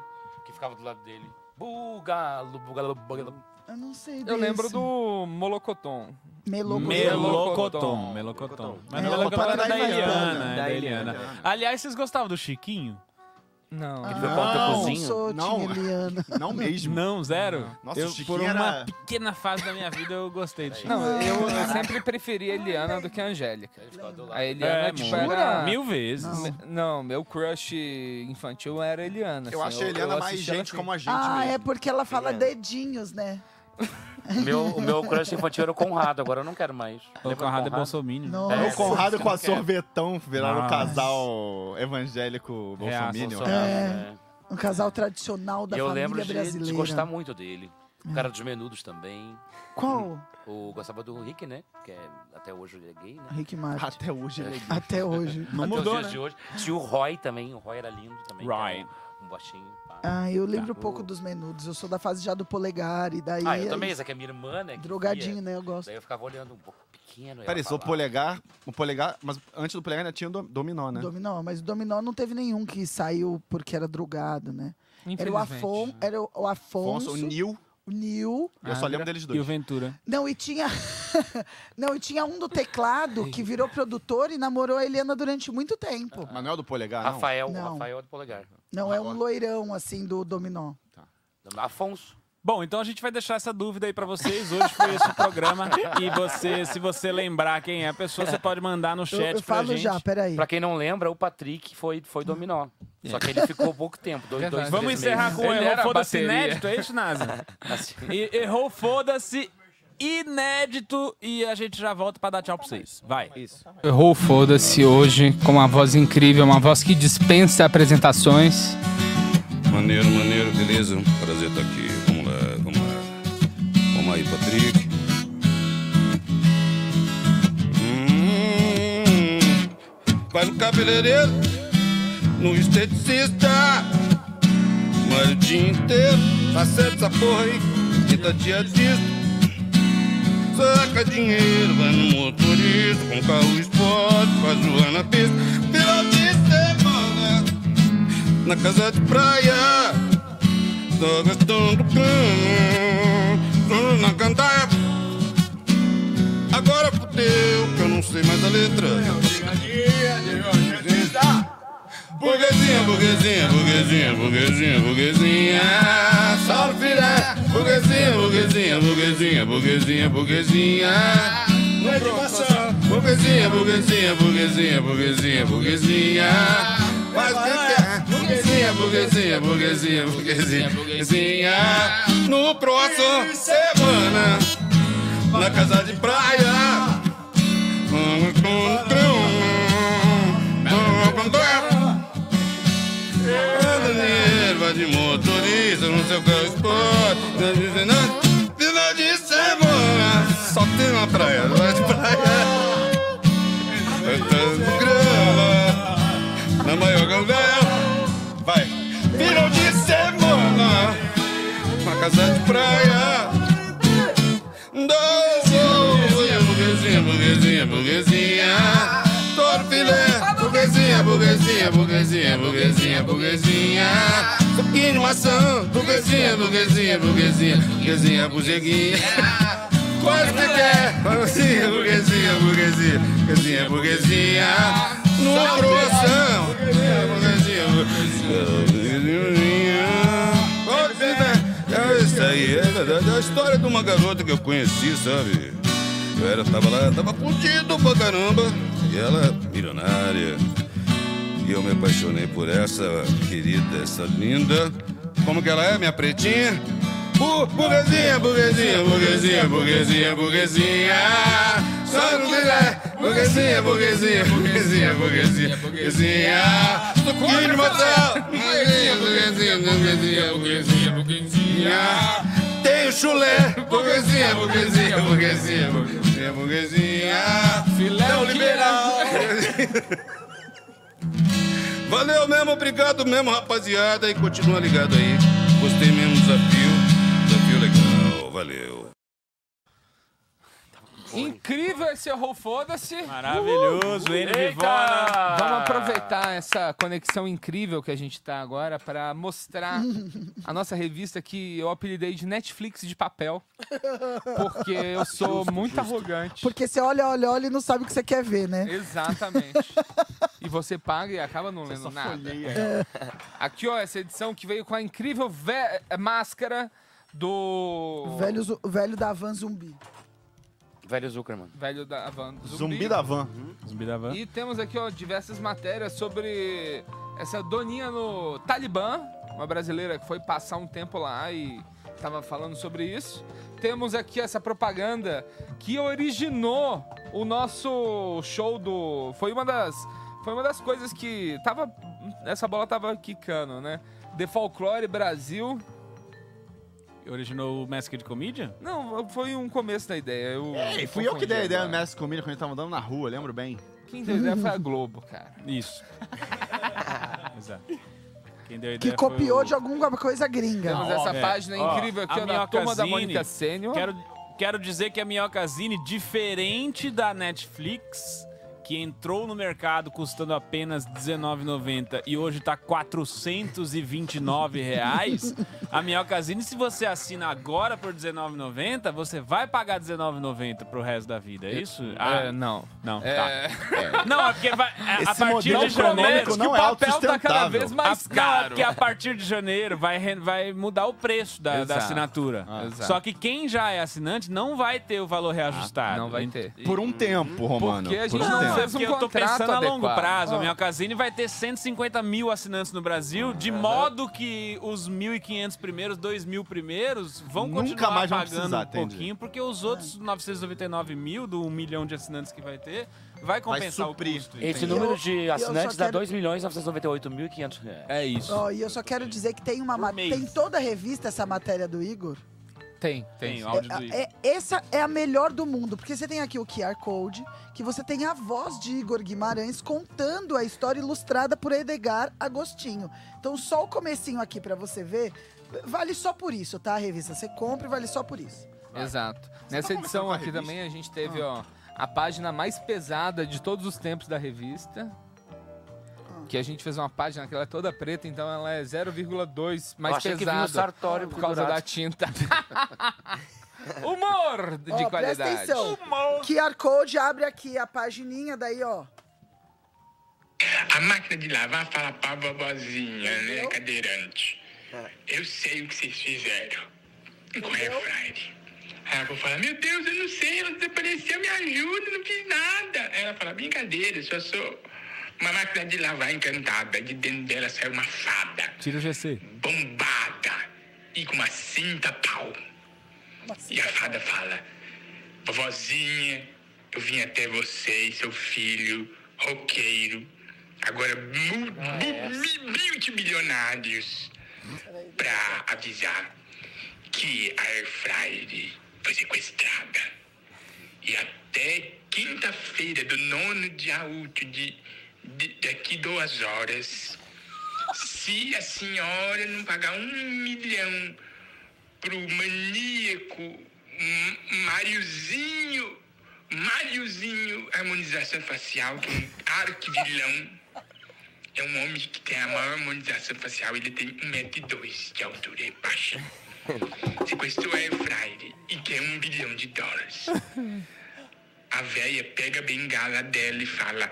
que ficava do lado dele. Bugalu, Bugalu, Bugalu. Eu não sei Eu desse. lembro do Molocoton. Melocotão. Melocotom. Melocotom. Mas É, não Melocotom Melocotom era era da da Eliana. Eliana, é da Da Eliana. Eliana. Aliás, vocês gostavam do Chiquinho? Ah, Não. Foi pra outra Não, cozinha? Ah, sou Não. é. Tim Eliana. Não mesmo. Não, zero? Nossa, eu, o Chiquinho Por uma era- pequena fase da minha vida, eu gostei do Chiquinho. Não, eu, eu sempre preferi a Eliana do que a Angélica. Ele ficava do lado. A Eliana, é, tipo, jura? era... Mil vezes. Não. Me- Não, meu crush infantil era a Eliana. Eu assim, achei a Eliana eu mais assisti ela gente assim. como a gente Ah, mesmo. é porque ela fala Eliana. dedinhos, né? O meu, o meu crush infantil era o Conrado, agora eu não quero mais. O Lembra do Conrado é bolsominion. Nossa. o Conrado com a sorvetão viraram um Nossa. casal evangélico Reaça, bolsominion. só- É. Um casal tradicional da E eu família lembro de, brasileira. de gostar muito dele. O cara dos menudos também. Qual? O gostava do Rick, né? Que é, até hoje ele é gay, né? Rick Martin. Até hoje ele é gay. Até hoje. Não até mudou, né? os dias de hoje. Tinha o Roy também, o Roy era lindo também. que Roy. Tá. era Um, um baixinho. pá. Ah, eu lembro pouco dos menudos. Eu sou da fase já do polegar e daí. Tá. Ah, eu também, essa que é minha irmã, né? que Drogadinho, via. né? Eu gosto. Daí eu ficava olhando um pouco pequeno. ela Peraí, só o falava. polegar. O polegar. Mas antes do polegar ainda tinha o dom- dominó, né? Dominó, mas o Dominó não teve nenhum que saiu porque era drogado, né? Era o, Infelizmente. né? Afon, era o- o Afonso, Afonso, o Nil. o Neil. Eu Ah, só lembro deles dois. E o Ventura. Não, e tinha. [LAUGHS] não, e tinha um do teclado que virou produtor e namorou a Helena durante muito Ah. tempo. Mas não é o do polegar, não? Rafael, Não. Rafael do Polegar. Não, é um Ah. loirão, assim, do dominó. é Afonso. Bom, então a gente vai deixar essa dúvida aí pra vocês. Hoje foi esse o programa. E você, se você lembrar quem é a pessoa, você pode mandar no chat pra gente. peraí. Pra quem não lembra, o Patrick foi, foi dominó. Só que ele ficou um [LAUGHS] pouco tempo. Dois, dois, É. Vamos três encerrar meses. com o erro foda-se inédito, é isso, [LAUGHS] Nasa? E- errou foda-se inédito e a gente já volta pra dar tchau pra vocês. Vai. Isso. Errou, foda-se hoje, com uma voz incrível, uma voz que dispensa apresentações. Maneiro, maneiro, beleza? Prazer estar aqui. Vamos lá, vamos lá. Vamos aí, Patrick. Hum, vai no cabeleireiro, no esteticista, mas o dia inteiro tá certo essa porra aí, que tá dia disso. Saca dinheiro, vai no motorista, com carro esporte, faz zoar na pista, final de semana na casa de praia, só gastando cano, só na gandaia. Agora fudeu, que eu não sei mais a letra. Burguesinha, burguesinha, burguesinha, burguesinha, burguesinha, salve filé. Burguesinha, burguesinha, burguesinha, burguesinha, burguesinha, não é de maçã. Burguesinha, burguesinha, burguesinha, burguesinha, burguesinha. Mas quem quer? Burguesinha, burguesinha, burguesinha, burguesinha, burguesinha. No próximo semana, na casa de praia. Vamos Vai de motorista no seu carro esporte. Final de semana, só tem na praia, vai de praia. Gastando grana na maior galera. Vai, final de semana, na casa de praia. Dois burguesinha, burguesinha, burguesinha, burguesinha. Todo filé, burguesinha, burguesinha, burguesinha, burguesinha, burguesinha. Suquinho, maçã, burguesinha, burguesinha, burguesinha, burguesinha, burguesinha. Quase que quer, burguesinha, burguesinha, burguesinha, burguesinha, burguesinha. No coração, burguesinha, burguesinha, burguesinha. Ô, Zé, É isso aí, é verdade. É a história de uma garota que eu conheci, sabe? Eu era, tava lá, tava fudido pra caramba. E ela, milionária. E eu me apaixonei por essa querida, essa linda. Como que ela é, minha pretinha? Bu- Burguesinha, burguesinha, burguesinha, burguesinha, burguesinha. Só no filé. Burguesinha, burguesinha, burguesinha, burguesinha, burguesinha. Suquinho de motel. Burguesinha, burguesinha, burguesinha, burguesinha, burguesinha. Tem o chulé. Burguesinha, burguesinha, burguesinha, burguesinha, burguesinha. Filé liberal. [LAUGHS] Valeu mesmo, obrigado mesmo, rapaziada. E continua ligado aí. Gostei mesmo do desafio. Desafio legal, valeu. Incrível esse errou, foda-se. Maravilhoso, Uhul. N. Eita! Vivona. Vamos aproveitar essa conexão incrível que a gente tá agora para mostrar a nossa revista que eu apelidei de Netflix de papel, porque eu sou muito arrogante. Porque você olha, olha, olha e não sabe o que você quer ver, né? Exatamente. e você paga e acaba não lendo nada. É. Aqui, ó, essa edição que veio com a incrível ve- máscara do. O velho, zu- o velho da van zumbi. Velho Zuckerman. Velho da Van. Zumbi da van. Uhum. Zumbi da E temos aqui, ó, diversas matérias sobre essa doninha no Talibã, uma brasileira que foi passar um tempo lá e tava falando sobre isso. Temos aqui essa propaganda que originou o nosso show do. Foi uma das. Foi uma das coisas que. Tava. Essa bola tava quicando, né? The Folklore Brasil. Originou o Masked Comedian? Não, foi um começo da ideia. Eu Ei, fui eu que dei a confundi ideia do agora. Mestre Comida quando a gente tava andando na rua, lembro bem. Quem deu a ideia foi a Globo, cara. Isso. Exato. Quem deu a Que ideia foi copiou é o- de alguma coisa gringa. Temos essa página Ó, incrível aqui, a ó, da turma da Minhocazine, Mônica Sênior. Quero, quero dizer que a Minhocazine, diferente da Netflix, que entrou no mercado custando apenas R$19,90 e hoje tá R$ 429 reais, a Minhocazine, se você assina agora por R$19,90, você vai pagar R$19,90 pro resto da vida, é isso? É, não. Não, É. tá. Não, é porque vai, a- a Esse partir modelo de janeiro... econômico não é o papel tá cada autossustentável. vez mais Ah, caro. caro. Porque a partir de janeiro vai, re- vai mudar o preço da, da Exato. assinatura. Ah. Exato. Só que quem já é assinante não vai ter o valor reajustado. Ah, não vai ter. Por um tempo, Romano. Porque a gente por um não tempo. fez um eu tô pensando a longo adequado. prazo. Ah. A Minhocasine vai ter 150 mil assinantes no Brasil, de modo que os 1.500 primeiros, 2.000 primeiros, vão Nunca continuar mais vão pagando precisar, um entendi. pouquinho, porque os outros 999 mil do 1 milhão de assinantes que vai ter, vai compensar o custo. Esse entendeu? número de assinantes dá quero- 2.998.500 reais. É isso. Ó, e eu só quero dizer que tem uma ma- tem toda a revista essa matéria do Igor. Tem, tem. o É, é- essa é a melhor do mundo, porque você tem aqui o QR Code, que você tem a voz de Igor Guimarães contando a história ilustrada por Edgar Agostinho. Então só o comecinho aqui pra você ver, vale só por isso, tá, a revista? Você compra e vale só por isso. é. Exato. Nessa tá edição aqui também a gente teve, Ah. ó, a página mais pesada de todos os tempos da revista. Ah. Que a gente fez uma página que ela é toda preta, então ela é 0,2 mais Eu achei que vinha pesada. o Sartório por causa pendurado. da [LAUGHS] tinta. Humor de Ó, qualidade. Presta atenção. QR Code abre aqui a pagininha, daí, ó. A máquina de lavar fala pra vovozinha, né, cadeirante? Eu sei o que vocês fizeram com o refrain. Aí eu vou falar, meu Deus, eu não sei, ela desapareceu, me ajuda, eu não fiz nada. Aí ela fala, brincadeira, eu só sou uma máquina de lavar encantada. De dentro dela saiu uma fada É, Tira o GC. bombada e com uma cinta pau. E a fada fala: Vovozinha, eu vim até você e seu filho, roqueiro, agora mu- mu- multibilionários, pra avisar que a Airfryer foi sequestrada. E até quinta-feira do nono dia útil de, de, daqui duas horas, se a senhora não pagar um milhão pro maníaco M- Máriozinho, Máriozinho, harmonização facial, que é um arquivilão, é um homem que tem a maior harmonização facial, ele tem 1,2m de altura, é baixa. Sequestrou a Airfryer e quer um bilhão de dólares. A véia pega a bengala dela e fala: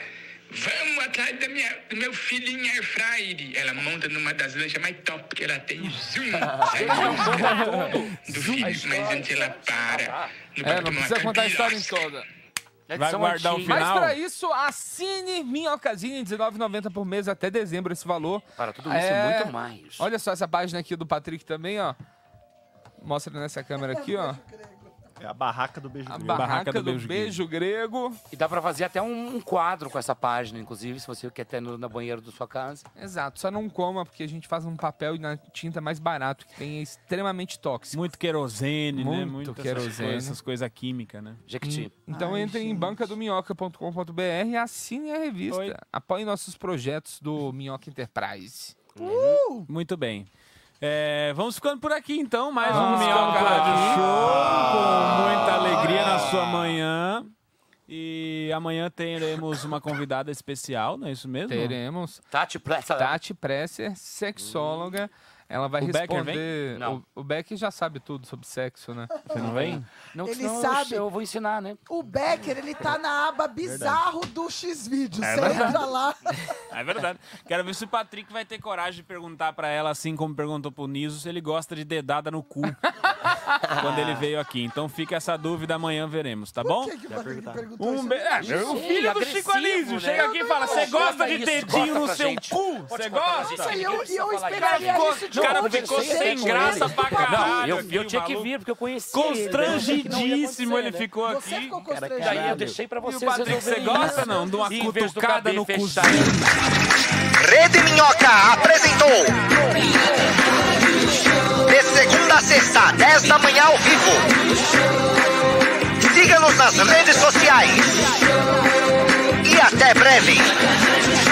Vamos atrás da minha, do meu filhinho Airfryer. Ela monta numa das lanchas mais top que ela tem. [LAUGHS] Zoom! Sai do, do filho, mas antes ela para. No É, banco de não uma precisa contar a história capilasca. toda. um Vai guardar o final? Mas pra isso, assine Minhocasine, R$19,90 por mês até dezembro esse valor. É, Para Ah, tudo isso e é? muito mais. Olha só essa página aqui do Patrick também, ó. Mostra nessa câmera aqui, ó. É a barraca do beijo grego. barraca Barraca do do beijo beijo grego. E dá pra fazer até um, um quadro com essa página, inclusive, se você quer ter no, na banheira da sua casa. Exato, só não coma porque a gente faz um papel na tinta mais barato que tem é extremamente tóxico. Muito querosene, Muito né? Muito querosene. querosene. Essas coisas químicas, né? Jequiti. Hum. Então Ai, entrem em bancadominhoca.com.br e assine a revista. Oi. Apoiem nossos projetos do Minhoca Enterprise. Uhum. Uh! Muito bem. É, vamos ficando por aqui então. Mais Ah, um ficando Minhoca por Rádio aqui. Ah! Show. Com muita alegria na sua manhã. E amanhã teremos uma convidada especial, não é isso mesmo? Teremos. Tati Presser. Tati Presser, sexóloga. Ela vai O Becker responder. vem? Não. O, o Becker já sabe tudo sobre sexo, né? Você não vem? Não, Ele senão eu- sabe. Eu vou ensinar, né? O Becker, ele tá na aba bizarro do X-Vídeos. Você né? entra lá. É verdade. Quero ver se o Patrick vai ter coragem de perguntar pra ela, assim como perguntou pro Niso, se ele gosta de dedada no [LAUGHS] cu quando ele veio aqui. Então fica essa dúvida, amanhã veremos, tá bom? Um be... é, meu- o filho do Chico né? Anísio chega aqui e fala: Você gosta de dedinho no seu cu? Você gosta? E eu, e eu O cara esperaria isso de ficou, cara onde? ficou Você sem com graça ele? pra Não, caralho. eu, aqui, eu tinha o que maluco. vir, porque eu conheci Constrangidíssimo ele ficou né? aqui. Você ficou constrangido. né? Daí eu deixei pra vocês E o Patrick, você resolverem gosta isso. não? De uma E em vez do cutucada KB no fechar- cuzinho. Rede Minhoca apresentou. De segunda a sexta, 10 da manhã ao vivo. Siga-nos nas redes sociais. E até breve.